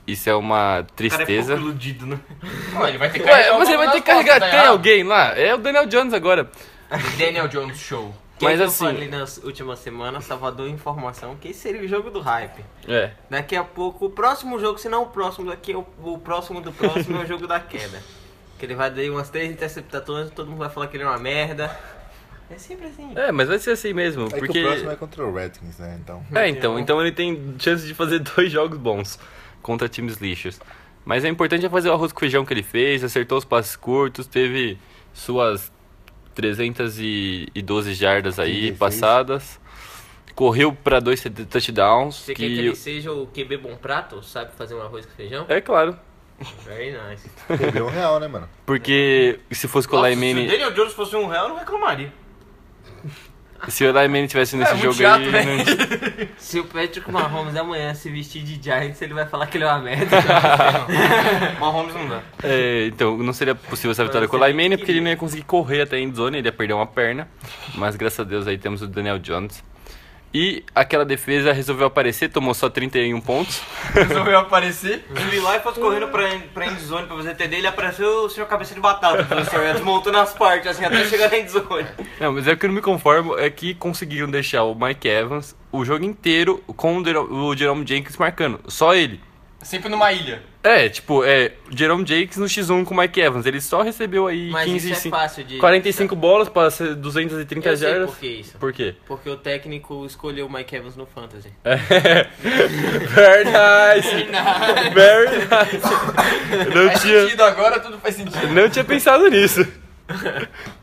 S6: Isso é uma tristeza.
S9: né?
S1: Não, ele vai ter que
S6: Ué,
S1: é carregar o
S6: mas
S1: bagulho
S6: ele vai ter
S1: nas
S6: que carregar,
S1: costas,
S6: tem
S1: né?
S6: alguém lá, é o Daniel Jones agora.
S1: Daniel Jones Show.
S2: é Que
S6: Mas
S2: mas
S6: assim-
S2: Eu falei na última semana, Salvador Informação, que seria o jogo do hype.
S6: É,
S2: Daqui a pouco, o próximo jogo, se não o próximo daqui, o, o próximo do próximo é o jogo da queda. Que ele vai dar umas três interceptações, todo mundo vai falar que ele é uma merda. É sempre assim.
S6: é, mas vai ser assim mesmo,
S5: É que
S6: porque...
S5: o próximo é contra o Redskins, né? Então.
S6: É, então, então ele tem chance de fazer dois jogos bons contra times lixos. Mas o importante é fazer o arroz com feijão que ele fez, acertou os passes curtos, teve suas 312 jardas aí
S5: 36.
S6: passadas. Correu pra dois touchdowns.
S2: Você quer que
S6: que...
S2: ele seja o QB Bom Prato? Sabe fazer um arroz com feijão?
S6: É claro,
S2: Very nice.
S5: Perdeu um real, né, mano?
S6: porque
S1: É.
S6: se fosse com o
S3: Se o
S6: Laimene,
S3: Daniel Jones fosse um real, eu não reclamaria.
S6: se o Laimene tivesse nesse
S1: muito
S6: jogo
S1: chato,
S6: aí,
S1: né?
S6: não-
S2: Se o Patrick Mahomes amanhã se vestir de Giants, ele vai falar que ele é uma merda.
S3: Mahomes não dá.
S6: É, então, não seria possível essa vitória com o Laimene, porque ele não ia conseguir correr até a endzone, ele ia perder uma perna. Mas graças a Deus aí temos o Daniel Jones. E aquela defesa resolveu aparecer, tomou só 31 pontos.
S10: Resolveu aparecer.
S2: Ele lá e fosse correndo pra, pra endzone pra fazer TD, ele apareceu o senhor cabeça de batata,
S10: assim,
S2: professor. Ele desmontou nas partes, assim, até chegar na endzone.
S6: Não, mas é o que eu não me conformo é que conseguiram deixar o Mike Evans o jogo inteiro com o Jero- o Jerome Jenkins marcando. Só ele.
S1: Sempre numa ilha.
S6: É, tipo, é Jerome Jenkins no X1 com o Mike Evans. Ele só recebeu aí
S2: Mas
S6: 15
S2: isso é
S6: cin-
S2: fácil de...
S6: 45 bolas para ser 230
S2: Eu sei
S6: jardas.
S2: por que isso.
S6: Por quê?
S2: Porque o técnico escolheu o Mike Evans no Fantasy.
S6: Very nice! Very nice! Não
S1: Faz
S6: tinha.
S1: sentido agora, tudo faz sentido.
S6: Não tinha pensado nisso.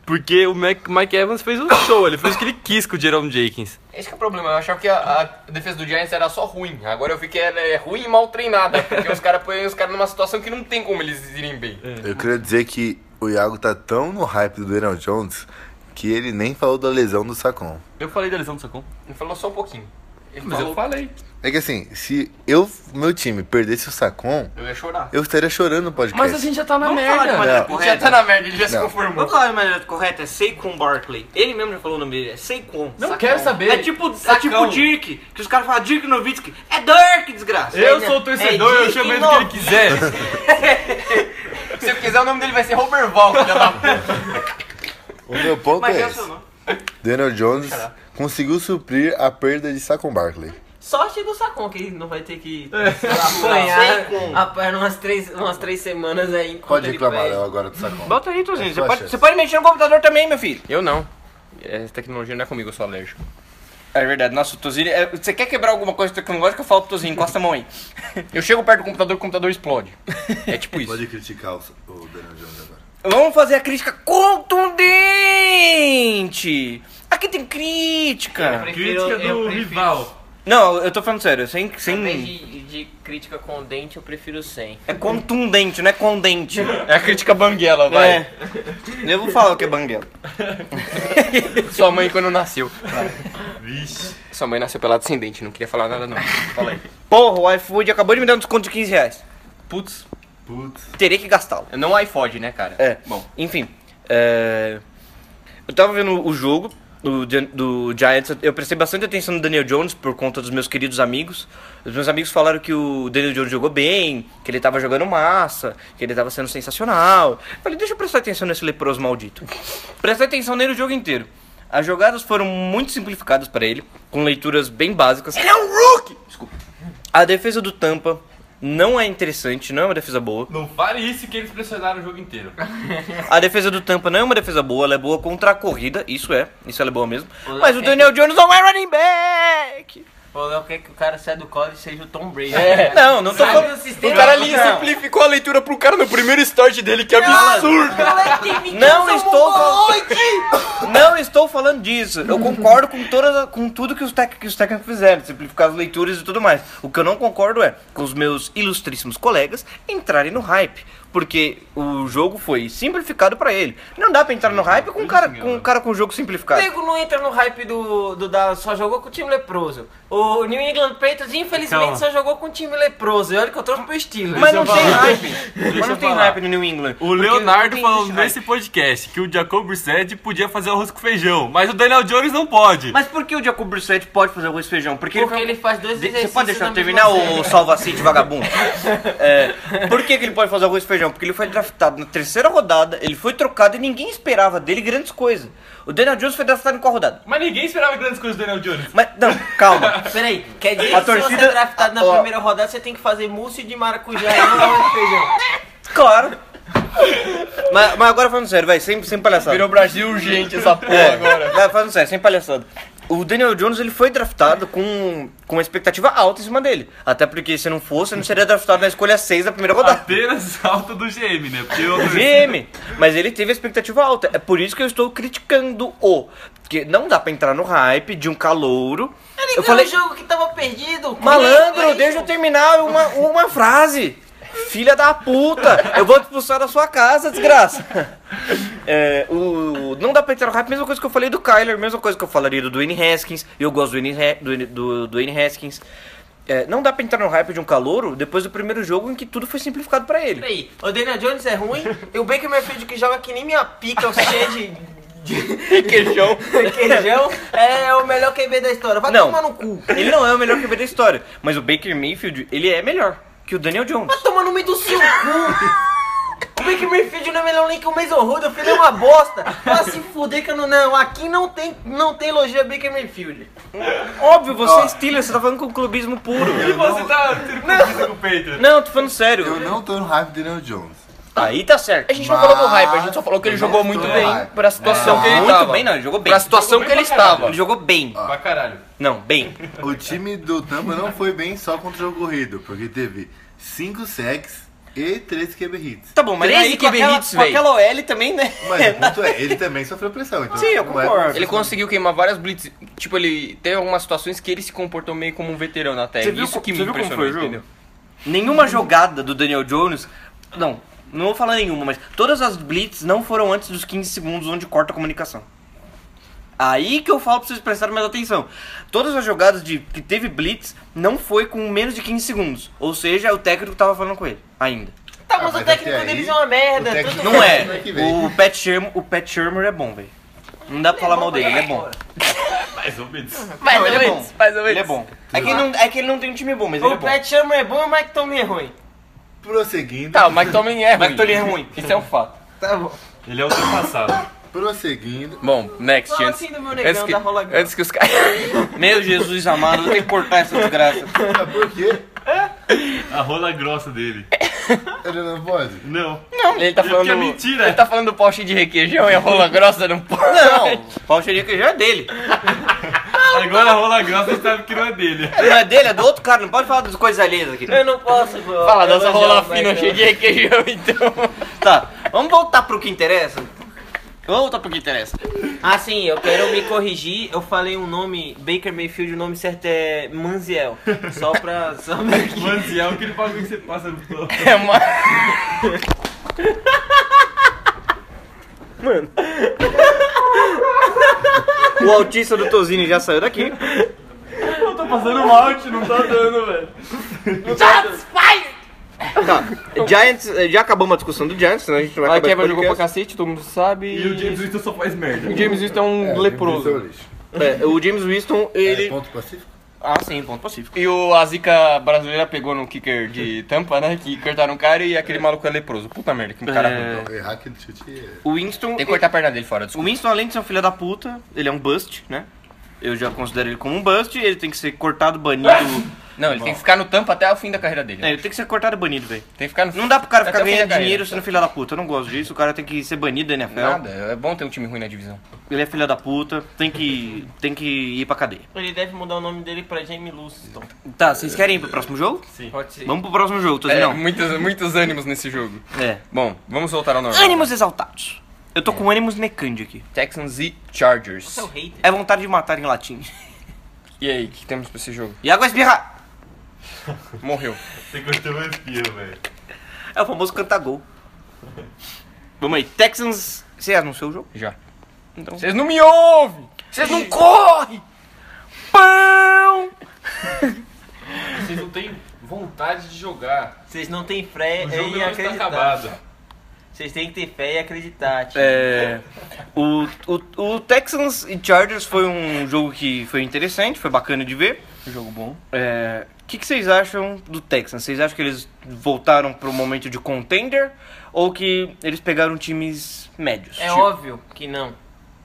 S6: Porque o Mac- Mike Evans fez um show, ele fez o que ele quis com o Jerome Jenkins.
S1: Esse que é o problema, eu achava que a, a defesa do Giants era só ruim. Agora eu vi que ela é ruim e mal treinada. Porque os caras põem os caras numa situação que não tem como eles irem bem.
S5: Eu queria dizer que o Iago tá tão no hype do Daniel Jones que ele nem falou da lesão do Sacon.
S11: Eu falei da lesão do Sacon.
S1: Ele falou só um pouquinho. Ele
S11: Mas eu
S1: falou,
S11: falei.
S5: É que assim, se eu, meu time perdesse o Sacon,
S1: eu ia chorar.
S5: eu estaria chorando no podcast.
S10: assim,
S11: já tá na
S5: Não.
S1: Ele já tá na merda, ele já se
S5: Não.
S1: conformou.
S10: Vamos falar de maneira correta, é Saquon Barkley. Ele mesmo já falou o nome dele, é Saquon.
S1: Não quero saber.
S10: É tipo, é
S1: Sacão.
S10: tipo Dirk, que os caras falam Dirk Nowitzki. É Dirk, desgraça. É
S11: Eu sou o torcedor,
S3: É
S11: eu
S10: Dirk
S11: chamo ele do que ele
S10: Nowitzki.
S11: quiser.
S1: Se eu quiser, o nome dele vai ser Roberval, filha da puta.
S5: O meu ponto
S10: Mas
S5: é
S10: é o
S5: esse.
S10: seu nome.
S5: Daniel Jones conseguiu suprir a perda de Sacon Barkley.
S2: Sorte do Sacon, que ele não vai ter que apanhar apanhar umas três, umas três semanas aí. enquanto
S5: Pode
S2: ele
S5: reclamar,
S2: perde.
S5: Léo, agora do Sacon.
S10: Bota aí, Tuzinho.
S5: É
S10: Você
S5: sua
S10: pode,
S5: chance.
S10: você pode mexer no computador também, meu filho.
S6: Eu não. Essa tecnologia não é comigo, eu sou alérgico.
S3: É verdade, nossa, o Tozinho. é- Você quer quebrar alguma coisa tecnológica? Eu falo pro Tozinho, encosta a mão aí.
S1: Eu chego perto do computador, o computador explode. É tipo isso.
S5: Pode criticar o, o Daniel Jones agora.
S3: Vamos fazer a crítica contundente! Aqui tem crítica!
S11: Crítica do rival.
S3: Não, eu tô falando sério, sem.
S2: Em vez
S3: sem...
S2: de, de crítica com dente, eu prefiro sem.
S3: É contundente, não é condente.
S1: É a crítica banguela, vai.
S3: É. Eu vou falar o que é banguela.
S6: Sua mãe quando nasceu. Sua mãe nasceu pela descendente, não queria falar nada não. Fala aí.
S3: Porra, o iFood acabou de me dar um desconto de 15 reais.
S11: Putz.
S5: Putz.
S3: Terei que gastá-lo.
S1: É
S6: Não iPod, né, cara?
S3: É.
S1: Bom.
S3: Enfim, é, eu tava vendo o jogo do, Gi- do Giants, eu prestei bastante atenção no Daniel Jones por conta dos meus queridos amigos. Os meus amigos falaram que o Daniel Jones jogou bem, que ele tava jogando massa, que ele tava sendo sensacional. Eu falei, deixa eu prestar atenção nesse leproso maldito. Prestei atenção nele o jogo inteiro. As jogadas foram muito simplificadas pra ele, com leituras bem básicas. Ele é um rookie! Desculpa. A defesa do Tampa não é interessante, não é uma defesa boa.
S11: Não fale isso que eles pressionaram o jogo inteiro.
S3: A defesa do Tampa não é uma defesa boa, ela é boa contra a corrida, isso é, isso ela é boa mesmo.
S2: Olá,
S3: Mas o
S2: é.
S3: Daniel Jones não é running back!
S2: Pô, Léo quer que o cara saia do college e seja o Tom Brady.
S3: Não, não tô
S2: Sabe
S3: falando.
S2: É. o sistema.
S6: O cara ali simplificou a leitura pro cara no primeiro start dele, que é absurdo!
S3: Não
S2: é
S3: estou falando. Não estou falando disso. Eu concordo com, toda, com tudo que os, tec- que os técnicos fizeram, simplificar as leituras e tudo mais. O que eu não concordo é com os meus ilustríssimos colegas entrarem no hype. Porque o jogo foi simplificado pra ele. Não dá pra entrar no hype com um cara com, um cara com o jogo
S2: O
S3: simplificado.
S2: Diego não entra no hype do, do Dallas, só jogou com o time leproso. O New England Patriots, infelizmente,
S11: Calma.
S2: só jogou com o time leproso. E olha que eu trouxe pro estilo.
S3: Mas não
S11: eu
S3: tem
S11: falar.
S3: hype. Mas não
S11: eu
S3: tem
S11: falar.
S3: hype no New England.
S11: O Leonardo
S2: não
S11: falou
S2: existe
S11: nesse podcast que o Jacob Brissett podia fazer arroz com feijão, mas o Daniel Jones não pode.
S3: Mas por que o Jacob Brissett pode fazer arroz e feijão? Porque,
S2: Porque
S3: ele um
S2: ele faz dois
S3: De- Você
S2: exercícios
S3: pode deixar
S2: na
S3: eu terminar,
S2: mesma série.
S3: ô salvacite vagabundo? É, por que, que ele pode fazer arroz e feijão? Porque ele foi draftado na terceira rodada, ele foi trocado e ninguém esperava dele grandes coisas. O Daniel Jones foi draftado em qual rodada?
S11: Mas ninguém esperava grandes coisas do Daniel Jones.
S3: Mas, não, calma.
S2: Peraí, quer dizer
S3: A
S2: que se você
S3: torcida-
S2: é draftado na
S3: ó.
S2: primeira rodada, você tem que fazer mousse de maracujá e não é arroz de feijão.
S3: Claro. Mas, mas agora falando sério, vai, sem, sem palhaçada.
S1: Virou Brasil urgente essa porra
S3: É,
S1: agora.
S3: vai, falando sério, sem palhaçada. O Daniel Jones ele foi draftado com, com uma expectativa alta em cima dele. Até porque se não fosse, não seria draftado na escolha 6 da primeira rodada.
S11: Apenas alta do GM, né? Porque eu...
S6: é
S3: GM, mas ele teve a expectativa alta. É por isso que eu estou criticando o. Porque não dá pra entrar no hype de um calouro.
S2: Ele
S3: Eu
S2: ganhou
S3: falei,
S2: o jogo que tava perdido. é
S3: malandro, deixa eu terminar uma, uma frase. Filha da puta, eu vou te expulsar da sua casa, desgraça. É, o, não dá pra entrar no hype, mesma coisa que eu falei do Kyler, mesma coisa que eu falaria do Dwayne Haskins. Eu gosto do Dwayne, Ha- do, do Dwayne Haskins. É, não dá pra entrar no hype de um calouro depois do primeiro jogo em que tudo foi simplificado pra ele.
S12: é
S2: Peraí, o Daniel Jones é ruim e o Baker Mayfield que joga que nem minha pica, eu cheio de
S3: Requeijão.
S12: Requeijão é o melhor QB da história. Vai
S3: Não.
S12: tomar no cu.
S3: Ele não é o melhor QB da história, mas o Baker Mayfield, ele é melhor que o Daniel Jones.
S12: Vai tomar no meio do seu cu. O Baker Mayfield não é melhor nem que o Mason Rudolph, ele é uma bosta. Vai se fuder que eu não... Não, aqui não tem, não tem elogio a é Baker Mayfield.
S3: Óbvio, você é Steelers, você tá falando com clubismo puro.
S6: E você tá tendo confusão com o Peter.
S3: Não, tô falando sério.
S5: Eu não tô no hype do Daniel Jones.
S3: Aí tá certo.
S1: A gente não falou do hype, a gente só falou que ele
S5: Eu
S1: jogou
S5: não
S1: muito
S5: tô
S1: bem
S5: hype.
S1: pra
S6: É.
S1: situação que ele
S3: muito
S1: tava.
S3: bem, não, ele jogou bem.
S1: Pra situação que ele estava.
S3: Ele jogou bem.
S6: Pra caralho.
S3: Não, bem.
S5: O time do Tampa não foi bem só contra o jogo corrido, porque teve 5 sacks e 3 QB hits.
S3: Tá bom, mas
S1: 13
S3: aí com
S1: QB
S3: aquela,
S1: hits,
S3: com
S1: véi.
S3: aquela OL também, né?
S5: Mas o ponto é, ele também sofreu pressão. Então
S3: Sim, eu
S5: não é-
S3: concordo.
S1: Ele conseguiu queimar várias blitz. Tipo, ele teve algumas situações que ele se comportou meio como um veterano até.
S3: Você viu
S1: Isso
S3: co-
S1: que me
S3: você viu como
S1: impressionou,
S3: foi o jogo?
S1: entendeu?
S3: Nenhuma jogada do Daniel Jones. Não, não vou falar nenhuma, mas todas as blitz não foram antes dos 15 segundos onde corta a comunicação. Aí que eu falo pra vocês prestarem mais atenção. Todas as jogadas de que teve blitz não foi com menos de 15 segundos. Ou seja, o técnico tava falando com ele ainda.
S12: Tá,
S5: Ah,
S12: mas,
S5: mas
S12: o
S5: até
S12: técnico
S5: aí,
S12: deles é uma merda.
S5: o técnico-
S12: tudo
S3: Não é.
S5: Como é que vem?
S3: O Pat Shermer, o Pat Shermer é bom, velho. Não dá pra falar mal dele, ele é bom.
S6: Mais ou menos.
S12: Mais
S3: Não,
S12: ou
S3: ele é
S12: menos,
S3: bom.
S12: mais ou menos.
S3: Ele é bom. É que ele não, é que ele não tem um time bom, mas ele é
S12: O
S3: bom.
S12: Pat Shermer é bom e o Mike Tomlin é ruim.
S5: Prosseguindo,
S1: Tá, o Mike Tomlin é ruim.
S3: Mas Tolin é ruim.
S1: Isso é um fato.
S12: Tá bom.
S6: Ele é ultrapassado.
S5: prosseguindo,
S1: Bom, next,
S12: Fala
S1: antes,
S12: assim do meu
S1: antes,
S12: negão
S1: que,
S12: da rola grande.
S1: antes que os caras...
S3: Meu Jesus amado, eu tenho que cortar essa desgraça.
S5: Ah, por quê?
S6: A rola grossa dele.
S5: Ele não pode?
S6: Não.
S1: Ele tá
S6: Porque
S1: falando...
S6: é mentira.
S1: Ele tá falando do poste de requeijão e a rola grossa não pode.
S3: Não, o pau cheio de queijo é dele.
S6: Agora a rola grossa a gente sabe que não é dele.
S3: Não é dele, é do outro cara. Não pode falar das coisas alheias aqui.
S12: Eu um não posso, pô.
S1: Fala dessa
S12: Elogiar
S1: rola
S12: o Mike
S1: fina
S12: Tomlin.
S1: cheia de requeijão, então.
S3: Tá,
S12: Vamos voltar pro que interessa?
S3: vamos voltar pro que interessa.
S12: Ah, sim, eu quero me corrigir. Eu falei um nome, Baker Mayfield, o nome certo é Manziel. Só pra. Só pra...
S6: Mano, se é aquele bagulho que você passa no pão.
S1: É uma...
S3: O autista do Tozini já saiu daqui.
S6: Eu tô passando malte, não tá dando, velho.
S3: Tá, Giants, eh, já acabamos a discussão do Giants, senão a gente não vai
S1: A
S3: acabar
S1: Kevin
S3: esse
S1: jogou pra
S3: é podcast.
S1: cacete, todo mundo sabe.
S6: E o James Winston só faz merda.
S1: O James Winston é um
S5: É,
S1: leproso.
S5: tem que ser o lixo.
S3: É, o James Winston, ele...
S5: É, ponto pacífico?
S3: Ah, sim, ponto pacífico.
S1: E o a zica brasileira pegou no kicker de tampa, né? Que cortaram o cara e aquele maluco é leproso. Puta merda, que cara ruim.
S3: É,
S5: Errar aquele chute é...
S3: o Winston...
S1: Tem que cortar a perna dele fora,
S3: O
S1: desculpa.
S3: Winston, além de ser um filho da puta, ele é um bust, né? Eu já considero ele como um bust, ele tem que ser cortado, banido...
S1: Não, ele tem que ficar no tampa até o fim da carreira dele.
S3: Tá É, ele tem que ser cortado, banido, velho.
S1: Tem que ficar no
S3: Não dá pro cara
S1: até
S3: ficar
S1: o fim da
S3: ganhando
S1: carreira.
S3: dinheiro sendo filho da puta, eu não gosto disso, o cara tem que ser banido da NFL.
S1: Nada, é bom ter um time ruim na divisão.
S3: Ele é filha da puta, tem que, tem que ir pra cadeia.
S12: Ele deve mudar o nome dele pra Jamie Luciston.
S3: Tá, vocês querem ir pro próximo jogo?
S12: Pode ser.
S3: Vamos pro próximo jogo, tô
S1: É,
S3: dizendo.
S1: muitos, muitos ânimos nesse jogo.
S3: não. É.
S1: Bom, vamos voltar ao normal.
S3: Ânimos exaltados. Eu tô com ânimos necândio aqui.
S1: Texans e Chargers.
S12: Você é o hater.
S3: É vontade de matar em latim.
S1: E aí, o que temos pra esse jogo?
S3: E água espirra!
S1: Morreu.
S6: Você cortou meu espirro, velho.
S3: É o famoso cantagol. Vamos aí, Texans. Você anunciou o jogo?
S1: Já.
S3: Então.
S1: Vocês não me ouvem! Vocês não correm!
S3: Pão!
S6: Vocês não têm vontade de jogar.
S12: Vocês não têm fé
S6: O jogo
S12: e
S6: não está
S12: acreditar.
S6: acabado.
S12: Vocês têm que ter fé e acreditar. tio.
S3: É. O, o, o Texans e Chargers foi um jogo que foi interessante, foi bacana de ver.
S1: Jogo bom.
S3: É, O que, que vocês acham do Texans? Vocês acham que eles voltaram pro momento de contender ou que eles pegaram times médios? Tipo,
S12: É óbvio que não.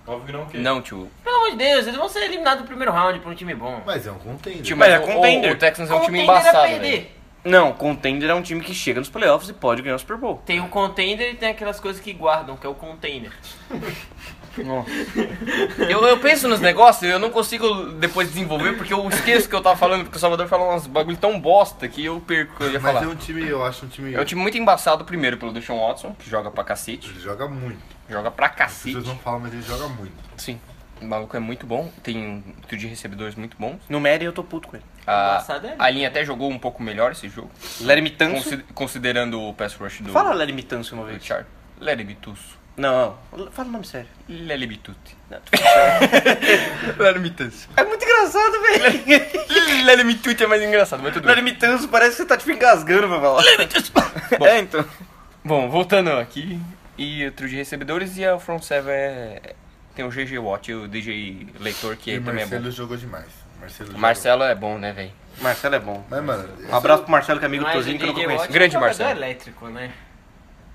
S6: Óbvio que não quer.
S1: Não, tio.
S12: Pelo amor de Deus, eles vão ser eliminados no primeiro round pra um time bom.
S5: Mas é um contender.
S1: tio
S3: Mas é
S1: o-
S3: contender.
S1: O, o Texans é um
S12: Como
S1: time
S12: tender a
S1: embaçado,
S12: perder?
S1: velho.
S3: Não, contender é um time que chega nos playoffs e pode ganhar o Super Bowl.
S12: Tem o contender e tem aquelas coisas que guardam, que é o container.
S1: Eu, eu penso nos negócios e eu não consigo depois desenvolver porque eu esqueço que eu tava falando, porque o Salvador falou uns bagulho tão bosta que eu perco o que eu ia
S5: Mas
S1: falar.
S5: é um time, eu acho um time...
S1: É um time muito embaçado, primeiro, pelo Deshaun Watson, que joga pra cacete.
S5: Ele joga muito.
S1: Joga pra
S5: As
S1: cacete.
S5: pessoas não falam, mas ele joga muito.
S1: Sim. O maluco é muito bom, tem um trio de recebedores muito bons.
S3: No Madden eu tô puto com ele.
S1: A,
S12: Embaçado é ele.
S1: a linha até jogou um pouco melhor esse jogo,
S3: Larry Tanso.
S1: consi- considerando o pass rush do
S3: Fala Larry Tanso uma vez.
S1: Richard. Lerimitus.
S3: Não, não. fala o nome sério.
S1: Lelimituti.
S3: É muito engraçado, velho.
S1: Lelimituti é mais engraçado, mas tudo bem.
S3: Larry Tanso parece que você tá tipo engasgando pra falar. É, então.
S1: Bom, voltando aqui, e o trio de recebedores e a front seven é tem o GG Watt e o DJ Leitor, que
S5: E
S1: ele também é
S5: Marcelo
S1: bom.
S5: jogou demais. Marcelo. jogou.
S1: Marcelo é bom, né, velho?
S3: Marcelo é bom.
S5: Mas, mano,
S3: Um abraço pro Marcelo, que é amigo do
S2: Mas
S3: Tozinho, que eu nunca
S2: DJ
S3: conheci.
S2: Watt
S1: Grande
S2: é um jogador
S1: Marcelo.
S2: elétrico, né?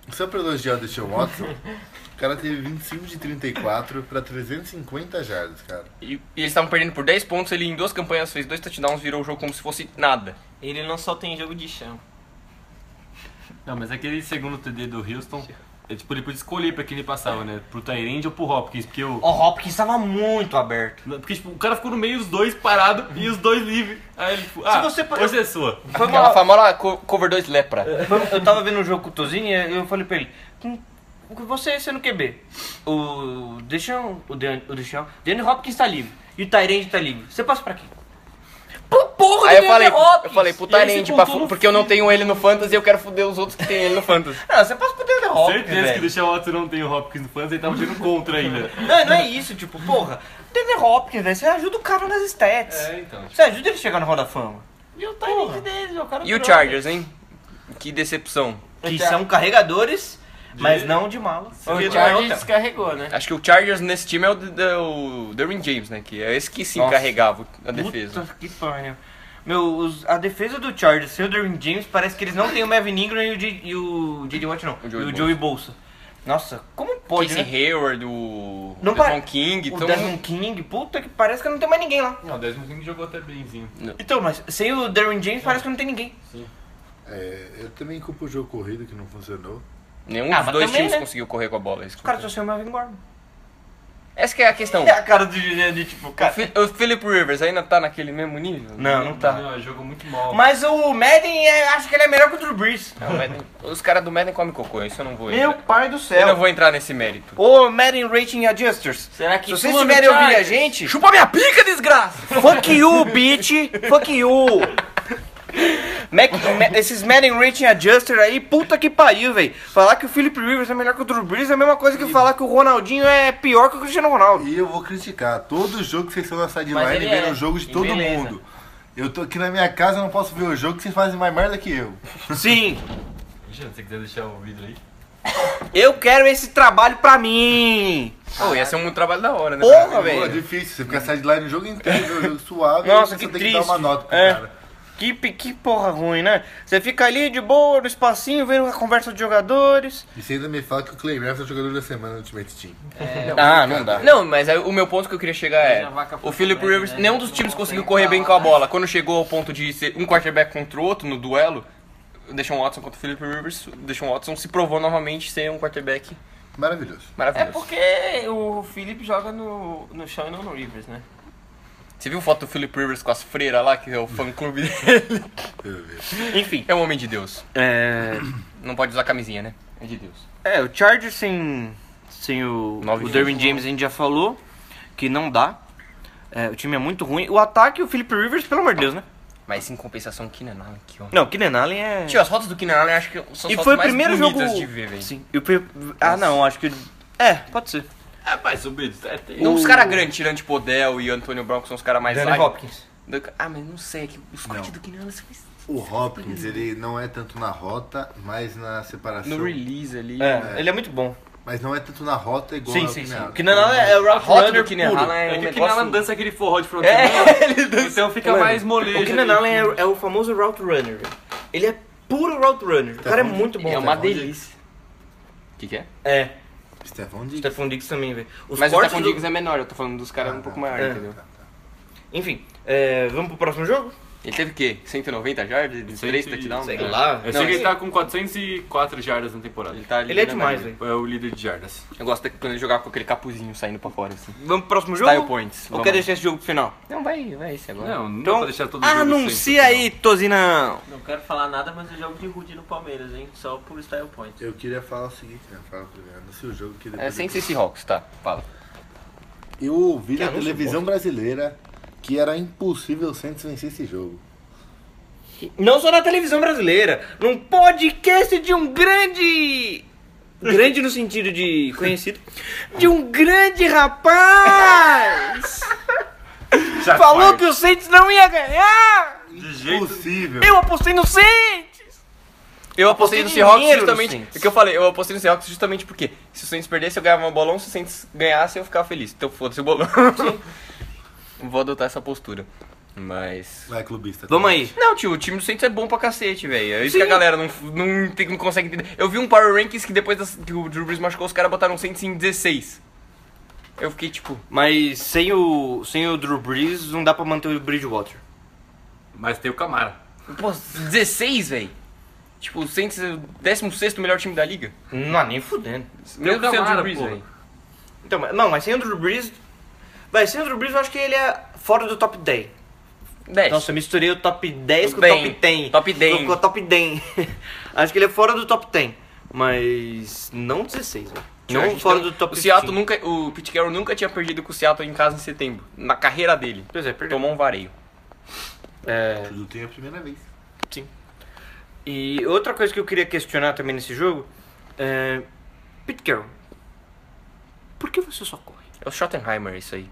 S5: só pra elogiar o Deshaun Watson, o cara teve 25 de 34 pra 350 jardas, cara.
S1: E, e eles estavam perdendo por 10 pontos, ele em duas campanhas fez dois touchdowns, virou o jogo como se fosse nada.
S2: Ele não só tem jogo de chão.
S6: Não, mas aquele segundo TD do Houston, é, tipo, ele podia escolher pra quem ele passava, né? Pro Tyrande ou pro Hopkins, porque o...
S3: O Hopkins estava muito aberto.
S6: Porque, tipo, o cara ficou no meio, os dois parados e os dois livres. Aí ele, tipo, ah,
S3: você-
S6: hoje é sua.
S3: Foi
S1: Aquela
S3: uma...
S1: famosa co- cover 2 lepra.
S3: foi- Eu tava vendo um jogo com o Tozinho e eu falei pra ele: "Hum, Você sendo QB, o Deixão, o Dan- o Deixão, Danny Hopkins tá livre e o Tyrande tá livre. Você passa pra quem? Pro porra
S1: Aí
S3: do
S1: eu falei,
S3: Danny Hopkins!
S1: eu falei pro
S6: E aí você
S1: Tyrande, pra
S6: contou
S1: tipo, fu-
S6: no
S1: porque eu não tenho ele no Fantasy e eu quero foder os outros que tem ele no Fantasy.
S3: Não, você passa pro Danny Hopkins.
S6: Certeza que
S3: é velho.
S6: deixar o Watson não tem o Hopkins no fãs, ele tava jogando contra ainda.
S3: Não, não é isso, tipo, porra, Danny Hopkins, velho, você ajuda o cara nas stats.
S6: então.
S3: Você ajuda ele a chegar na Hall da Fama.
S12: E o Tyrande deles, o cara
S1: E o Chargers, hein? Que decepção.
S3: Que são carregadores, mas não de malas.
S12: O
S1: Chargers
S3: então.
S12: Chargers descarregou, né?
S1: Acho que o Chargers nesse time é o, D- é o Derwin James, né? Que é esse que se encarregava a defesa.
S3: Puta que pariu. Meu, os- a defesa do Chargers sem o Derwin James parece que eles não têm o Melvin Ingram e o J- e o J.D. Watt não.
S1: O
S3: e
S1: Joey
S3: o Joey Bolsa. Nossa, como pode,
S1: Casey
S3: né?
S1: Hayward, o
S3: Não
S1: Desmond
S3: pa-
S1: King.
S3: o
S1: então-
S3: Desmond King, puta que parece que não tem mais ninguém lá.
S6: Não, o Desmond King jogou até bemzinho.
S3: Então, mas sem o Derwin James parece que não tem ninguém.
S5: É, eu também culpo o jogo corrido que não funcionou.
S1: Nenhum
S3: Ah,
S1: dos
S3: mas
S1: dois
S3: também,
S1: times
S3: né?
S1: conseguiu correr com a bola. é isso
S3: Os
S1: que
S3: caras
S1: eu
S3: só sem o Melvin Gordon.
S1: tô- Essa que é a questão.
S3: É a cara do de tipo,
S1: O
S3: cara.
S1: Fi- O Philip Rivers ainda tá naquele mesmo nível?
S3: Não, não tá.
S6: Não, ele jogou muito mal.
S3: Mas o Madden, é, acho que ele é melhor que o Drew Brees.
S1: Não, Madden- os caras do Madden comem cocô, isso eu não vou
S3: Meu
S1: entrar.
S3: pai do
S1: Eu não
S3: céu.
S1: vou entrar nesse mérito. É
S3: Ô, Madden Rating Adjusters.
S2: Será que
S3: Se vocês
S2: tu no
S3: tiverem ouvir a
S2: Chargers?
S3: gente,
S1: Chupa minha pica, desgraça!
S3: Fuck you, bitch! Fuck you! Mac, Ma- esses Madden Rating Adjuster aí, puta que pariu, velho. Falar que o Philip Rivers é melhor que o Drew Brees é a mesma coisa que falar que o Ronaldinho é pior que o Cristiano Ronaldo.
S5: E eu vou criticar. Todo jogo que vocês estão na
S2: Mas
S5: sideline
S2: ele
S5: vendo
S2: é.
S5: o jogo de
S2: E
S5: todo
S2: beleza.
S5: mundo. Eu tô aqui na minha casa, eu não posso ver o jogo que vocês fazem mais merda que eu.
S3: Sim,
S6: Jean, se você quiser deixar o vídeo aí.
S3: eu quero esse trabalho pra mim!
S1: Pô, ia ser um trabalho da hora, né?
S3: Porra,
S5: Pô, é
S3: velho!
S5: difícil, você fica sideline o jogo inteiro, ver o jogo suave,
S3: Nossa,
S5: e
S3: que
S5: você tem que dar
S3: triste.
S5: uma nota pro
S3: É.
S5: cara.
S3: Que, pe- que porra ruim, né? Você fica ali de boa, no espacinho, vendo a conversa de jogadores.
S5: E você ainda me fala que o Clay Matthews é o jogador da semana no Ultimate Team.
S1: Ah, não dá. Não, mas aí o meu ponto que eu queria chegar é:
S2: Veja a vaca
S1: o Philip
S2: flutuando,
S1: Rivers,
S2: né?
S1: nenhum dos
S2: Não
S1: times
S2: consegue
S1: conseguiu correr bem
S2: falar,
S1: com a
S2: né?
S1: bola. Quando chegou ao ponto de ser um quarterback contra o outro no duelo, deixou um Watson contra o Philip Rivers, deixou um Watson se provou novamente ser um quarterback
S5: Maravilhoso.
S2: É
S1: maravilhoso.
S2: porque o Felipe joga no, no chão e não no Rivers, né?
S1: Você viu foto do Philip Rivers com as freiras lá, que é o fã clube dele?
S5: Eu vi.
S3: Enfim,
S1: É um homem de Deus.
S3: é.
S1: Não pode usar camisinha, né? É de Deus.
S3: É, o Chargers sem, sem o,
S1: Nove
S3: o Derwin James a gente já falou que não dá. É, o time é muito ruim. O ataque, o Philip Rivers, pelo amor de Deus, né?
S1: Mas em compensação, Keenan Allen, que homem.
S3: Não, o Keenan Allen é...
S1: Tio, as fotos do Keenan Allen acho que são
S3: E
S1: as
S3: foi o
S1: mais
S3: primeiro jogo...
S1: bonitas de ver, velho.
S3: Sim. E o pri- Ah, não, acho que... É, pode ser.
S6: Ah, mas o vídeo é tem.
S1: Não, os caras grandes, tirando tipo Odell e Antonio Brown, que são os caras mais ágeis.
S3: Hopkins.
S1: Do- Ah, mas não sei, é que os cortes
S5: Não.
S1: do Keenan Allen são es-
S5: O Hopkins, ele não é tanto na rota, mas na separação.
S1: no release ali.
S3: É, ele é muito bom.
S5: Mas não é tanto na rota igual
S3: Sim,
S5: ao
S3: sim, sim.
S5: Keenan.
S3: O Keenan Allen é o
S1: A
S3: route
S1: rota do
S3: runner
S1: Keenan
S3: puro.
S1: Allen é
S6: É
S1: um
S6: que o Keenan Allen
S1: negócio...
S6: dança aquele forró de fronteira.
S1: É, ele dança.
S6: Então fica
S3: Mano,
S6: mais molejo.
S3: O Keenan
S6: ali.
S3: Allen é, é o famoso route runner. velho. Ele é puro route runner. O cara é muito bom.
S1: É uma
S5: Stephon
S1: delícia. O que que é?
S3: É,
S5: Stephon
S3: o
S5: Diggs.
S3: Stephon Diggs também, velho. Os
S1: Mas o
S3: cortes
S1: Stephon
S3: do-
S1: Diggs é menor, eu tô falando dos caras um pouco maior,
S3: É.
S1: entendeu?
S3: Enfim, é, vamos pro próximo jogo?
S1: Ele teve o quê? 190 jardas? 3
S6: e-
S1: touchdowns? É.
S6: sei
S1: Não.
S3: lá.
S6: Eu sei que ele tá com 404 jardas na temporada.
S1: Ele, tá ali,
S3: Ele é
S1: né,
S3: demais,
S1: velho?
S3: velho.
S6: É o líder de jardas.
S1: Eu gosto de quando ele jogava com aquele capuzinho saindo pra fora, assim.
S3: Vamos pro próximo jogo?
S1: Style points.
S3: Ou
S1: vamos
S3: quer
S1: lá.
S3: deixar esse jogo pro final?
S1: Não, vai, vai esse agora.
S6: Não, não dá
S3: Então,
S6: pra deixar todo mundo.
S3: anuncia aí, Tozinão.
S2: Não quero falar nada, mas eu jogo de Rudy no Palmeiras, hein? Só por style point.
S5: Eu queria falar o seguinte, né? Fala primeiro, anuncia o jogo que depois...
S1: É sem
S5: eu-
S1: ser Seahawks, tá. Fala.
S5: Eu ouvi na televisão brasileira que era impossível o Santos vencer esse jogo.
S3: Não só na televisão brasileira, num podcast de um grande. Grande no sentido de conhecido. De um grande rapaz! Falou que o Saints não ia ganhar!
S5: Impossível!
S3: Eu apostei no Saints!
S1: Eu
S3: Apostei
S1: apostei no Seahawks
S3: dinheiro no
S1: justamente.
S3: Saints.
S1: O que eu falei, eu apostei no Seahawks justamente porque se o Saints perdesse eu ganhava um bolão, se o Saints ganhasse eu ficava feliz. Então foda-se o bolão. Vou adotar essa postura. Mas.
S5: Vai, clubista.
S3: Vamos aí.
S1: Não, tio, o time do Saints é bom pra cacete, velho. É isso que a galera não, não, tem- não consegue entender. Eu vi um Power Rankings que depois das- que o Drew Brees machucou, os caras botaram o Saints em 16. Eu fiquei tipo.
S3: Mas sem o, sem o Drew Brees, não dá pra manter o Bridgewater.
S6: Mas tem o Camara.
S1: Pô, 16, velho? Tipo, o Saints é o 16 melhor time da liga.
S3: Não, é nem fudendo.
S1: Mesmo sem o
S6: Camara,
S1: Drew Brees,
S6: pô.
S1: velho.
S3: Então, mas- não, mas sem o Drew Brees... Vai, sem o Drew Brees, eu acho que ele é fora do top 10.
S1: 10.
S3: Nossa, eu misturei o É. top 10
S1: Tudo
S3: com
S1: bem.
S3: o top 10.
S1: Top 10.
S3: Com o top 10. Acho que ele é fora do top 10. Mas não 16, velho.
S1: Tio, a
S3: Não
S1: gente
S3: fora
S1: não-
S3: do top
S1: o Seattle
S3: 15.
S1: nunca, o Pete Carroll nunca tinha perdido com o Seattle em casa em setembro, na carreira dele.
S3: Pois é, perdeu.
S1: Tomou um vareio.
S3: É,
S5: Tudo tem a primeira vez.
S3: e outra coisa que eu queria questionar também nesse jogo é... Pete Carroll, por que você só corre?
S1: É o Schottenheimer isso aí.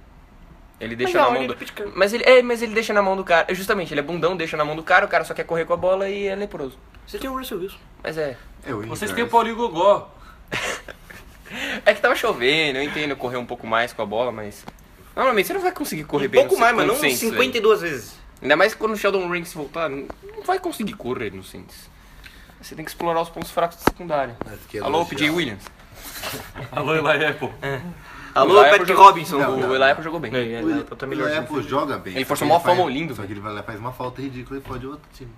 S1: Ele deixa na
S3: Legal,
S1: mão
S3: ele
S1: do...
S3: é Pete Carroll.
S1: Mas ele, é, mas ele deixa na mão do cara. É, Justamente, ele é bundão, deixa na mão do cara, o cara só quer correr com a bola e é leproso.
S3: Você tem o Russell Wilson.
S1: Mas é.
S5: Eu,
S6: Vocês têm o Paulinho Gogó.
S1: É que tava chovendo, eu entendo correr um pouco mais com a bola, mas. Normalmente você não vai conseguir correr bem.
S3: Um Pouco
S1: no-
S3: mais, mas
S1: no
S3: não
S1: Saints, velho.
S3: 52 vezes.
S1: Ainda mais quando o Sheldon Ranks voltar, não não vai conseguir correr no Saints. Você tem que explorar os pontos fracos da secundária.
S5: é
S1: Alô, PJ Williams.
S6: Alô, Eli Apple.
S3: É. Alô,
S1: Eli Apple
S3: Patrick
S1: jogou-
S3: Robinson.
S5: Não,
S1: O Eli Apple jogou bem.
S5: Williams. O Apple é, joga bem.
S1: Ele
S5: só
S1: forçou
S5: que
S1: mó fama
S5: faz-
S1: ao lindo,
S5: Só que ele vai lá e faz uma falta ridícula e pode outro time.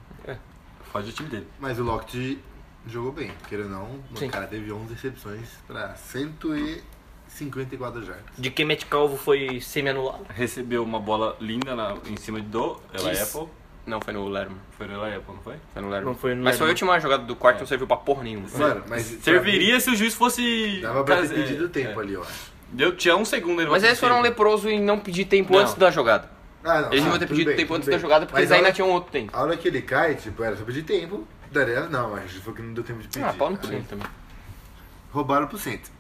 S6: Faz o time dele.
S5: Mas o Lockett jogou bem. Querendo ou não,
S1: Sim.
S5: o cara teve 11 recepções pra 154 jardas.
S3: De que Matt Calvo foi semi-anulado.
S6: Recebeu uma bola linda na- em cima do Eli
S1: Diz.
S6: Apple.
S1: Não, foi no Lerman.
S6: Foi no Eli Apple, não É. foi?
S1: Foi no Lerman.
S3: Não foi no
S1: Mas foi a
S3: Lerman.
S1: última jogada do quarto, não serviu pra porra nenhuma.
S5: Mano, mas...
S6: Serviria se o juiz fosse.
S5: Dava pra ter
S6: fazer-
S5: pedido tempo
S6: é.
S5: ali, eu acho.
S6: Deu, tinha um segundo ele
S1: Mas
S6: vai
S1: eles foram
S6: ter tempo.
S1: leprosos em não pedir tempo
S6: Não.
S1: antes da jogada.
S5: Ah, não,
S1: Eles
S5: ah,
S1: não vão ter
S5: tudo
S1: pedido
S5: bem,
S1: tempo
S5: tudo
S1: antes
S5: bem.
S1: da jogada porque
S5: Mas
S1: eles
S5: a
S1: ainda
S5: hora-
S1: tinham outro tempo.
S5: A hora que ele cai, tipo, era só pedir tempo. Daria, não, mas foi que não deu tempo de pedir.
S1: Ah, pau no cu
S5: Aí
S1: também.
S5: Roubaram pro centro.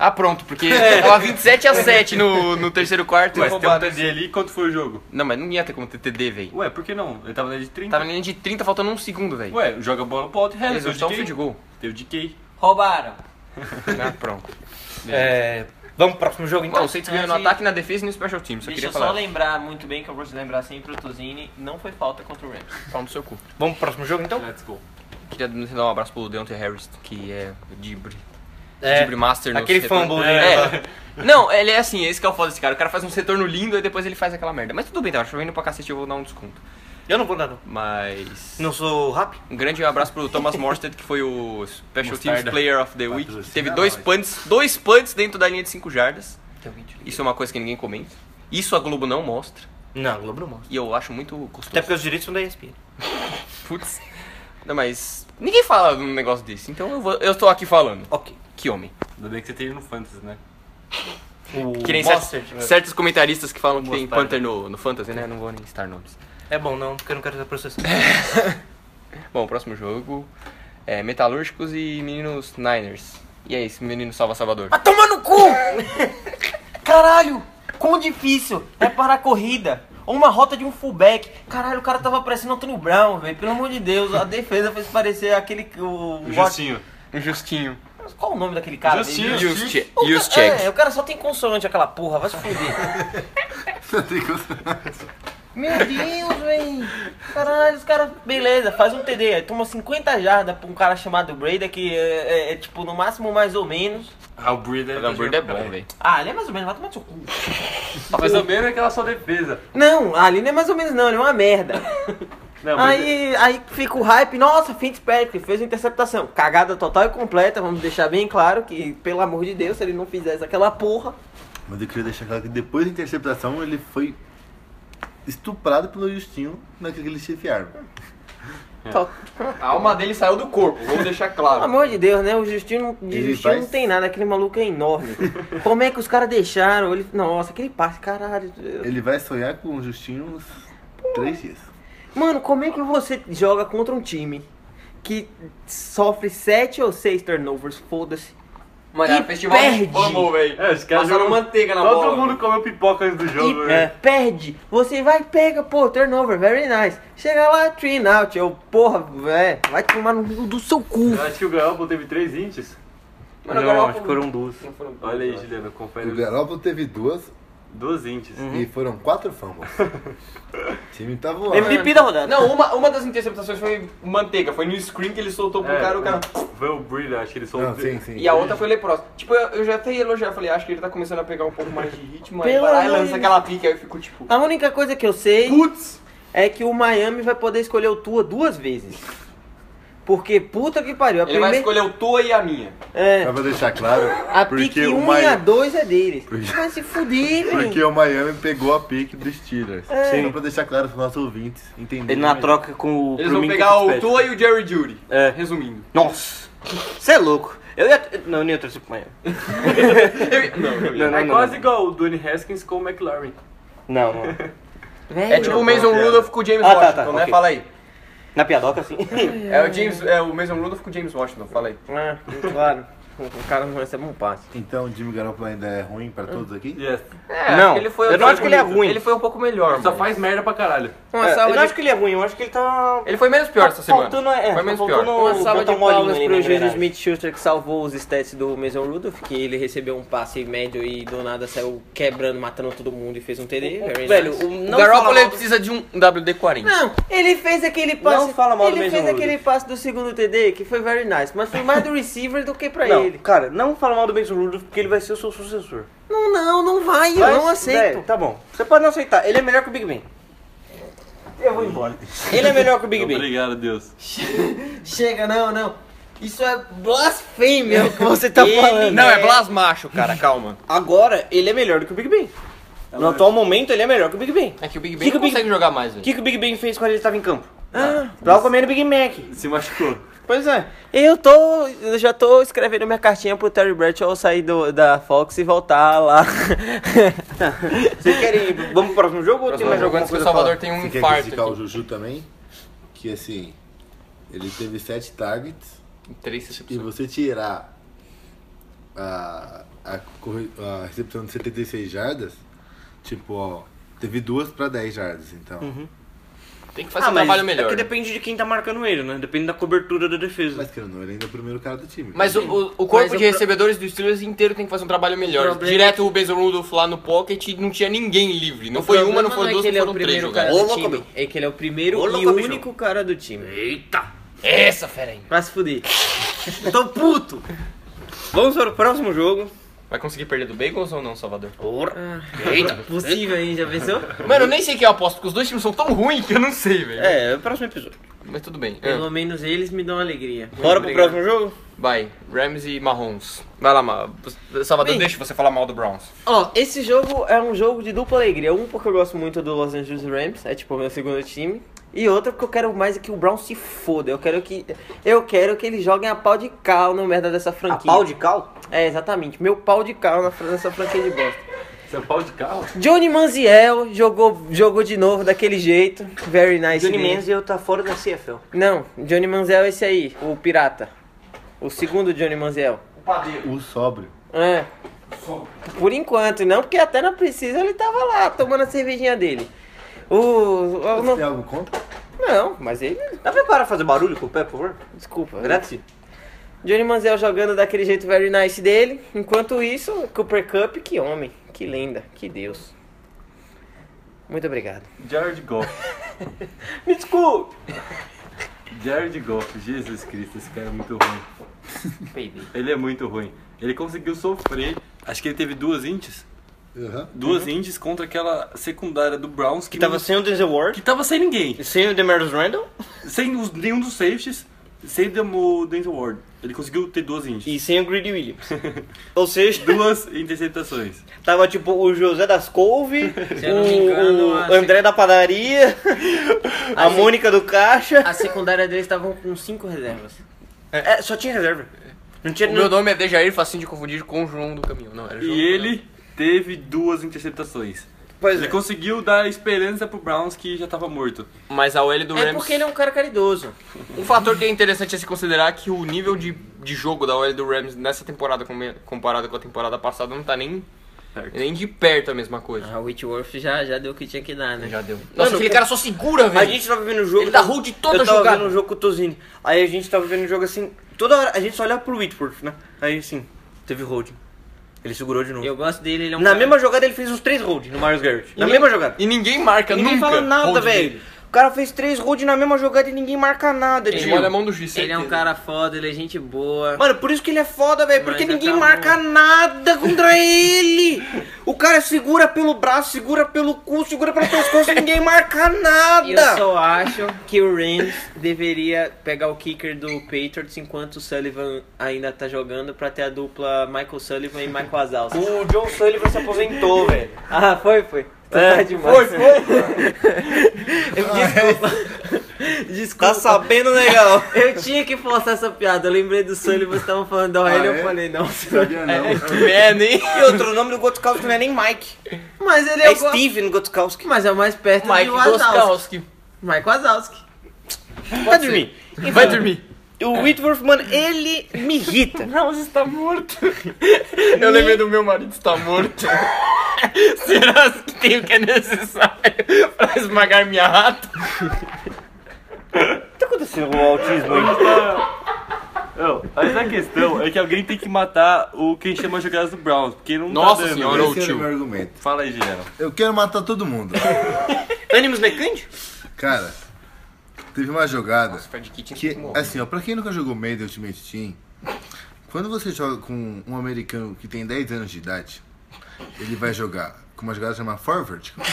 S1: Ah, pronto, porque tava 27 a 7 no, no terceiro quarto e
S6: Ué, se tem um
S1: roubaram.
S6: TD ali, quanto foi o jogo?
S1: Não, mas não ia ter como ter TD, velho.
S6: Ué, por que não? Ele tava na linha de 30.
S1: Tava na linha de 30, faltando um segundo, velho.
S6: Ué, joga a bola pro alto e
S1: Eles
S6: reza.
S1: só um
S6: Tem
S1: field
S6: o DK.
S1: goal.
S6: Tem o DK.
S2: Roubaram.
S1: Ah, pronto.
S3: É, vamos pro próximo jogo
S1: Então,
S3: então?
S1: o Saints ganhou no
S2: antes-
S1: ataque, na defesa e no special team. Só
S2: Deixa
S1: queria
S2: eu só
S1: falar.
S2: lembrar muito bem que eu vou te lembrar sempre o Tuzini, não foi falta contra o Rams.
S1: Pau no seu cu.
S3: Vamos pro próximo jogo então?
S6: Let's go.
S1: Queria dar um abraço pro Deontay Harris, que é o Dibre.
S3: É,
S1: Dibre Master no
S3: aquele
S1: setor-
S3: fumble, né?
S1: É. Não, ele é assim, esse que é o foda desse cara. O cara faz um retorno lindo e depois ele faz aquela merda. Mas tudo bem, tá chovendo pra cacete, eu vou dar um desconto.
S3: Eu não vou dar não.
S1: Mas.
S3: Não sou rápido?
S1: Um grande abraço pro Thomas Morstead, que foi o Special Teams
S6: Mostarda.
S1: Player of the Week.
S5: Patrocina
S3: Ah,
S1: Teve dois
S5: nós.
S1: punts, dois punts dentro da linha de 5 jardas. Isso é uma coisa que ninguém comenta. Isso a Globo não mostra.
S3: Não, a Globo não mostra.
S1: E eu acho muito
S3: Até
S1: custoso.
S3: porque os direitos são da ESPN.
S1: Putz. Não, mas ninguém fala de um negócio desse, então eu, vou, eu tô aqui falando.
S3: Ok.
S1: Que homem.
S6: Ainda bem que você tem no Fantasy, né?
S3: O
S1: Que nem
S3: Monster,
S1: certos, certos comentaristas que falam que tem
S3: Mostarda.
S1: Panther no, no Fantasy, né? Não vou nem citar nomes.
S3: É bom não, porque eu não quero ser processado.
S1: Bom, o próximo jogo é Metalúrgicos e Meninos Niners. E é isso, Menino Salva Salvador.
S2: Vai tomar Ah, no cu! Caralho! Quão difícil é para a corrida. Ou uma rota de um fullback. Caralho, o cara tava parecendo Antônio Brown, velho. Pelo amor de Deus, a defesa fez parecer aquele. O,
S6: O Justinho.
S1: Um Justinho.
S2: Qual o nome daquele cara?
S6: Justinho.
S2: velho?
S1: Justi-
S2: O ca-
S1: Juszczyk.
S2: É, o cara só tem consonante aquela porra, vai se fuder.
S5: Não tem como-
S2: Meu Deus, velho. Caralho, os caras. Beleza, faz um TD. Aí toma 50 jardas pra um cara chamado Breda, que é, é, é, tipo no máximo mais ou menos.
S6: Ah, o Breed é.
S1: O Hambúrguer é bom, velho.
S2: Ah, ele é mais ou menos, vai tomar no seu cu.
S6: Mas também é aquela só defesa.
S2: Não, ali não é mais ou menos não, ele é uma merda.
S6: Não, mas
S2: aí, aí fica o hype, nossa, Fitzpatrick fez a interceptação. Cagada total e completa, vamos deixar bem claro que, pelo amor de Deus, se ele não fizesse aquela porra.
S5: Mas eu queria deixar claro que depois da interceptação ele foi estuprado pelo Justinho naquele chifre arma.
S2: to-
S1: A alma dele saiu do corpo, vamos deixar
S2: Pelo
S1: claro.
S2: amor de Deus, né? O Justino, de
S5: Ele
S2: Justino
S5: faz-
S2: não tem nada, aquele maluco é enorme. Como é que os caras deixaram? Ele... Nossa, aquele passe, caralho.
S5: Ele vai sonhar com o Justinho uns três dias.
S2: Mano, como é que você joga contra um time que sofre 7 ou 6 turnovers, foda-se,
S1: Mano,
S3: é
S1: era festival de
S12: perde.
S1: fumble, velho.
S6: É, os caras
S1: Passaram
S6: jogam-
S1: manteiga na bola. é.
S6: Todo mundo comeu pipoca antes do jogo,
S2: E É.
S6: né?
S2: perde. Você vai, pega, pô, turnover, very nice. Chega lá, three and out. Eu, porra, véi, vai tomar no cu do seu cu.
S6: Eu acho que o Garoppolo teve três intes.
S1: Mano,
S6: não,
S1: agora-
S6: acho que foram duas.
S1: Não foram duas,
S6: Olha aí,
S1: eu acho.
S6: Juliano, confere.
S5: O Garoppolo teve duas
S6: Duas intes.
S1: Hum. Uhum.
S5: e foram quatro fumbles. o time tá voando.
S12: MVP da rodada.
S1: Não, uma, uma das interceptações foi manteiga. Foi no screen que ele soltou pro
S6: É,
S1: cara, o cara...
S6: Foi o Breeder, acho que eles são...
S5: Não, sim, sim.
S1: E a outra foi leprosa. Tipo, eu, eu já até ia elogiar, falei, acho que ele tá começando a pegar um pouco mais de ritmo, aí
S2: Pelo
S1: vai lá e
S2: amor de
S1: lança
S2: Deus.
S1: aquela pique, aí eu fico tipo,
S2: A única coisa que eu sei
S1: putz!
S2: é que o Miami vai poder escolher o Tua duas vezes. Porque puta que pariu. A
S1: Ele vai
S2: primeira-
S1: escolher o tua e a minha.
S2: é,
S5: Só pra deixar claro,
S2: a
S5: porque,
S2: pique 1
S5: o
S2: e a
S5: Miami,
S2: 2 é deles.
S5: Porque-
S2: Vai se fuder,
S5: porque
S2: velho.
S5: o Miami pegou a pique dos Steelers.
S2: É.
S5: Só pra deixar claro pros nossos ouvintes entenderem.
S3: Ele na
S5: melhor.
S3: troca com o
S1: Eles
S3: pro
S1: vão
S3: Minka
S1: pegar o
S3: Fitzpatrick.
S1: tua e o Jerry Judy.
S3: É.
S1: Resumindo.
S3: Nossa! Você é louco. Eu ia. Não, eu não ia torcer pro Miami.
S1: Eu- não, não,
S3: Não,
S1: não.
S3: não,
S6: É
S3: não,
S6: quase
S3: não.
S6: igual o Dwayne Haskins com o McLaren.
S3: Não, não.
S1: É tipo o Mason Rudolph com o James
S3: Ah, tá,
S1: Washington,
S3: tá,
S1: né?
S3: ok.
S1: Fala aí.
S3: Na piadoca, assim.
S1: É o, James, é o Mason Rudolph com o James Washington, fala aí.
S2: É, claro. O cara não recebe um passe.
S5: Então o Jimmy Garoppolo ainda é ruim pra todos aqui?
S6: Yes.
S1: É,
S3: Não, eu não acho que ele é ruim.
S1: Ele foi um pouco melhor,
S6: Só
S1: mano.
S6: faz merda pra caralho.
S2: Uma
S3: É, eu
S2: salva
S3: não
S2: de
S3: acho que ele é ruim, eu acho que ele tá.
S1: Ele foi menos pior essa semana.
S3: Faltando, é,
S1: foi menos
S3: faltando-
S1: pior.
S2: Uma
S3: Ô,
S2: salva de
S3: botar um molinho
S2: palmas
S3: ali
S2: pro
S3: na
S2: Juju
S3: engrenagem.
S2: Smith Schuster que salvou os stats do Mason Rudolph, que ele recebeu um passe médio e do nada saiu quebrando, matando todo mundo e fez um TD. very
S3: Velho,
S2: nice.
S3: o,
S1: O
S3: não
S1: Garoppolo
S3: fala
S1: ele
S3: mal do-
S1: precisa de um WD-40.
S2: Não, ele fez aquele passe.
S3: Não fala mal do
S2: ele
S3: Mason
S2: fez
S3: Rudolph.
S2: aquele passe do segundo TD que foi very nice, mas foi mais do receiver do que pra
S3: não,
S2: ele.
S3: Cara, não fala mal do Mason Rudolph porque ele vai ser o seu sucessor.
S2: Não, não, não vai, eu
S3: Mas,
S2: não aceito.
S3: velho, tá bom. Você pode não aceitar. Ele é melhor que o Big Ben. Eu vou embora. Ele é melhor que o Big Ben.
S6: Obrigado, Deus.
S2: Chega, não, não. Isso é blasfêmia o que você tá
S3: Ele-
S2: falando.
S1: Não, é blasmacho, cara, calma.
S3: Agora, ele é melhor do que o Big Ben. No atual momento, ele é melhor que o Big Ben.
S1: É que o Big
S3: Ben não consegue
S1: jogar mais,
S3: O que, que o Big Ben fez quando ele estava em campo? Ah, tava comendo Big Mac.
S6: Se machucou.
S3: Pois é.
S2: Eu tô. Eu já tô escrevendo minha cartinha pro Terry Bradshaw sair do, da Fox e voltar lá.
S3: Vocês querem. Vamos pro próximo jogo ou tem mais alguma
S1: Jogando que o
S3: coisa?
S1: Salvador tem um
S5: Você quer
S1: infarto.
S5: criticar o
S1: aqui.
S5: Juju também? Que assim, ele teve sete targets
S1: Três
S5: e
S1: recepções.
S5: você tirar a, a, corre- a recepção de 76 jardas, tipo, ó, teve duas pra 10 jardas, então.
S1: Uhum. Tem que fazer um trabalho melhor.
S3: É que depende de quem tá marcando ele, né? Depende da cobertura da defesa.
S5: Mas que não, ele ainda é o primeiro cara do time.
S1: Mas o, o- o corpo
S2: Mas o
S1: de
S2: pro-
S1: recebedores do Steelers inteiro tem que fazer um trabalho melhor.
S2: problema-
S1: Direto o Mason Rudolph lá no pocket não tinha ninguém livre. Não foi uma, não foi duas,
S2: que
S1: não
S2: ele é o
S1: foram três
S2: primeiro cara
S1: jogadas.
S2: do time. É que ele é o primeiro e único cara do time.
S1: Essa fera aí.
S2: Pra se fuder.
S3: Tô puto! Vamos para o próximo jogo.
S1: Vai conseguir perder do Bagels ou não, Salvador?
S2: Possível, hein? Já pensou?
S1: Mano, eu nem sei quem eu aposto, porque os dois times são tão ruins que eu não sei, velho.
S3: É, é o próximo episódio.
S1: Mas tudo bem. Ah,
S2: Pelo menos eles me dão alegria.
S3: Bora pro
S1: obrigado.
S3: próximo jogo?
S1: Vai, Rams e Mahomes. Vai lá, Ma- Salvador,
S2: Bem-
S1: deixa você falar mal do Browns.
S2: Ó, esse jogo é um jogo de dupla alegria. Um porque eu gosto muito do Los Angeles Rams, é tipo o meu segundo time. E outro porque eu quero mais é que o Brown se foda. Eu quero que. Eu quero que eles joguem a pau de cal no merda dessa franquia.
S3: cal?
S2: É, exatamente. Meu pau de cal na fran- nessa franquia de bosta.
S6: Você é pau de carro?
S2: Johnny Manziel jogou, jogou de novo daquele jeito. Very nice.
S3: Johnny
S2: dele.
S3: Manziel tá fora da CFL.
S2: Não, Johnny Manziel é esse aí, o pirata. O segundo Johnny Manziel.
S5: O sóbrio.
S2: É. Por enquanto, não, porque até na precisa ele tava lá tomando a cervejinha dele. O. o-
S5: Você tem
S2: não,
S5: algo contra?
S2: não, mas ele.
S3: Dá pra parar de fazer barulho com o pé, por favor?
S2: Desculpa.
S3: Grazie.
S2: Johnny Manziel jogando daquele jeito very nice dele. Enquanto isso, Cooper Cup, que homem, que lenda, que Deus. Muito obrigado.
S6: Jared Goff.
S2: Me desculpe!
S6: Jared Goff, Jesus Cristo, esse cara é muito ruim. Ele é muito ruim. Ele conseguiu sofrer. Acho que ele teve duas intes.
S5: Aham.
S6: Duas intes contra aquela secundária do Browns que,
S3: Que tava
S6: não-
S3: sem o Denzel
S6: que
S3: Ward,
S6: tava sem ninguém.
S3: sem o Demarius Randall
S6: Sem os- nenhum dos safeties, sem dem- o Denzel Ward. Ele conseguiu ter duas intes.
S3: e sem o Greedy Williams. Ou seja,
S6: Duas interceptações.
S3: tava tipo o José das Couve,
S2: eu não me
S3: o-
S2: engano,
S3: o
S2: a-
S3: André da Padaria, a
S2: Assim-
S3: Mônica do Caixa.
S2: A secundária deles estavam com cinco reservas.
S3: É, só tinha reserva. Não tinha
S1: O meu nome é Dejair, facinho de confundir com o João do Caminho. Não, era João
S6: E
S1: do Caminho.
S6: ele teve duas interceptações.
S3: Pois
S6: Ele
S3: é.
S6: conseguiu dar esperança pro Browns que já tava morto.
S1: Mas a OL do
S2: É
S1: Rams.
S2: porque ele é um cara caridoso.
S1: Um fator que é interessante a se considerar é que o nível de, de jogo da OL do Rams nessa temporada come- comparado com a temporada passada não tá nem, nem de perto a mesma coisa.
S2: A Whitworth já, já deu o que tinha que dar, né?
S1: Já deu. Nossa, aquele cara só segura,
S3: A
S1: velho.
S3: gente tava vendo o jogo.
S1: Ele tá rude toda
S3: eu tava
S1: jogada.
S3: vendo o jogo com o Tozinho. Aí a gente tava vendo o jogo assim. Toda hora a gente só olhava pro Whitworth, né? Aí assim, teve holding. Ele segurou de novo.
S2: Eu gosto dele, ele é um
S3: Na
S2: cara-
S3: mesma jogada ele fez uns três holding no Marius Garrett. Na mesma jogada.
S1: E ninguém marca
S3: Ninguém
S1: nunca.
S3: fala nada,
S1: hold dele.
S3: velho. O cara fez três holding na mesma jogada e ninguém marca nada,
S1: Ele
S3: tio.
S1: molha a mão do juiz.
S2: Ele é um
S1: certeza.
S2: cara foda, ele é gente boa.
S3: Mano, por isso que ele é foda, velho. Porque
S2: Mas né?
S3: ninguém
S2: acabou.
S3: marca nada contra ele. O cara segura pelo braço, segura pelo cu, segura pelo pescoço e ninguém marca nada.
S2: Eu só acho que o Rams deveria pegar o kicker do Patriots enquanto o Sullivan ainda tá jogando pra ter a dupla Michael Sullivan e Michael Azalsa.
S3: O John Sullivan se aposentou, velho.
S2: ah, foi, foi. Tu tá demais.
S3: Foi, foi. Tá
S2: Desculpa.
S3: sabendo, né, legal.
S2: Eu tinha que forçar essa piada. Eu lembrei do Sullivan, vocês estavam falando da OL,
S5: Ah,
S2: eu
S5: é?
S2: falei, não.
S5: Sabia não.
S1: É, Merda, hein?
S3: E outro, o nome do Gotkowski não é nem Mike.
S2: Mas ele é,
S3: É
S2: o go-
S3: Steven Gotkowski.
S2: Mas é o mais perto
S1: Mike
S2: do Wazowski.
S1: Goskowski.
S2: Mike Wazowski.
S3: Vai dormir.
S1: Vai dormir.
S3: O Whitworth, mano, ele me irrita.
S1: Browns está morto. Eu lembrei do meu marido está morto. Será que tem o que é necessário pra esmagar minha rata?
S3: O que tá acontecendo com o autismo aí?
S6: Não, mas a questão é que alguém tem que matar o quem chama as jogadas do Browns, porque não
S1: Nossa
S6: tá dando.
S1: senhora, ô
S5: Esse era o
S1: tio.
S5: meu argumento.
S6: Fala aí, Juliano.
S5: Eu quero matar todo mundo.
S3: Animus Mecânico?
S5: Cara, teve uma jogada
S1: Fred Kitchen
S5: que, assim, ó, pra quem nunca jogou Madden Ultimate Team, quando você joga com um americano que tem 10 anos de idade, ele vai jogar com uma jogada chamada Four Vertical.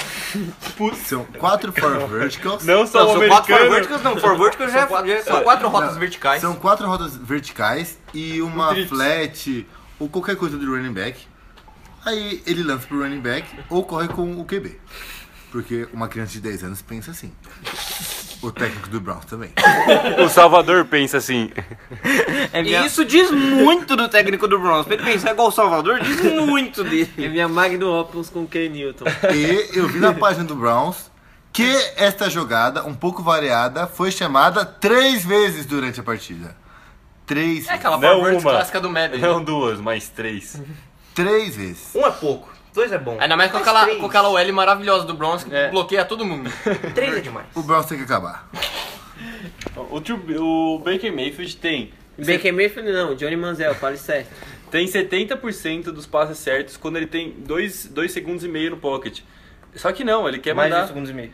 S5: São quatro Four Verticals.
S6: Não só o
S3: São quatro for
S6: americano.
S3: verticals, não. For verticals já é
S1: São quatro rotas
S5: Não,
S1: verticais. Um
S5: São quatro rodas verticais e uma flat ou qualquer coisa do running back. Aí ele lança pro running back ou corre com o QB. Porque uma criança de 10 anos pensa assim. O técnico do Browns também.
S6: O Salvador pensa assim.
S3: E isso diz muito do técnico do Browns. Pra ele pensar igual o Salvador, diz muito
S2: É
S3: dele.
S2: minha Magnum Opus com o Ken Newton.
S5: E eu vi na página do Browns que esta jogada, um pouco variada, foi chamada três vezes durante a partida. Três,
S1: É aquela
S6: Não
S1: forward
S6: uma.
S1: clássica do Madden.
S6: Não duas, mas três.
S5: três vezes.
S3: Um é pouco, dois é bom.
S1: Ainda mais com
S3: Mas
S1: aquela,
S3: três.
S1: com aquela OL maravilhosa do Browns que bloqueia todo mundo.
S3: Três é demais.
S5: O Browns tem que acabar.
S6: O, tio, o Baker Mayfield tem,
S2: Baker Mayfield não, Johnny Manziel, fale certo.
S6: tem 70% dos passes certos quando ele tem 2 segundos e meio no pocket. Só que não, ele quer
S3: Mais
S6: mandar...
S3: dois segundos e meio.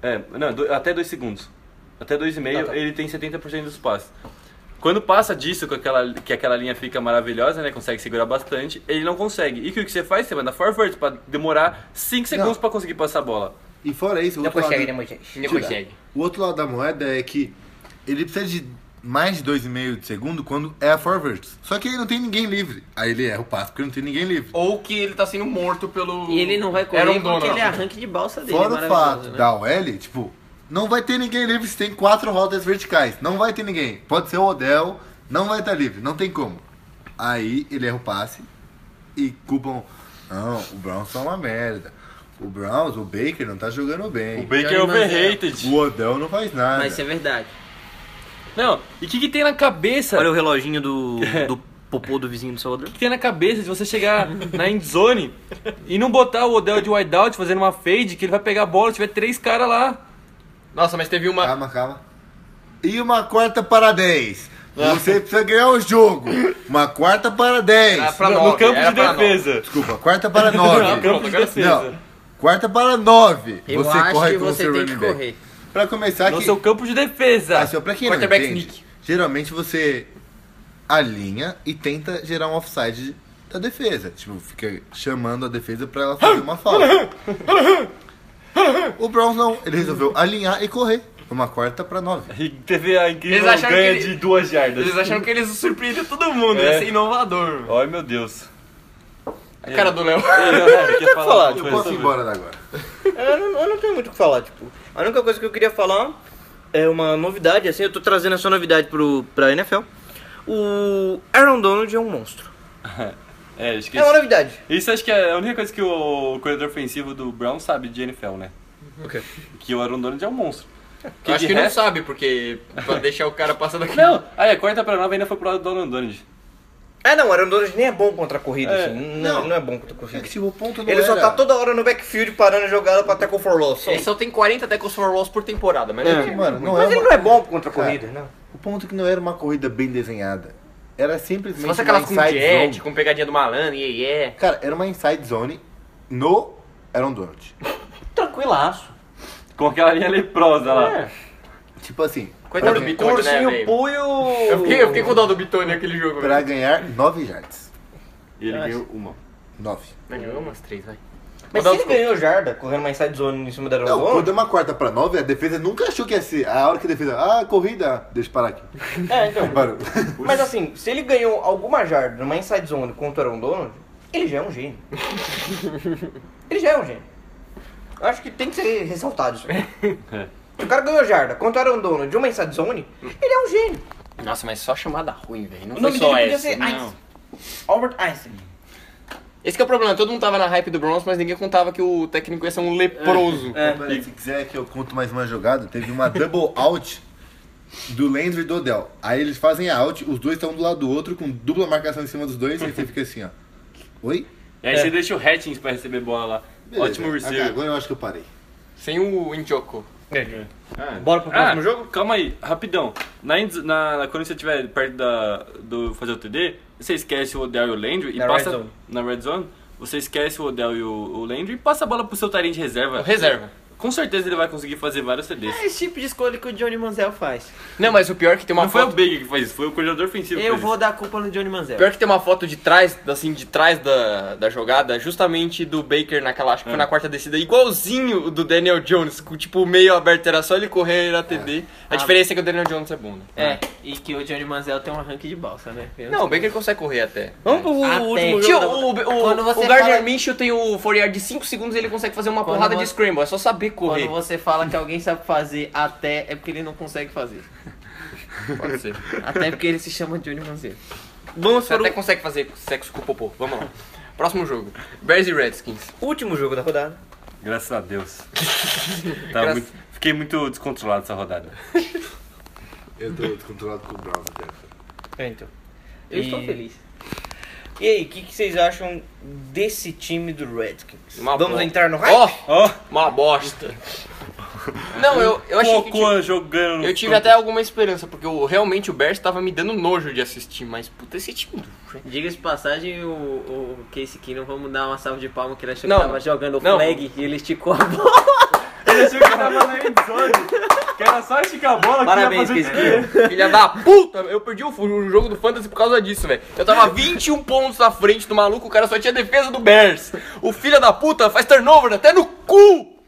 S6: É, não, do- até 2 segundos. Até 2,5
S2: tá.
S6: ele tem 70% dos passes. Quando passa disso, com aquela, que aquela linha fica maravilhosa, né? Consegue segurar bastante, ele não consegue. E que o que você faz? Você manda forward pra demorar 5 segundos pra conseguir passar a bola.
S5: E fora isso, o outro lado-
S1: Não consegue.
S5: O outro lado da moeda é que ele precisa de mais de 2,5 de segundo quando é a forward. Só que aí não tem ninguém livre. Aí ele erra o passo porque não tem ninguém livre.
S1: Ou que ele tá sendo morto pelo.
S2: E ele não vai correr
S1: Era um dono.
S2: porque ele é arranque de balsa dele.
S5: Fora o
S2: maravilhoso,
S5: fato
S2: né?
S5: da OL, tipo, não vai ter ninguém livre se tem quatro rodas verticais. Não vai ter ninguém. Pode ser o Odell, não vai estar livre, não tem como. Aí ele erra o passe e culpam. Não, o Browns tá uma merda. O Browns, o Baker não tá jogando bem.
S6: O Baker é
S2: Johnny Manziel.
S6: overrated.
S5: O Odell não faz nada.
S2: Mas isso é verdade.
S6: Não, e o que, que tem na cabeça?
S3: Olha o reloginho do, do popô do vizinho do Salvador.
S6: que tem na cabeça de você chegar na endzone e não botar o Odell de wideout fazendo uma fade que ele vai pegar a bola, tiver três caras lá.
S1: Nossa, mas teve uma.
S5: Calma, calma. E uma quarta para 10. Você precisa ganhar o jogo. Uma quarta para 10.
S1: Era Ah, pra
S6: no,
S1: nove,
S6: campo
S1: era
S6: de
S1: pra nove.
S6: defesa.
S5: Desculpa, quarta para
S6: No
S5: 9.
S6: campo de defesa.
S5: Não. Quarta para 9.
S2: Eu
S5: você
S2: acho
S5: corre
S2: que
S5: com o
S2: você
S5: seu
S2: tem
S5: running
S2: que
S5: back.
S2: correr.
S5: Pra começar
S6: No
S5: que
S6: seu campo de defesa.
S5: assim, ó, pra quem não
S1: quarterback
S5: entende,
S1: sneak.
S5: geralmente você alinha e tenta gerar um offside da defesa. Tipo, fica chamando a defesa pra ela fazer uma falta. O Browns não, ele resolveu alinhar e correr. Uma quarta para 9.
S6: E teve a incrível
S1: Eles acharam
S6: ganha
S1: que ele-
S6: de duas jardas.
S1: Eles acharam que eles surpreendem todo mundo.
S6: É.
S1: Ia ser inovador.
S6: Ai meu Deus.
S1: A cara do Léo.
S6: Quer falar alguma
S5: Eu
S6: coisa
S5: posso ir
S6: sobre-
S5: embora da agora.
S3: É, Eu não, eu não tenho muito o que falar, tipo. A única coisa que eu queria falar é uma novidade, assim, eu tô trazendo essa novidade pro, pra NFL. O Aaron Donald é um monstro.
S6: É,
S12: É
S6: esqueci.
S12: uma novidade.
S6: Isso acho que é a única coisa que o corredor ofensivo do Brown sabe de NFL, né? Que o Aaron Donald é um monstro.
S1: Eu acho
S6: de
S1: que não
S6: resto-
S1: sabe, porque pra deixar o cara passando aqui.
S6: Não, aí a quarta pra nova ainda foi pro lado do Aaron Donald.
S3: É, não, o Aaron Donald nem é bom contra a corrida,
S6: É.
S3: assim. Não, não é bom contra a corrida.
S5: Se o ponto não
S3: Ele só
S5: era-
S3: tá toda hora no backfield parando a jogada pra tackle for loss.
S1: Ele só Então, tem 40 tackles for loss por temporada, mas
S5: É, mano, não
S3: Mas
S5: é
S3: ele
S5: uma-
S3: não é bom contra a corrida, não.
S5: O ponto é que não era uma corrida bem desenhada. Era simplesmente
S1: se fosse
S5: uma
S1: aquelas com
S5: inside
S1: jet,
S5: zone.
S1: com pegadinha do malandro, e yeah,
S5: Cara, era uma inside zone no Aaron Donald.
S12: Tranquilaço.
S6: Com aquela linha leprosa lá.
S5: Tipo assim,
S1: Coitado do Bitone, né,
S12: Ursinho
S1: velho?
S12: Poo e o...
S1: Eu fiquei, eu fiquei com dó do Bitone naquele jogo,
S5: pra
S1: velho.
S5: ganhar 9 yards.
S6: E ele ganhou uma.
S5: 9.
S1: Mas ganhou umas três, vai.
S3: Mas se ele ganhou jarda, correndo uma inside zone em cima da Aaron
S5: Não,
S3: Donald,
S5: quando é uma quarta pra 9, a defesa nunca achou que ia ser. A hora que a defesa. Ah, corrida. Deixa eu parar aqui.
S3: É, então.
S5: Parou.
S3: Mas assim, se ele ganhou alguma jarda numa inside zone contra o Aaron Donald, ele já é um gênio. ele já é um gênio. Eu acho que tem que ser ressaltado isso. Se o cara ganhou jarda contra o Aaron Donald de uma inside zone, ele é um gênio.
S1: Nossa, mas só chamada ruim, velho. Não
S3: O
S1: foi
S3: nome
S1: só
S3: dele podia
S1: essa.
S3: ser Einstein. Albert Einstein.
S1: Esse que é o problema, todo mundo tava na hype do Bronze, mas ninguém contava que o técnico ia ser um
S5: É.
S1: leproso.
S3: É.
S5: Então, Peraí, se quiser que eu conto mais uma jogada, teve uma double out do Landry e do Odell. Aí eles fazem a out, os dois estão um do lado do outro, com dupla marcação em cima dos dois, aí você fica assim, ó. Oi?
S6: E aí você deixa o Hattings pra receber bola lá.
S5: É. Beleza.
S6: Ótimo
S5: Ah,
S6: receiver.
S5: Agora eu acho que eu parei.
S1: Sem o Injoko.
S6: Bora
S3: pro próximo
S6: jogo? Ah, Calma aí, rapidão. Na, end- na- na- quando você estiver perto da, do fazer o TD, você esquece o Odell e o Landry e
S3: Na
S6: passa
S3: red zone.
S6: na red zone. Você esquece o Odell e o, o Landry e passa a bola pro seu tarim de reserva.
S1: É Reserva.
S6: Com certeza ele vai conseguir fazer vários TDs.
S12: É esse tipo de escolha que o Johnny Manziel faz.
S1: Não, mas o pior é que tem uma
S6: Não foi o
S1: foto.
S6: Big que fez isso, foi o coordenador ofensivo. que
S12: Eu
S6: fez
S12: vou dar a culpa no Johnny Manziel.
S1: Pior é que tem uma foto de trás, assim, de trás da, da jogada, justamente do Baker naquela, acho que foi na quarta descida, igualzinho o do Daniel Jones, com tipo o meio aberto, era só ele correr e era TD. A
S12: Ah.
S1: diferença é que o Daniel Jones é bom, né?
S12: É, e que o Johnny Manziel tem um arranque de balsa, né?
S1: Não, o Baker consegue correr até.
S12: Vamos pro
S1: Ah,
S12: último
S1: tem.
S12: jogo.
S1: Tio, o,
S12: Quando
S1: o,
S12: você
S1: o Gardner
S12: fala-
S1: Minshew tem o 4 um de 5 segundos e ele consegue fazer uma
S12: Quando
S1: porrada de
S12: você-
S1: scramble, é só saber correr.
S12: Quando você fala que alguém sabe fazer até, é porque ele não consegue fazer.
S1: Pode ser.
S12: Até porque ele se chama Johnny Manziel.
S3: Vamos
S1: Você
S3: para
S1: até consegue fazer sexo com o popô. Vamos lá. Próximo jogo. Bears e Redskins.
S3: o último jogo da rodada.
S6: Graças a Deus. Tava
S1: Graças-
S6: muito- Fiquei muito descontrolado essa rodada.
S5: Eu tô descontrolado com o Brown até.
S3: É, então.
S12: Eu estou
S3: E-
S12: feliz.
S3: E aí, o que, que vocês acham desse time do Redskins?
S1: Uma
S3: Vamos
S1: bosta.
S3: entrar no hype?
S1: Ó,
S6: Ó,
S1: uma bosta. Não, eu, eu achei que...
S6: Cocoa jogando. no
S1: Eu tive
S6: campo.
S1: até alguma esperança, porque eu, realmente o Bears tava me dando nojo de assistir, mas puta, esse time... do-
S12: Diga-se de passagem, o, o Casey Keenum, vamos dar uma salva de palma que ele achou
S1: Não.
S12: que tava jogando o
S1: Não.
S12: flag e ele esticou a bola.
S6: Ele achou que tava na endzone. Que era só esticar a bola
S12: Parabéns,
S6: que ia fazer
S12: Casey Keenum.
S1: Filha da puta! Eu perdi o, fu- o jogo do Fantasy por causa disso, velho. Eu tava 21 pontos na frente do maluco, o cara só tinha defesa do Bears. O filho da puta faz turnover até no cu!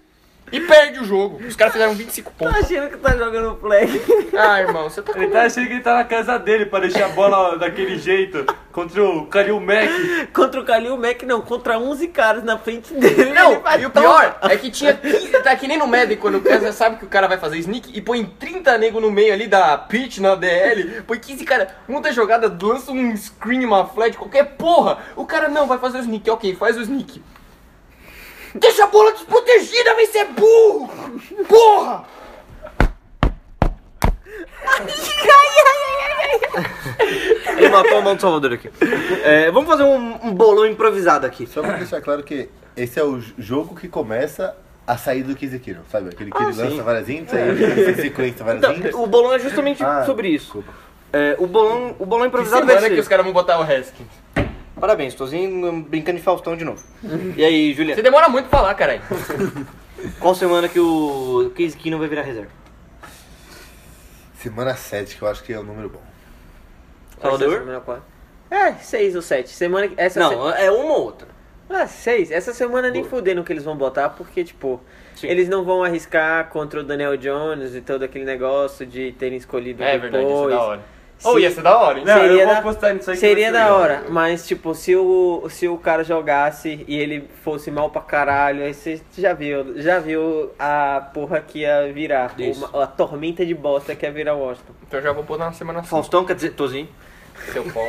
S1: E perde o jogo. Os caras fizeram 25
S12: Tá
S1: pontos.
S12: achando que tá jogando flag.
S1: Ah, irmão, você tá com...
S6: Ele tá achando que ele tá na casa dele pra deixar a bola daquele jeito contra o Kalil Mack.
S12: Contra o Kalil Mack, não. Contra 11 caras na frente dele.
S1: Não,
S12: Ele vai
S1: e o
S12: tomar.
S1: pior é que tinha 15, tá que nem no Madden, quando o cara já sabe que o cara vai fazer sneak e põe 30 nego no meio ali da pitch, na DL, põe 15 cara, muita jogada, lança um screen, uma flat, qualquer porra, o cara não, vai fazer o sneak, ok, faz o sneak. Deixa a bola desprotegida, vem ser burro! Porra!
S3: Ele matou a mão do Salvador aqui. É, vamos fazer um, um bolão improvisado aqui.
S5: Só pra deixar claro que esse é o j- jogo que começa a sair do Kiz Kiro, sabe? Aquele que ele lança várias ints, aí ele lança em sequência várias
S3: Ah, É. Então,
S5: ints.
S3: o bolão é justamente
S5: Ah,
S3: sobre isso. É, o, bolão, o bolão improvisado vai
S1: Semana que
S3: ser...
S1: os caras vão botar o Haskins.
S3: Parabéns, Tozinho brincando de Faustão de novo. E aí,
S1: Você
S3: Juliana,
S1: demora muito pra falar, caralho.
S3: qual semana que o Case Keenum vai virar reserva?
S5: Semana 7, que eu acho que é o número bom.
S3: Salvador?
S12: É, 6 ou 7. Semana que- essa se-
S3: Não, é uma ou outra.
S12: Ah, seis. Essa semana nem fudendo que eles vão botar, porque, tipo, eles não vão arriscar contra o Daniel Jones e todo aquele negócio de terem escolhido
S1: É
S12: depois.
S1: verdade, ia ser da hora. Oh,
S12: Se-
S1: Ou ia ser da hora, hein?
S6: Não,
S12: Seria
S6: eu vou
S12: da-
S6: apostar
S3: Tá
S6: nisso aí. que
S12: Seria
S6: vai ser
S12: da
S6: legal.
S12: hora, mas, tipo, se o, se o cara jogasse e ele fosse mal pra caralho, aí você já viu, já viu a porra que ia virar.
S3: Isso.
S12: Uma- a tormenta de bosta que ia virar Washington.
S1: Então eu já vou pôr na semana 5,
S3: Faustão quer dizer Tozinho.
S1: seu pau.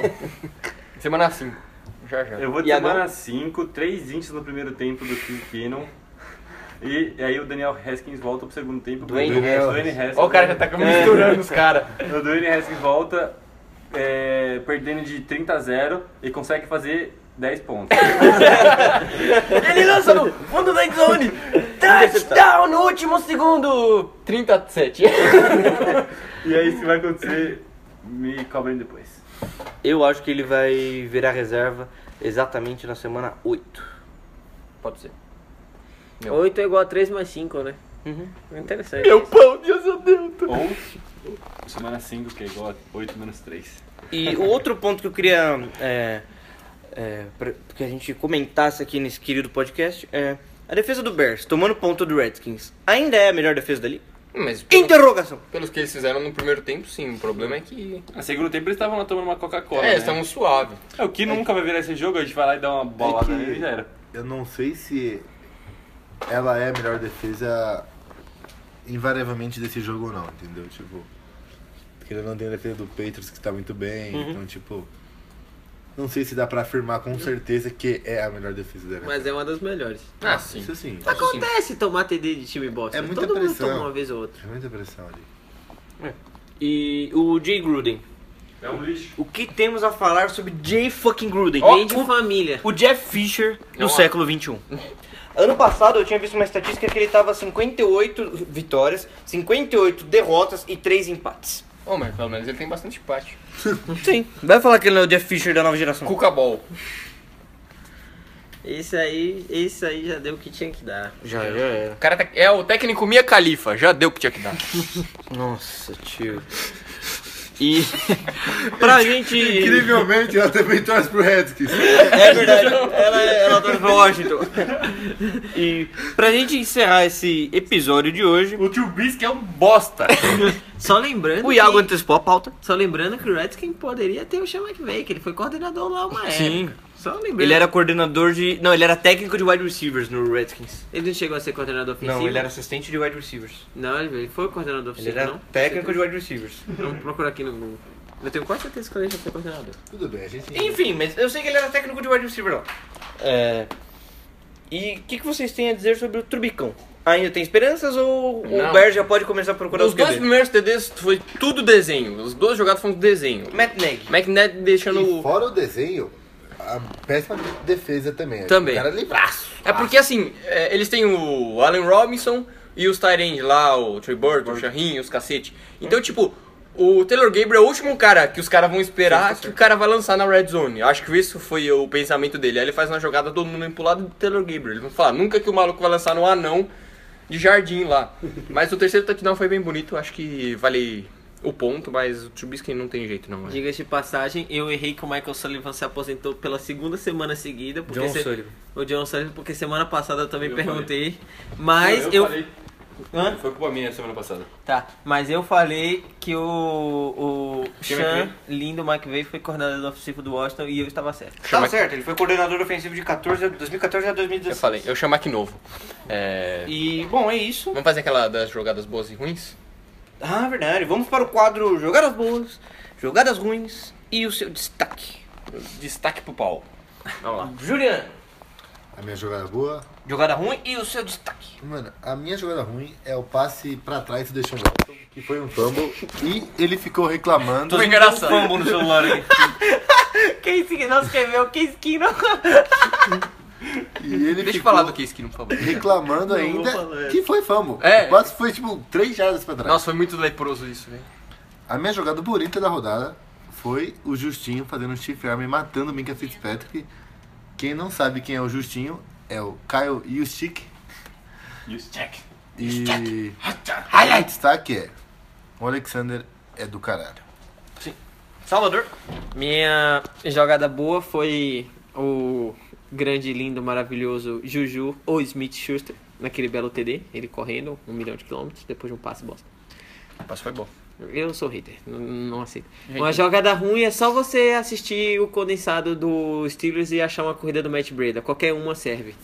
S1: semana 5. Já, já.
S6: Eu vou
S2: E
S6: de semana
S2: agora?
S6: 5, 3 índices no primeiro tempo do Phil Cannon. E aí o Daniel Haskins volta pro segundo tempo.
S1: Dwayne
S6: Haskins.
S5: Haskins.
S1: Ó, o cara já tá misturando os caras.
S6: O Dwayne Haskins volta é, perdendo de 30 a 0 e consegue fazer 10 pontos.
S1: Ele lança no fundo da zone. Touchdown no último segundo. 37.
S6: e aí se vai acontecer, me cobrem depois.
S3: Eu acho que ele vai virar reserva exatamente na semana 8.
S1: Pode ser.
S2: 8 é igual a 3 mais 5, né?
S3: Uhum.
S2: Interessante.
S1: pão, Deus meu Deus.
S6: Ou semana 5, que é igual a 8 menos 3.
S3: E o outro ponto que eu queria é, é, pra- que a gente comentasse aqui nesse querido podcast é a defesa do Bears, tomando ponto do Redskins. Ainda é a melhor defesa dali?
S1: Mas
S3: Interrogação!
S1: pelos que eles fizeram no primeiro tempo, sim. O problema é que...
S6: No segundo tempo eles estavam lá tomando uma Coca-Cola.
S1: É,
S6: né?
S1: estamos suave.
S6: É, o que nunca vai virar esse jogo, a gente vai lá e dá uma bolada nele e já era.
S5: Eu não sei se ela é a melhor defesa invariavelmente desse jogo ou não, entendeu? Tipo, porque ele não tem a defesa do Patriots que tá muito bem, então tipo, não sei se dá pra afirmar com certeza que é a melhor defesa da NFL.
S2: Mas é uma das melhores.
S1: Ah, sim.
S5: Isso sim.
S3: É
S2: Acontece tomar TD de time bosta.
S5: É muita
S2: Todo
S5: pressão.
S2: mundo toma uma vez ou outra.
S5: É muita pressão ali.
S3: E o Jay Gruden.
S6: É um lixo.
S3: O que temos a falar sobre Jay fucking Gruden?
S2: Vem de
S3: o,
S2: família.
S3: o Jeff Fisher do
S1: Não,
S3: século um. XXI. Ano passado eu tinha visto uma estatística que ele tava 58 vitórias, 58 derrotas e 3 empates.
S1: Ô, mas pelo menos ele tem bastante empate.
S3: Sim. Vai falar que ele não é o Jeff Fisher da nova geração.
S1: Uhum. Cuca Ball.
S2: Esse aí, esse aí já deu o que tinha que dar.
S3: Já, já era.
S1: O cara tá- é o técnico Mia Khalifa. Já deu o que tinha que dar.
S3: Nossa, tio. E pra gente.
S5: Incrivelmente, ela também torce pro Redskins.
S3: É verdade, ela, ela tá no Washington. E pra gente encerrar esse episódio de hoje,
S6: O tio Bisque é um bosta.
S2: Só lembrando.
S3: o Iago
S2: que,
S3: antecipou a pauta.
S2: Só lembrando que o Redskin poderia ter o Sean McVay, que ele foi coordenador lá uma
S3: Sim.
S2: época. Só lembrando.
S3: Ele era coordenador de. Não, ele era técnico de wide receivers no Redskins.
S2: Ele não chegou a ser coordenador ofensivo?
S3: Não, ele era assistente de wide receivers.
S2: Não, ele foi coordenador
S3: Ele
S2: ofensivo,
S3: era
S2: não?
S3: técnico de um- wide receivers.
S2: Vamos procurar aqui no Google. Eu tenho quase certeza que ele já foi coordenador.
S5: Tudo bem, a gente.
S3: Enfim, mas eu sei que ele era técnico de wide receiver lá. É. E o que, que vocês têm a dizer sobre o Trubicão? Ainda tem esperanças ou
S1: Não.
S3: o Bear já pode começar a procurar
S1: Os
S3: os
S1: dois
S3: QB?
S1: primeiros TDs foi tudo desenho. Os dois jogados foram desenho.
S3: Matt Nagy.
S1: McNabb deixando
S5: E
S1: o.
S5: fora o desenho, a péssima defesa também.
S1: Também.
S5: O cara é livraço.
S1: É porque assim, é, eles têm o Allen Robinson e os Tyrande lá, o Trey Burton, o Charrinho, os cacete. Então, tipo, o Taylor Gabriel é o último cara que os caras vão esperar que o cara vai lançar na red zone. Eu Acho que isso foi o pensamento dele. Aí ele faz uma jogada todo mundo pro lado do Taylor Gabriel. Ele vai falar, nunca que o maluco vai lançar no anão de jardim lá. mas o terceiro touchdown foi bem bonito, acho que vale o ponto, mas o Trubisky não tem jeito não. é.
S2: Diga-se de passagem, eu errei que o Michael Sullivan se aposentou pela segunda semana seguida. Porque
S3: John
S2: se-
S3: Sullivan.
S2: O John Sullivan, porque semana passada eu também
S6: Eu
S2: perguntei. Mas eu.
S6: falei.
S2: Hã?
S6: Foi culpa minha semana passada.
S2: Tá, mas eu falei que o. O
S6: Quem
S2: Sean
S6: McVay?
S2: Lindo McVeigh foi coordenador ofensivo do Washington e eu estava certo.
S3: Tá certo, ele foi coordenador ofensivo de 14 a- 2014 a
S1: Eu
S3: 2016.
S1: falei, eu chamar aqui novo. É,
S3: E, bom, é isso.
S1: Vamos fazer aquela das jogadas boas e ruins?
S3: Ah, verdade. Vamos para o quadro Jogadas Boas, Jogadas Ruins e o seu destaque.
S1: Destaque pro pau.
S3: Juliano,
S5: A minha jogada é boa.
S3: jogada ruim e o seu destaque.
S5: Mano, a minha jogada ruim é o passe pra trás do Deshaun Watson, que foi um fumble, e ele ficou reclamando.
S1: Foi engraçado.
S6: um
S3: Fumble no celular aqui.
S2: Quem se- não escreveu, quem se- não.
S5: E ele
S1: Deixa eu
S5: ficou
S1: falar do que skin, por favor.
S5: reclamando ainda que foi fumble.
S1: É.
S5: O passe foi tipo três jardas pra trás.
S1: Nossa, foi muito leproso isso, velho.
S5: A minha jogada bonita da rodada foi o Justinho fazendo um stiff arm e matando o Minka Fitzpatrick. Quem não sabe quem é o Justinho é o Kyle Juszczyk.
S6: E os check.
S5: E o destaque é o Alexander é do caralho.
S3: Salvador.
S2: Minha jogada boa foi o grande, lindo, maravilhoso Juju ou Smith Schuster naquele belo TD, ele correndo um milhão de quilômetros depois de um passe bosta.
S1: O passo foi bom.
S2: Eu sou hater, n- n- não aceito. Uma jogada ruim é só você assistir o condensado do Steelers e achar uma corrida do Matt Breda. Qualquer uma serve.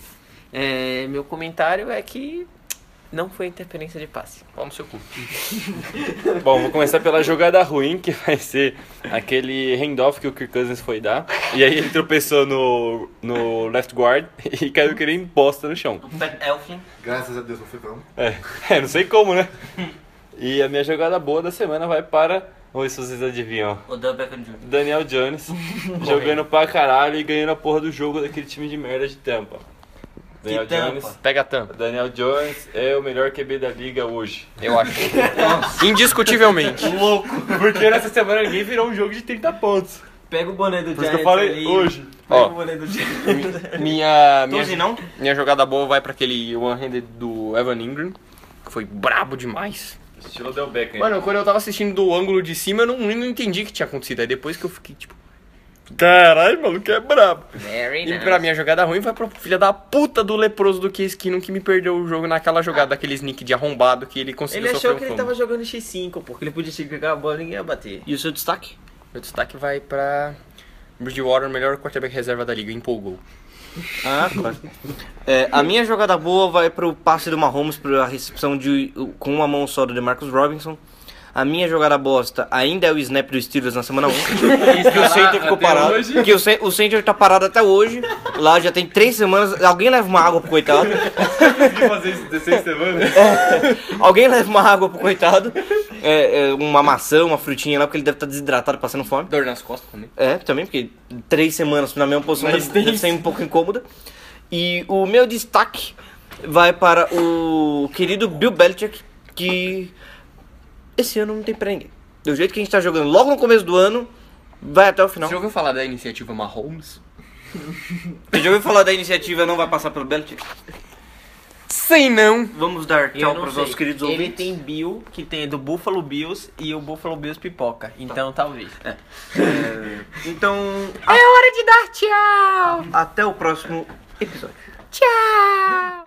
S2: É, meu comentário é que Não foi interferência de passe.
S1: Vamos seu cu.
S6: Bom, vou começar pela jogada ruim, que vai ser aquele handoff que o Kirk Cousins foi dar. E aí ele tropeçou no, no left guard e caiu que nem bosta no chão.
S2: Pat Elfin.
S5: Graças a Deus não foi pra um.
S6: É, é, não sei como, né? E a minha jogada boa da semana vai para. Vamos ver se vocês adivinham.
S2: O Dub Beckham Jr.
S6: Daniel Jones jogando pra caralho e ganhando a porra do jogo daquele time de merda de tampa. Daniel
S2: Tampa?
S6: Jones.
S1: Pega a tampa.
S6: Daniel Jones é o melhor QB da liga hoje.
S1: Eu acho. Indiscutivelmente.
S6: Porque nessa semana ninguém virou um jogo de 30 pontos.
S2: Pega o boné do
S6: Por isso que eu
S2: Giants
S6: falei
S2: ali.
S6: hoje.
S2: Pega
S1: Ó.
S2: o boné do Giants.
S1: Minha, minha,
S2: Tuzi não?
S1: minha jogada boa vai pra aquele one-handed do Evan Ingram, que foi brabo demais.
S6: Estilo Del Beckham.
S1: Mano, quando eu tava assistindo do ângulo de cima, eu não, não entendi o que tinha acontecido. Aí depois que eu fiquei tipo. Caralho, maluco é brabo.
S2: Very
S1: E pra minha jogada ruim vai pro filho da puta do leproso do Keskinnon que me perdeu o jogo naquela jogada, aquele sneak de arrombado que ele conseguiu
S2: Ele
S1: sofrer
S2: achou
S1: um
S2: que ele
S1: fumble.
S2: tava jogando X5, porque ele podia chegar a bola e ninguém ia bater.
S12: E o seu destaque?
S1: Meu destaque vai pra Bridgewater, melhor quarterback reserva da liga, empolgou.
S3: Ah, claro. É, a minha jogada boa vai pro passe do Mahomes para a recepção de com uma mão só do DeMarcus Robinson. A minha jogada bosta ainda é o snap do Steelers na semana 1. que o center ficou parado. Que o, ce- o center tá parado até hoje. Lá já tem três semanas. Alguém leva uma água pro coitado. É,
S6: fazer isso 16 semanas?
S3: Alguém leva uma água pro coitado. É, é, uma maçã, uma frutinha lá, porque ele deve estar desidratado, passando fome.
S1: Dor nas costas também.
S3: É, também, porque três semanas na mesma posição deve, deve ser um pouco incômoda. E o meu destaque vai para o querido Bill Belichick, que esse ano não tem pra ninguém. Do jeito que a gente tá jogando logo no começo do ano, vai até o final.
S1: Você já ouviu falar da iniciativa Mahomes?
S3: Você já ouviu falar da iniciativa Não Vai Passar pelo Belichick?
S1: Sei não.
S3: Vamos dar
S2: Eu
S3: tchau
S2: não
S3: para os
S2: sei.
S3: Então, nossos queridos
S2: Ele
S3: ouvintes.
S2: tem Bill, que tem do Buffalo Bills, e o Buffalo Bills pipoca. Então, talvez.
S3: Então,
S2: É hora de dar tchau!
S3: até o próximo episódio.
S2: Tchau!